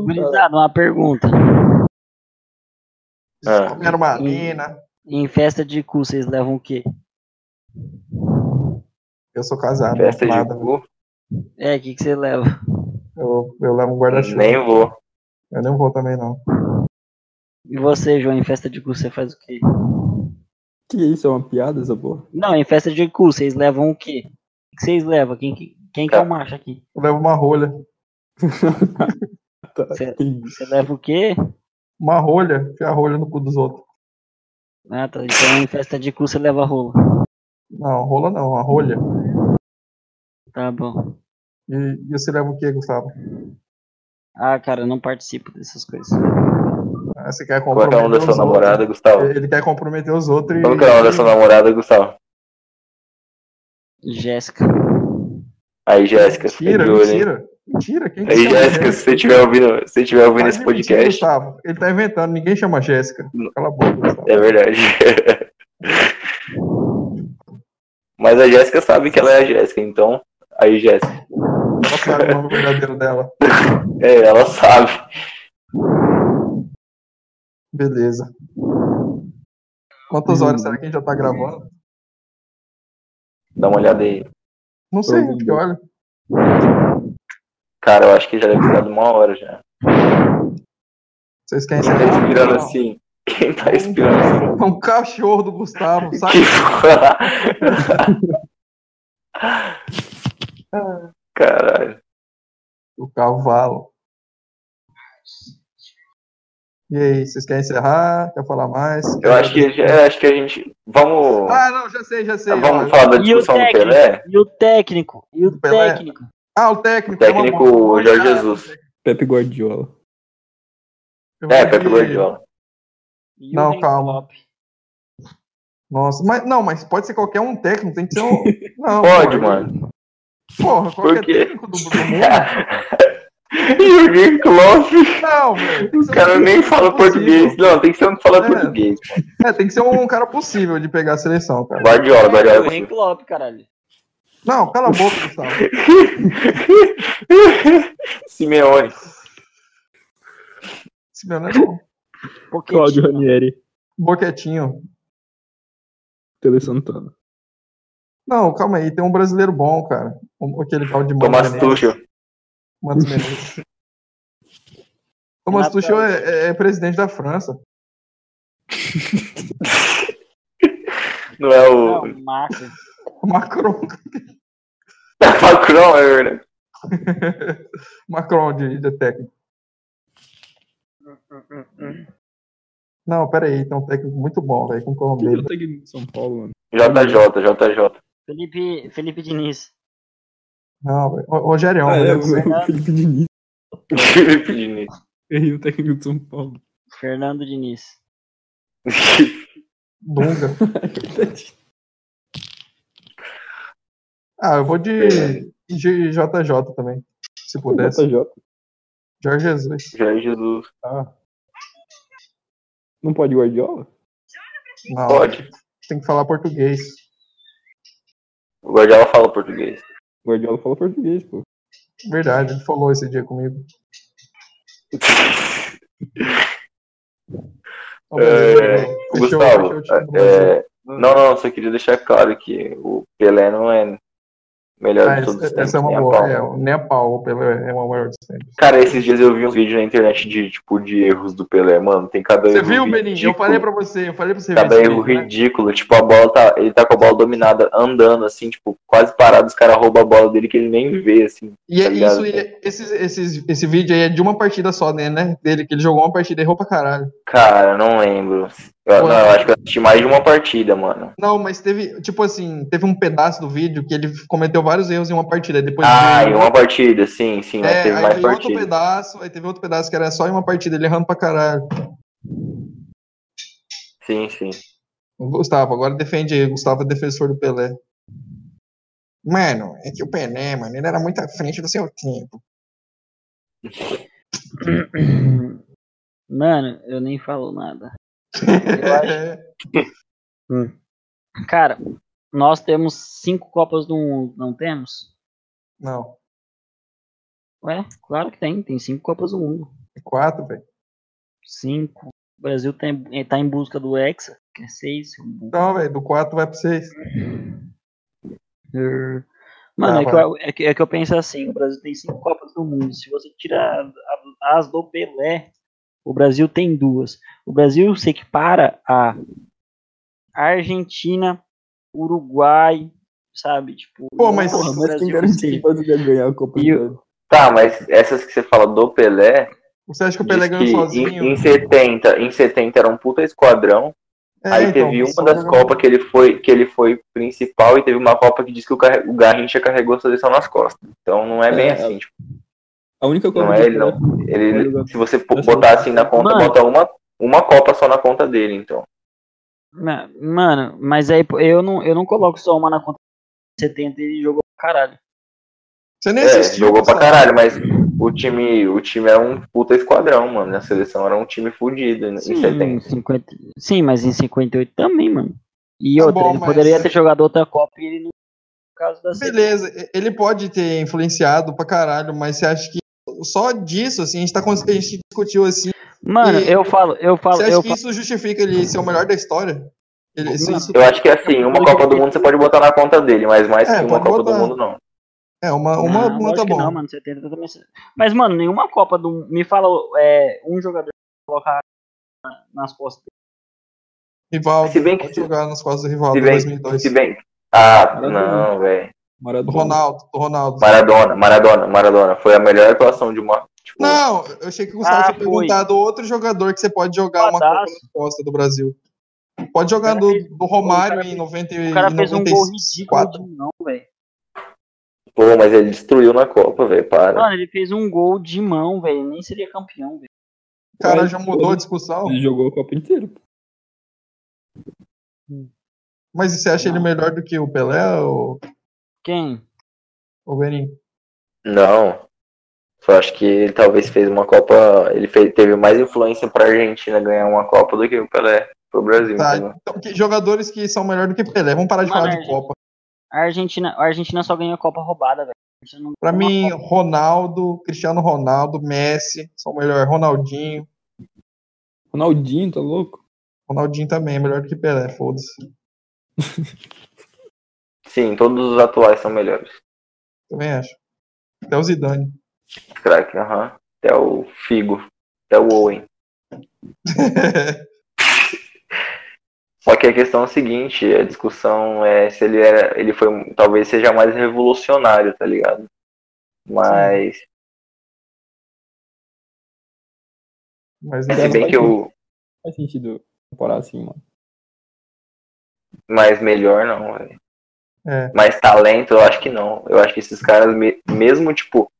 gurizada, uma pergunta. Ah. Comer uma arena. Em festa de cu, vocês levam o quê? Eu sou casado. Festa de nada. cu, É, o que, que você leva? Eu, eu levo um guarda-chuva. nem vou. Eu nem vou também, não. E você, João, em festa de cu, você faz o quê? Que isso, é uma piada essa porra? Não, em festa de cu, vocês levam o quê? O que vocês levam? Quem, que- quem que é o macho aqui? Eu levo uma rolha. Tá, Cê- tem- Você leva o quê? Uma rolha, que é a rolha no cu dos outros. Ah, tá. Então em festa de cu você leva rola. Não, rola não, uma rolha. Tá bom. E, e você leva o quê, Gustavo? Ah, cara, eu não participo dessas coisas. Ah, Você quer Qual é que é o comprometer nome da os sua outros. namorada, Gustavo? Ele quer comprometer os outros e... Qual que é o nome da sua namorada, Gustavo? Jéssica. Aí, Jéssica, fica Mentira, de olho, hein? mentira. Mentira, quem que Aí, chama Jéssica, se você estiver ouvindo, se você estiver Para ouvindo esse de mentir, podcast, Gustavo. Ele tá inventando, ninguém chama Jéssica. Cala a boca, Gustavo. é verdade. Mas a Jéssica sabe que ela é a Jéssica, então. Aí, Jéssica. Ela sabe o nome verdadeiro dela. É, ela sabe. Beleza. Quantas Hum. horas será que a gente já tá gravando? Dá uma olhada aí. Não sei, Tô porque olha. Cara, eu acho que já deve ter dado uma hora já. Vocês querem Quem tá encerrar? respirando Não. assim? Quem tá respirando assim? É um cachorro do Gustavo, Que sabe? Ah, Caralho. O cavalo. E aí, vocês querem encerrar? Quer falar mais? Eu acho que, eu acho que a gente. Vamos. Ah, não, já sei, já sei. vamos ó. falar da E o discussão do técnico? Pelé? E o técnico? E o Pelé. técnico? Ah, o técnico. Técnico é uma boa. Jorge Cara, Jesus. Pepe Guardiola. eu É, vi- Pepe Guardiola. E o Não, Jürgen calma. Klopp? Nossa, mas não, mas pode ser qualquer um técnico, tem que ser um. Não, Pode, pô, mano. Porra, qualquer Por quê? técnico do, do mundo. Jürgen Klopp. Não, velho. tem que ser O cara um- nem fala possível. português. Não, tem que ser um que fala É. português. É, tem que ser um cara possível de pegar a seleção, cara. Guardiola, É, o Guardiola. Jürgen Klopp, caralho. Não, cala a boca, Gustavo. Simeone. Esse meu não é bom. Pochettino. Cláudio Ranieri. Boquetinho. Tele Santana. Não, calma aí, tem um brasileiro bom, cara. Um- Aquele tal de Mano Tomás Menezes. Tuchel. Manos Menezes. Thomas Renato Tuchel é, é- é presidente da França. Não é Não, o. Marco. Macron. Macron, é verdade. Macron de, de técnico. Não, pera aí, tem um técnico muito bom, velho, com o Quem que é colombiano. o técnico de São Paulo, mano? JJ, JJ. Felipe, Felipe Diniz. Não, velho. Ro- Rogério, ah, é, velho. o Felipe Diniz. Felipe Diniz. Errei o técnico de São Paulo. Fernando Diniz. Dunga. tá Ah, eu vou de, de JJ também, se pudesse. JJ. Jorge Jesus. Jorge Jesus. Ah. Não pode Guardiola? Não, Pode. tem que falar português. O Guardiola fala português. Guardiola fala português, pô. Verdade, ele falou esse dia comigo. Ó, É, fechou, fechou Gustavo, o time do Brasil. é, não, não, só queria deixar claro que o Pelé não é o melhor Ah, de todos os essa, tempos. essa é uma nem a boa. pau. É, o Nepal Pelé é uma maior dos tempos. Cara, esses dias eu vi uns vídeos na internet de, tipo, de erros do Pelé, mano. Tem cada Você erro viu, ridículo, Beninho? Eu falei pra você, eu falei pra você ver Cada esse erro vídeo, né? ridículo. Tipo, a bola tá. Ele tá com a bola dominada, andando, assim, tipo, quase parado, os caras roubam a bola dele que ele nem vê, assim. E é tá ligado? isso, e é- esses, esses, esse vídeo aí é de uma partida só dele, né? Dele, que ele jogou uma partida e errou pra caralho. Cara, não lembro. Eu, Pô, é. não, eu acho que eu assisti mais de uma partida, mano. Não, mas teve, tipo assim, teve um pedaço do vídeo que ele cometeu vários erros em uma partida. aí Depois Ah, veio- e uma partida, sim, sim, mas É, teve aí mais teve outro partidas. pedaço, aí teve outro pedaço que era só em uma partida, ele errando pra caralho. Sim, sim. O Gustavo, agora defende aí, o Gustavo é defensor do Pelé. Mano, é que o Pelé, mano, ele era muito à frente do seu tempo. Mano, eu nem falo nada. Eu acho- Cara, nós temos cinco Copas do Mundo, não temos? Não, Ué, claro que tem. Tem cinco Copas do Mundo. é quatro, velho. Cinco. O Brasil tem, eh, tá em busca do Hexa, que é seis. Então, velho, do quatro vai pro seis. Mano, Ah, é, que eu, é, que, é que eu penso assim, o Brasil tem cinco Copas do Mundo. Se você tirar a- as do Pelé, o Brasil tem duas. O Brasil se equipara a Argentina, Uruguai, sabe? Tipo, Pô, mas- o Porra, Porra, mas quem Brasil garantiu que é um tem- o Brasil ia ganhar a Copa E do o- Mundo? Tá, mas essas que você fala do Pelé, Você acha que o diz Pelé ganhou que sozinho? em, em 70, em 70 era um puta esquadrão. É, aí então, teve só uma das pra- Copas que ele foi que ele foi principal e teve uma Copa que diz que o, Garrincha o Garrincha carregou a seleção nas costas. Então não é bem É, assim. tipo, A única Copa não do é ele, Mundo- não. Ele, se você pô- Acho botar assim na conta, Mano. bota uma, uma Copa só na conta dele, então. Ma- Mano, mas aí pô, eu não, eu não coloco só uma na conta de 70 e jogou pra caralho. Você nem É, assistiu. jogou pra sabe? caralho, mas o time, o time era um puta esquadrão, mano. A seleção era um time fudido em Sim, 70. em 50, sim, mas em 58 também, mano. E Tá outra, bom, ele mas- poderia ter jogado outra Copa e ele não. Por causa da Beleza, e- ele pode ter influenciado pra caralho, mas você acha que só disso, assim, a gente, tá, cons- a gente discutiu assim. Mano, E- eu falo, eu falo, Você acha eu que falo. isso justifica ele ser o melhor da história? Ele, se Mano. isso- Eu acho que assim, uma Copa do Mundo você pode botar na conta dele, mas mais É, que uma pode Copa botar. do Mundo não. é, uma, não, uma, uma tá lógico que bom. Não, mano, 70 também. Mas, mano, nenhuma Copa do. Me fala é, um jogador que coloca na- nas costas dele. Rivaldo, Se bem que- pode jogar nas costas do Rivaldo Se em bem, 2002. se bem. Ah, Maradona. não, velho. Do Maradona. Ronaldo, do Ronaldo. Maradona, Maradona, Maradona. Foi a melhor atuação de uma. Tipo, Não, eu achei que o Gustavo Ah, tinha foi. perguntado outro jogador que você pode jogar uma Copa Padaço. na costa do Brasil. Pode jogar O cara do, fez- do Romário o cara em fez- 90 O cara fez um gol ridículo 94. de mão, velho. pô, mas ele destruiu na Copa, velho. Para. Mano, ele fez um gol de mão, velho. Ele Nem seria campeão, velho. O cara Mas já mudou a discussão. Ele jogou a Copa inteira. Mas você acha ele melhor do que o Pelé ou Quem? o Benin? Não. Só acho que ele talvez fez uma Copa. Ele fez- teve mais influência pra Argentina ganhar uma Copa do que o Pelé pro Brasil. Tá, entendeu? então, que jogadores que são melhor do que Pelé. Vamos parar de Mano, falar é, de Copa. A Argentina, a Argentina só ganhou a Copa roubada, velho. A Argentina não Pra ganhou mim, uma Copa. Ronaldo, Cristiano Ronaldo, Messi são melhor. Ronaldinho. Ronaldinho, tá louco? Ronaldinho também é melhor do que Pelé, foda-se. Sim, todos os atuais são melhores. Também acho. Até o Zidane. Crack, aham. Até o Figo. Até o Owen. Só que a questão é a seguinte, a discussão é se ele era. Ele foi. um- Talvez seja mais revolucionário, tá ligado? Mas. Mas é Se bem que o. Faz sentido comparar assim, mano. Mas melhor não, velho. É. Mais talento, eu acho que não. Eu acho que esses caras, me- mesmo tipo.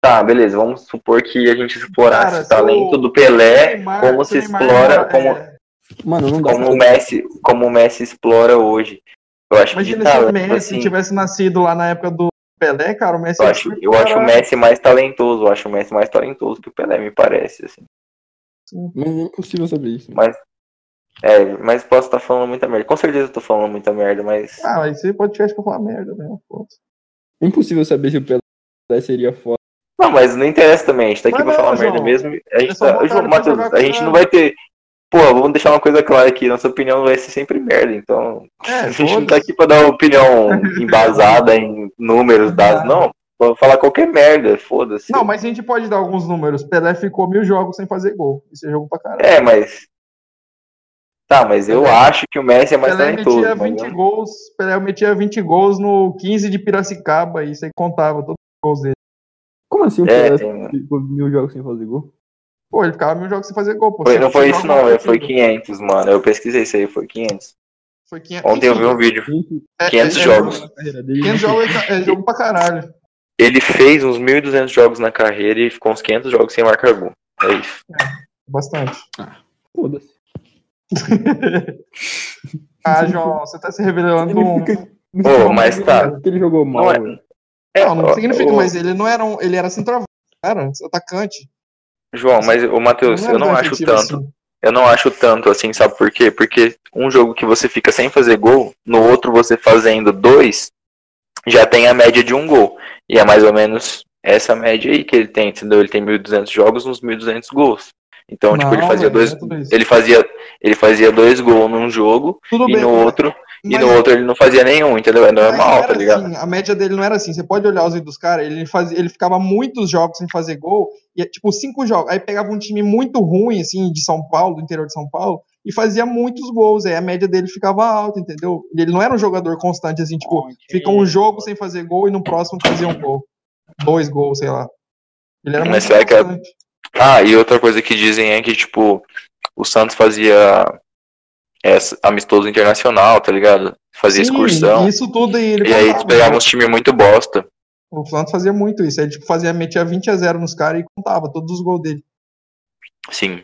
Tá, beleza, vamos supor que a gente explorasse Cara, o se talento o- do Pelé, Neymar- como se o Neymar explora, era- como- é, Mano, não dá. como o pra- Messi, como o Messi explora hoje. Eu acho que de Imagina se o talento, Messi assim, tivesse nascido lá na época do Pelé, cara, o Messi eu ia acho, ser eu pra acho o caralho. Messi mais talentoso, eu acho o Messi mais talentoso que o Pelé, me parece, assim. Mas é impossível saber isso. Mas- É, mas posso estar falando muita merda. Com certeza eu tô falando muita merda, mas. Ah, mas esse podcast pra falar merda, né? Pô. É impossível saber se o Pelé seria foda. Não, mas não interessa também, a gente tá aqui Mas pra não, falar João. merda mesmo. A gente só tá. botaram João, pra Matheus, jogar a gente com não ela. vai ter. Pô, vamos deixar uma coisa clara aqui, nossa opinião vai ser sempre merda, então. É, a gente não foda-se. tá aqui pra dar opinião embasada em números, dados, não. Vou falar qualquer merda, foda-se. Tá. Não, mas a gente pode dar alguns números. Pelé ficou mil jogos sem fazer gol. Isso é jogo pra caralho. É, mas. Tá, mas eu Pelé- acho que o Messi é mais Pelé talentoso. metia mas é. 20 eu- gols. Pelé metia 20 gols no 15 de Piracicaba e isso aí contava todos os gols dele. Como assim o É, Pelé tem- ficou mil jogos sem fazer gol? Pô, ele ficava mil jogos sem fazer gol. Pô. foi- Você não foi joga isso, uma não, é, partida. foi 500, mano. Eu pesquisei isso aí, foi 500. Foi 500. Ontem eu vi um vídeo, Gente, 500 é, é, jogos. na carreira dele, né? 500 jogos é, é jogo pra caralho. Ele fez uns 1.200 jogos na carreira e ficou uns 500 jogos sem marcar gol. É isso. Bastante. Foda-se. Ah, João, você tá se revelando um. Ele fica- não Ô, fica mas mal, tá. porque ele jogou mal, né? Não é- velho. Não, não ó, significa, ô, mas ele não era um. Ele era centroavante, era atacante. João, mas o Matheus, eu era não da acho Argentina, tanto. assim. Eu não acho tanto assim, sabe por quê? Porque um jogo que você fica sem fazer gol, no outro você fazendo dois, já tem a média de um gol. E é mais ou menos essa média aí que ele tem, entendeu? Ele tem 1.200 jogos, uns 1.200 gols. Então, tipo, ele Não, fazia velho, dois. não é tudo isso. Ele fazia, ele fazia dois gols num jogo Tudo e bem, no mas- outro. E mas- no outro ele não fazia nenhum, entendeu? É mas não normal, era tá ligado? assim, a média dele não era assim. Você pode olhar os vídeos dos caras, ele, fazia, ele ficava muitos jogos sem fazer gol, e é, tipo cinco jogos. Aí pegava um time muito ruim, assim, de São Paulo, do interior de São Paulo, e fazia muitos gols. Aí a média dele ficava alta, entendeu? Ele não era um jogador constante, assim, tipo, Ontem- fica um jogo sem fazer gol e no próximo fazia um gol. Dois gols, sei lá. Ele era Mas muito será que é- constante. Ah, e outra coisa que dizem é que, tipo, o Santos fazia é, amistoso internacional, tá ligado? Fazia Sim, excursão. Isso tudo e ele E aí eles contava. pegavam uns times muito bosta. O Santos fazia muito isso. Ele tipo, fazia, metia 20 a 0 nos caras e contava todos os gols dele. Sim.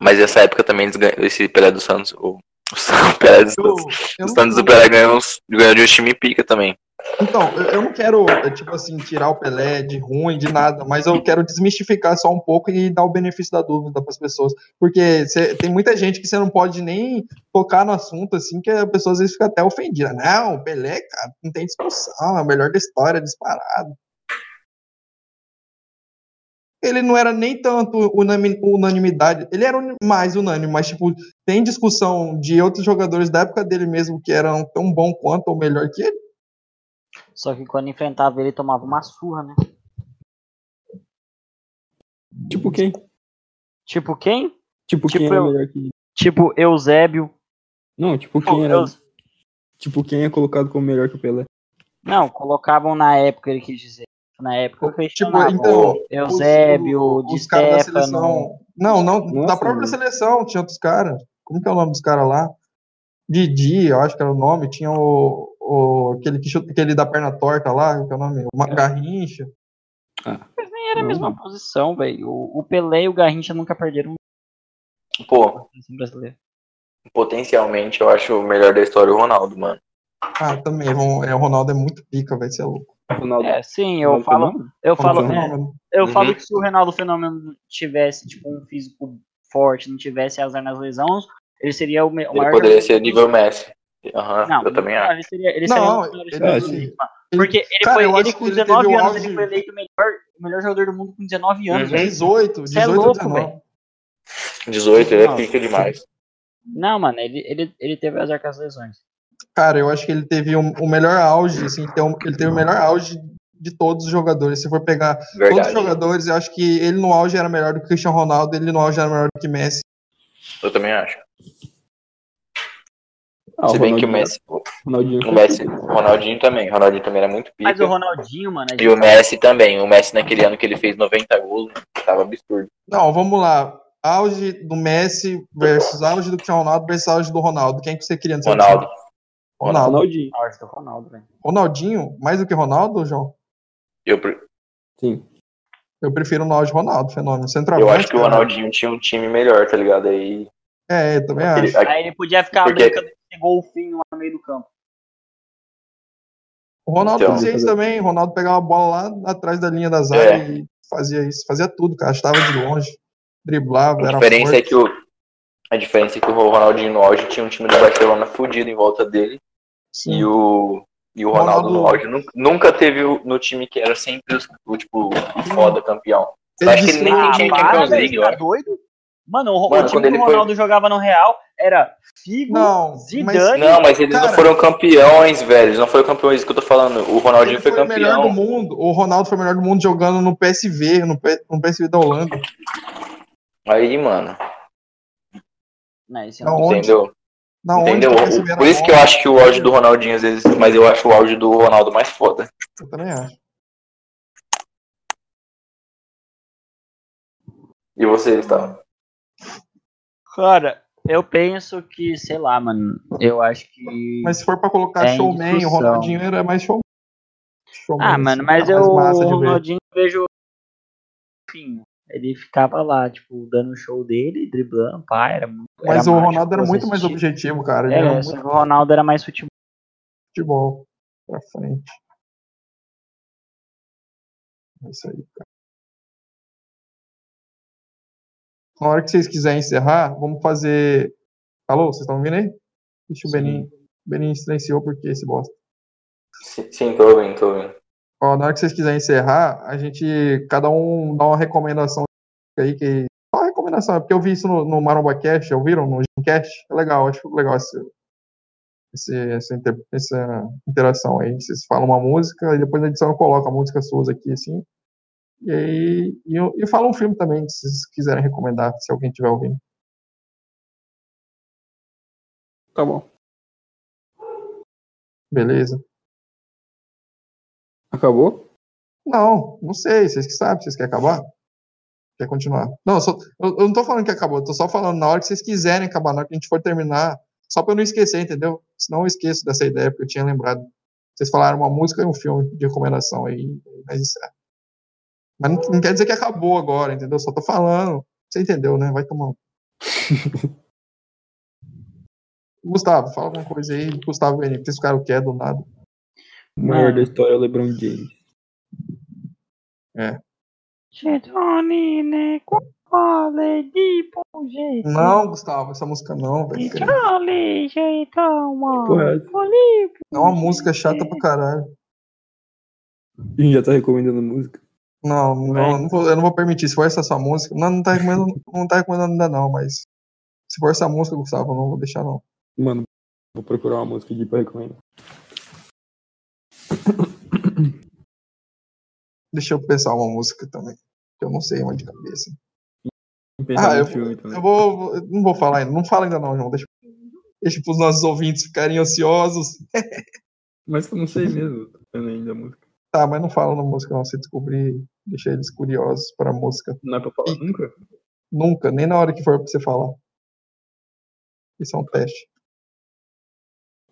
Mas essa época também eles ganham, esse Pelé do Santos. O, o Pelé do Santos. eu Os não- Santos do Pelé ganhou, uns- ganhou de um time pica também. Então, eu, eu não quero, é, tipo assim, tirar o Pelé de ruim, de nada, mas eu quero desmistificar só um pouco e dar o benefício da dúvida para as pessoas. Porque cê- tem muita gente que você não pode nem tocar no assunto, assim, que a pessoa às vezes fica até ofendida. Não, o Pelé, cara, não tem discussão, é o melhor da história, disparado. Ele não era nem tanto unami- unanimidade, ele era uni- mais unânime, mas, tipo, tem discussão de outros jogadores da época dele mesmo que eram tão bom quanto ou melhor que ele. Só que quando enfrentava ele, tomava uma surra, né? Tipo quem? Tipo quem? Tipo, quem Tipo era eu. melhor que. Tipo Eusébio. Não, tipo quem Pô, era. Eus- Tipo quem é colocado como melhor que o Pelé. Não, colocavam na época, ele quis dizer. Na época eu questionava. então, Eusébio, Os- Di Os caras da Stefano. seleção. Não, não, da Nossa, própria mano. seleção tinha outros caras. Como que é o nome dos caras lá? Didi, eu acho que era o nome. Tinha o, o- aquele, que chuta- aquele da perna torta lá, que é o nome? O Ma- Garrincha. Nem era a Não. Uhum. mesma posição, velho. O, o Pelé e o Garrincha nunca perderam um Pô, assim, brasileiro. potencialmente eu acho o melhor da história o Ronaldo, mano. Ah, também. vão- É, o Ronaldo é muito pica, vai ser louco. Ronaldo. É, sim, eu Ronaldo falo. Fenômeno? Eu falo, Ronaldo é, Fenômeno. eu Uhum. falo que se o Ronaldo Fenômeno tivesse, tipo, um físico forte, não tivesse azar nas lesões, ele seria o, me- o Ele maior. poderia jogador ser do- nível Messi. Aham, Não, eu também não, acho. ele seria, ele Não, seria um dos maiores eu jogadores acho do que- mundo. Porque ele Cara, eu foi, ele com acho que ele teve 19 o anos, auge- ele foi eleito o melhor, o melhor jogador do mundo com 19 anos, Uhum. velho. 18, Cê é 18 louco, 19. velho. 18, ele é Não. pica demais. Não, mano, ele, ele, ele teve azar com as lesões. Cara, eu acho que ele teve um- o melhor auge, assim, tem um- ele teve o melhor auge de todos os jogadores. Se for pegar todos Verdade. os jogadores, eu acho que ele no auge era melhor do que o Cristiano Ronaldo, ele no auge era melhor do que Messi. Eu também acho. Ah, Se bem que o Ronaldinho- Messi, o Ronaldinho. foi Messi, pica. o Ronaldinho também. O Ronaldinho também era muito Mas o pica. Ronaldinho, mano, a E gente o Messi também. O Messi naquele ano que ele fez 90 gols, tava absurdo. Não, vamos lá. Auge do Messi versus auge do Cristiano Ronaldo versus auge do Ronaldo. Quem que você queria no seu Ronaldo. time? Ronaldo. Ronaldinho. fala do é Ronaldo, velho. Ronaldinho, mais do que Ronaldo, João? Eu, pre- Sim. Eu prefiro no auge Ronaldo, fenômeno. Centroavante. eu acho que o cara. Ronaldinho tinha um time melhor, tá ligado? Aí. É, eu também acho. aquele- a- Aí ele podia ficar Porque- brincando de golfinho lá no meio do campo. O Ronaldo Então. fazia isso também. O Ronaldo pegava a bola lá atrás da linha da zaga É. e fazia isso. Fazia tudo, cara. Estava de longe, driblava, A era diferença forte. é que o. A diferença é que o Ronaldinho no auge tinha um time do Barcelona fudido em volta dele. Sim. E o. E o Ronaldo, no Ronaldo- auge nu- nunca teve o- no time que era sempre os- o, tipo, o foda campeão. Ele Ah, acho que é destruiu- nem tem time para, Champions velho, League, tá olha. doido? Mano, o, o Mano, quando time que ele o foi- Ronaldo jogava no Real era Figo, Não, Zidane. Não, mas eles não Cara- foram campeões, velho. Eles não foram campeões, isso que eu tô falando. O Ronaldinho Ele foi, foi o melhor do campeão. mundo. O Ronaldo foi o melhor do mundo jogando no PSV, no, P- no PSV da Holanda. Aí, mano. Não, esse é Não, um- Onde? Entendeu? Na onde Entendeu? que o PSV era Por isso que eu bom, acho que o auge do Ronaldinho, às vezes, mas eu acho o auge do Ronaldo mais foda. eu também acho. E você, Gustavo? Cara, eu penso que, sei lá, mano, eu acho que... Mas se for pra colocar É showman, discussão. o Ronaldinho era mais showman. Showman, ah, assim, mano, mas era eu, o mais massa de ver. Ronaldinho eu vejo... Enfim, ele ficava lá, tipo, dando o show dele, driblando, pá, era muito... Mas era o mágico Ronaldo era você muito mais assistir. objetivo, cara. Ele era É, muito só que o Ronaldo era mais futebol. futebol pra frente. É isso aí, cara. Na hora que vocês quiserem encerrar, vamos fazer. Alô, vocês estão ouvindo aí? Deixa o Sim. Beninho. O Beninho silenciou porque esse bosta. Sim, sim, tô ouvindo, tô ouvindo. Ó, na hora que vocês quiserem encerrar, a gente, cada um dá uma recomendação aí, que só uma recomendação, é porque eu vi isso no, no Maromba Cash, já ouviram? No Gymcast? É legal, acho legal esse, esse- essa, inter- essa interação aí. Vocês falam uma música e depois na edição eu coloco a música suas aqui, assim. E aí, e, eu- e fala um filme também, se vocês quiserem recomendar, se alguém tiver ouvindo. Tá bom. Beleza? Acabou? Não, não sei, vocês que sabem, vocês querem acabar? Quer continuar? Não, eu, só- eu- eu não tô falando que acabou, eu tô só falando na hora que vocês quiserem acabar, na hora que a gente for terminar, só pra eu não esquecer, entendeu? Senão eu esqueço dessa ideia, porque eu tinha lembrado. Vocês falaram uma música e um filme de recomendação aí, mas isso é. Mas não, não quer dizer que acabou agora, entendeu? Só tô falando. Você entendeu, né? Vai tomar. Gustavo, fala alguma coisa aí. Gustavo Benito, vocês ficaram quietos do nada. O maior Mano. da história é o LeBron James. Geroni, né? Quale di bom jeito. Não, Gustavo, essa música não, E velho. Charlie, jeitão, mano. Porra, Olhe, É uma música chata pra caralho. a gente já tá recomendando música. Não, não, Vai. eu não vou, eu não vou permitir. Se for essa sua música. Não, não tá recomendando, não tá recomendando ainda, não, mas. Se for essa música, Gustavo, eu não vou deixar, não. Mano, vou procurar uma música aqui pra recomendar. Deixa eu pensar uma música também. Que eu não sei uma de cabeça. Vou Pensar Ah, no um eu- filme também. Eu vou. vou- eu Não vou falar ainda. Não fala ainda, não, João. Deixa, deixa pros nossos ouvintes ficarem ansiosos. Mas eu não sei mesmo, tô vendo ainda a música. Tá, mas não fala na música, não. Se descobrir, deixa eles curiosos pra música. Não é pra falar nunca? Nunca, nem na hora que for pra você falar. Isso é um teste.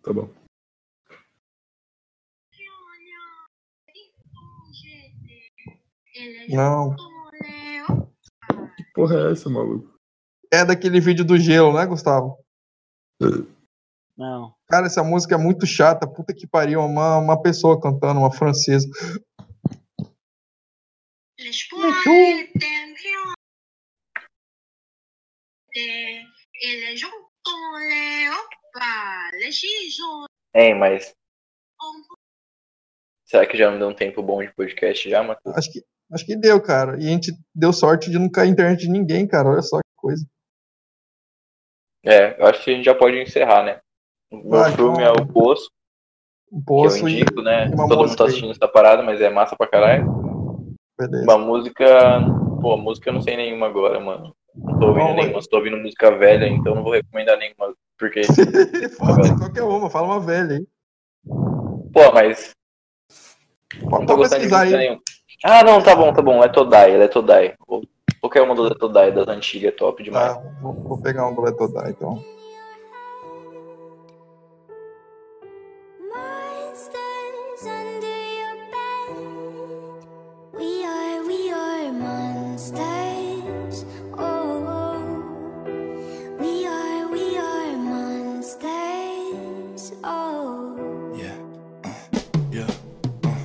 Tá bom. Não. Que porra é essa, maluco? É daquele vídeo do gelo, né, Gustavo? Não. Cara, essa música é muito chata. Puta que pariu. Uma, uma pessoa cantando, uma francesa. Hein, mas. Será que já não deu um tempo bom de podcast já, mano? Acho que, acho que deu, cara. E a gente deu sorte de não cair na internet de ninguém, cara. Olha só que coisa. É, eu acho que a gente já pode encerrar, né? O meu Vai, filme então. é O Poço, Um que poço eu e. indico, né? uma Todo mundo música tá aí. assistindo essa parada, mas é massa pra caralho. Beleza. Uma música. Pô, música eu não sei nenhuma agora, mano. Não tô ouvindo Bom, nenhuma, só tô ouvindo música velha, então não vou recomendar nenhuma. Porque. Foda-se, qualquer uma. Fala uma velha aí. Pô, mas Pode Não tô pode gostando de pesquisar música aí. nenhuma. Então Ah, não, tá bom, tá bom. Letodai, Letodai. Ou- Qualquer uma do Letodai das antigas é top demais. Tá, vou, vou pegar um do Letodá, então. Monsters under your bed. We are, we are monsters. Oh, we are, we are monsters. Oh. Yeah, uh, yeah, uh.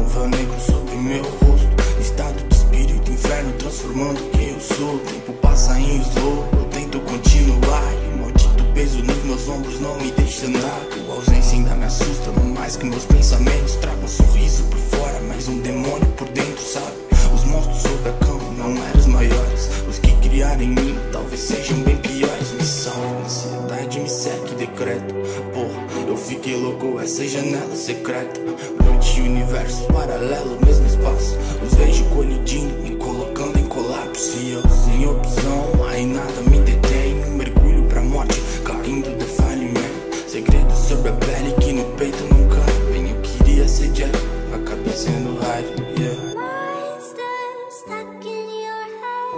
Um véu negro sobre meu rosto. Estado de espírito, inferno transformando quem eu sou. Tempo passa em slow, eu tento continuar. E o maldito peso nos meus ombros não me deixa andar. Tua ausência ainda me assusta, não mais que meus pensamentos. Trago um sorriso por fora, mas um demônio por dentro, sabe? Os monstros sob a cama não eram os maiores. Os que criaram em mim talvez sejam bem piores. Me salve, ansiedade me segue, decreto. Porra, eu fiquei louco, essa janela secreta. Noite e universo paralelo, mesmo espaço. Os vejo colidindo, me colocando em colapso. E eu sem opção, aí nada me detém. Um mergulho pra morte, caindo do falimento. Segredos sobre a pele que no peito não cabem. Eu queria ser Jack, acabei sendo rádio, yeah. Monsters stuck in your head.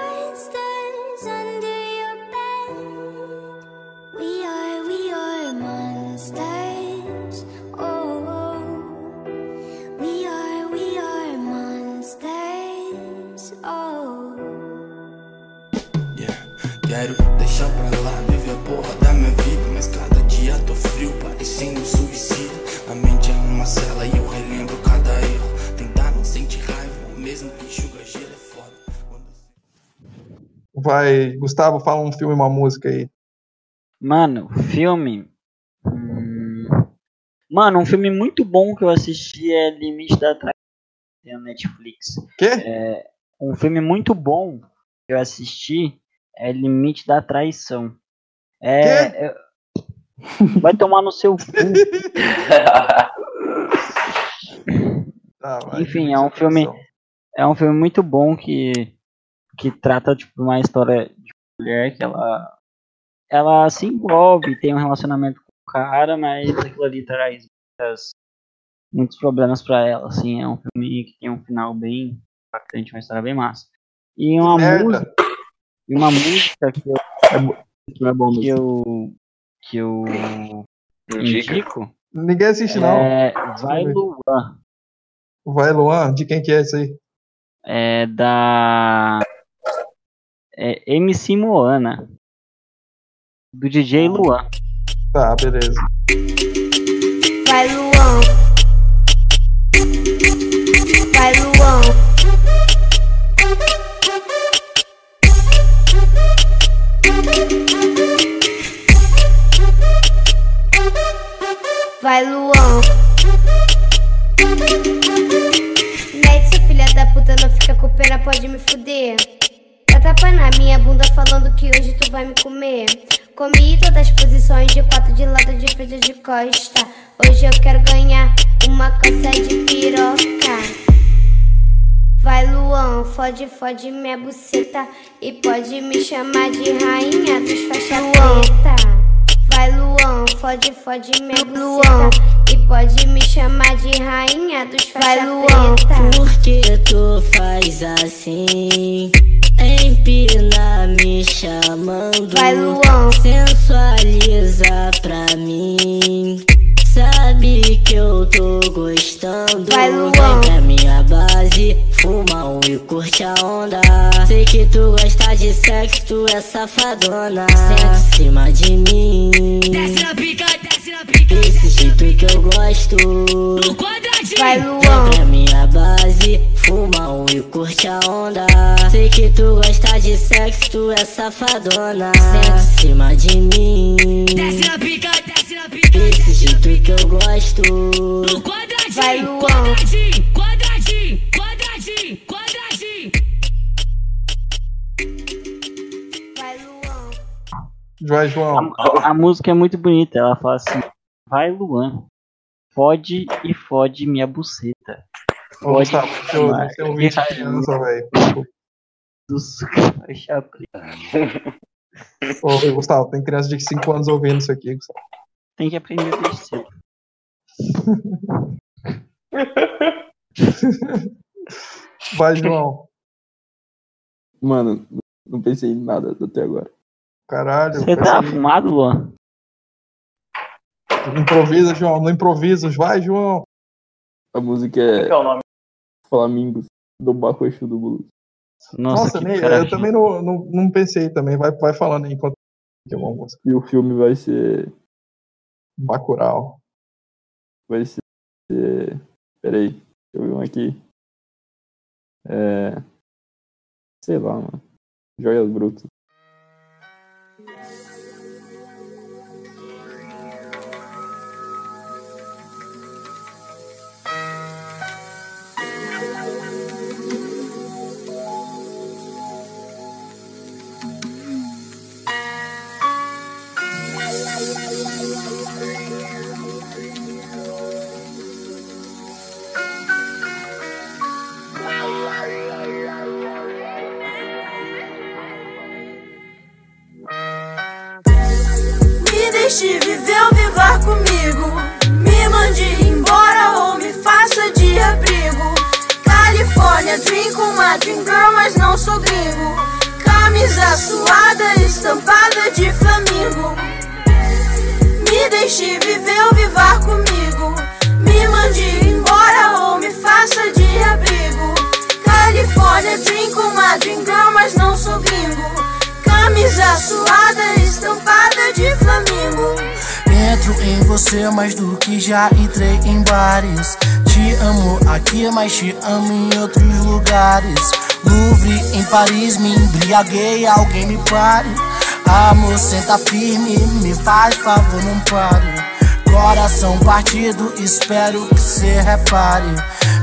Monsters under your bed. We are, we are monsters. Oh, we are, we are monsters. Oh. Yeah. Quero deixar pra lá, viver a porra da minha vida. Mas cada dia tô frio, parecendo um suicida. A mente é uma cela e eu relembro cada erro. Tentar não sentir raiva, mesmo que enxuga gelo é foda. Quando- Vai, Gustavo, fala um filme e uma música aí. Mano, filme. Hum, Mano, um filme muito bom que eu assisti é Limite da Atração na Netflix. Quê? É, um filme muito bom que eu assisti é Limite da Traição. É. é- Vai tomar no seu cu. Ah, vai, Enfim, é um filme- É um filme muito bom que, que trata tipo, uma história de mulher que ela, ela se envolve, tem um relacionamento com o cara, mas aquilo ali traz muitas- muitos problemas pra ela. Assim, é um filme que tem um final bem impactante, uma história bem massa. E uma merda. música. E uma música que eu, Não é bom que mesmo. eu, que eu Indica. indico Ninguém assiste, não. é Vai Luan, Vai, Luan, de quem que é isso aí? é da é MC Moana, do DJ Hum, Luan. Tá, beleza. Vai Luan. Vai Luan. Vai Luan. Mete filha da puta, não fica com pena, pode me fuder. Dá tapa na minha bunda falando que hoje tu vai me comer. Comi todas as posições de quatro de lado, de frente e de costa. Hoje eu quero ganhar uma coça de piroca. Vai Luan, fode, fode minha buceta E pode me chamar de rainha dos faixa preta Vai Luan, fode, fode minha buceta E pode me chamar de rainha dos faixa Vai, Luan. preta Por que tu faz assim? Empina me chamando. Vai Luan, Sensualiza pra mim. Sabe que eu tô gostando. Vai, Luan. Vem pra minha base, fuma um e curte a onda. Sei que tu gosta de sexo, tu é safadona. Senta em cima de mim. Desce na pica, desce na pica. Esse jeito que eu gosto. No quadradinho. vai Luan Vem pra minha base, fuma um e curte a onda. Sei que tu gosta de sexo, tu é safadona. Senta em cima de mim. Desce na pica, desce na pica. Esse jeito que eu gosto. No quadradinho, Vai, Luan. quadradinho, quadradinho, quadradinho, quadradinho. Vai Luan Vai, João. A música é muito bonita, ela fala assim: Vai Luan, fode e fode minha buceta. Ô, Gustavo, deixa eu- chamar. deixa eu ouvir de criança, velho. Dos faixa preta. Ô, Gustavo, tem criança de 5 anos ouvindo isso aqui, Gustavo. Tem que aprender desde cedo. Vai, João. Mano, não pensei em nada até agora. Caralho. Você tá fumado, Luan? Improvisa, João. Não improvisa. Vai, João. A música Qual é que é o nome? Flamingos do Barro Exu do Blues. Nossa, Nossa, que nem- cara. eu também não, não, não pensei também. Vai, vai falando aí enquanto que é uma música. E o filme vai ser. Bacurau. Vai ser. é, Peraí, deixa eu ver um aqui. É. Sei lá, mano. Joias Brutas. Me deixe viver ou vivar comigo. Me mande embora ou me faça de abrigo. Califórnia, drink uma dream girl, mas não sou gringo. Camisa suada, estampada de flamingo. Me deixe viver ou vivar comigo. Me mande embora ou me faça de abrigo. Califórnia, drink uma dream girl, mas não sou gringo. Camisa suada, estampada de flamingo. Entro em você mais do que já entrei em bares. Te amo aqui, mas te amo em outros lugares. Louvre em Paris, me embriaguei, alguém me pare. Amor, senta firme, me faz favor, não pare. Coração partido, espero que cê repare.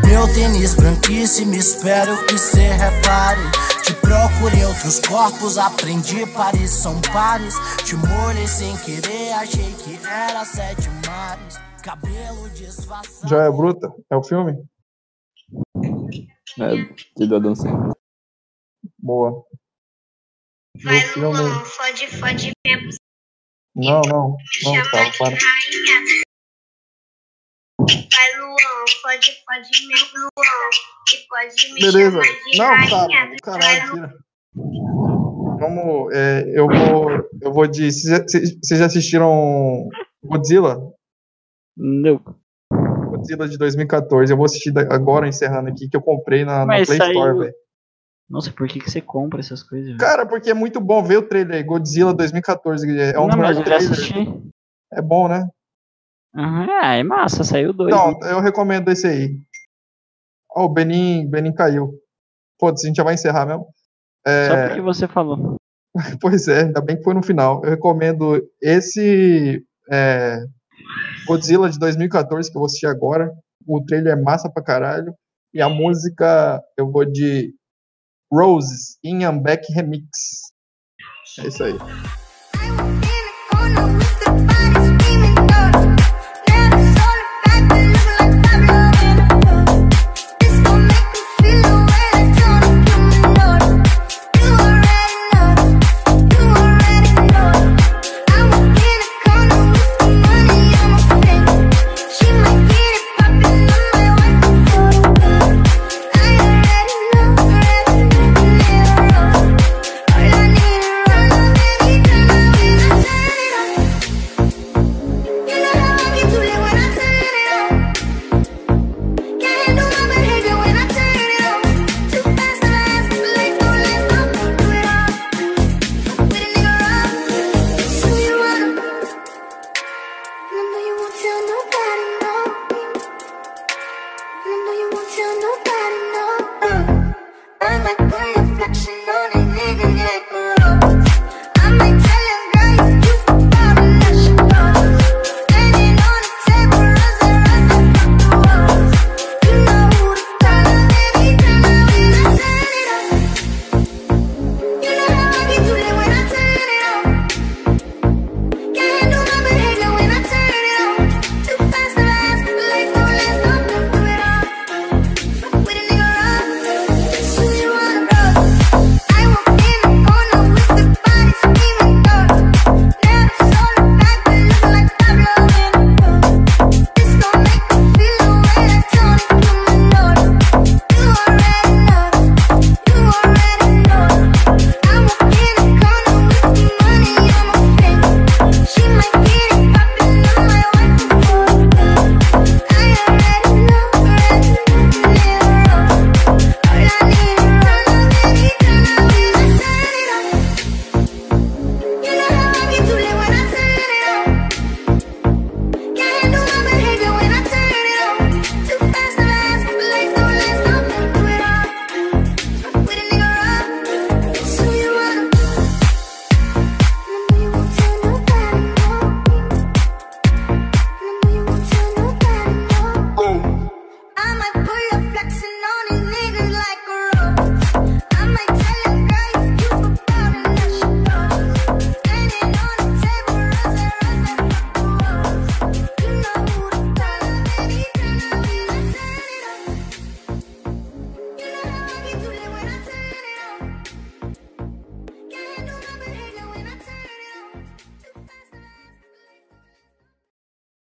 Meu tênis branquíssimo, espero que cê repare. Tipo, Te procurei outros corpos, aprendi pares são pares. Te molhei sem querer, achei que era sete mares. Cabelo disfarçado. Joia Bruta é o filme? É, e do Adam Sandler. Boa. Vai, Esse filme. Lulão, fode, fode mesmo. Não, não, não, Chama cara, de tá, para. rainha. Vai, Luan, pode, pode mesmo, Luan. E pode me Beleza. chamar de Não, tá. rainha. cara, caralho, tira. Vamos, é, eu vou, eu vou de. Vocês já- vocês já assistiram Godzilla? Não. Godzilla de 2014. Eu vou assistir da- agora, encerrando aqui, que eu comprei na, na Mas Play saiu- Store, velho. Nossa, por que, que você compra essas coisas? velho? Cara, porque é muito bom ver o trailer aí. Godzilla 2014. É um não, dos mas eu melhores já trailers. assisti. É bom, né? Aham, ah, é massa, saiu dois. Então, eu recomendo esse aí. Ó, o Benin, Benin caiu. Foda-se, a gente já vai encerrar mesmo. Só É, porque você falou. Pois é, ainda bem que foi no final. Eu recomendo esse é, Godzilla de 2014 que eu vou assistir agora. O trailer é massa pra caralho. E a música eu vou de Roses, In and Back Remix. É isso aí. In the corner with the body screaming, "Go!" Uh,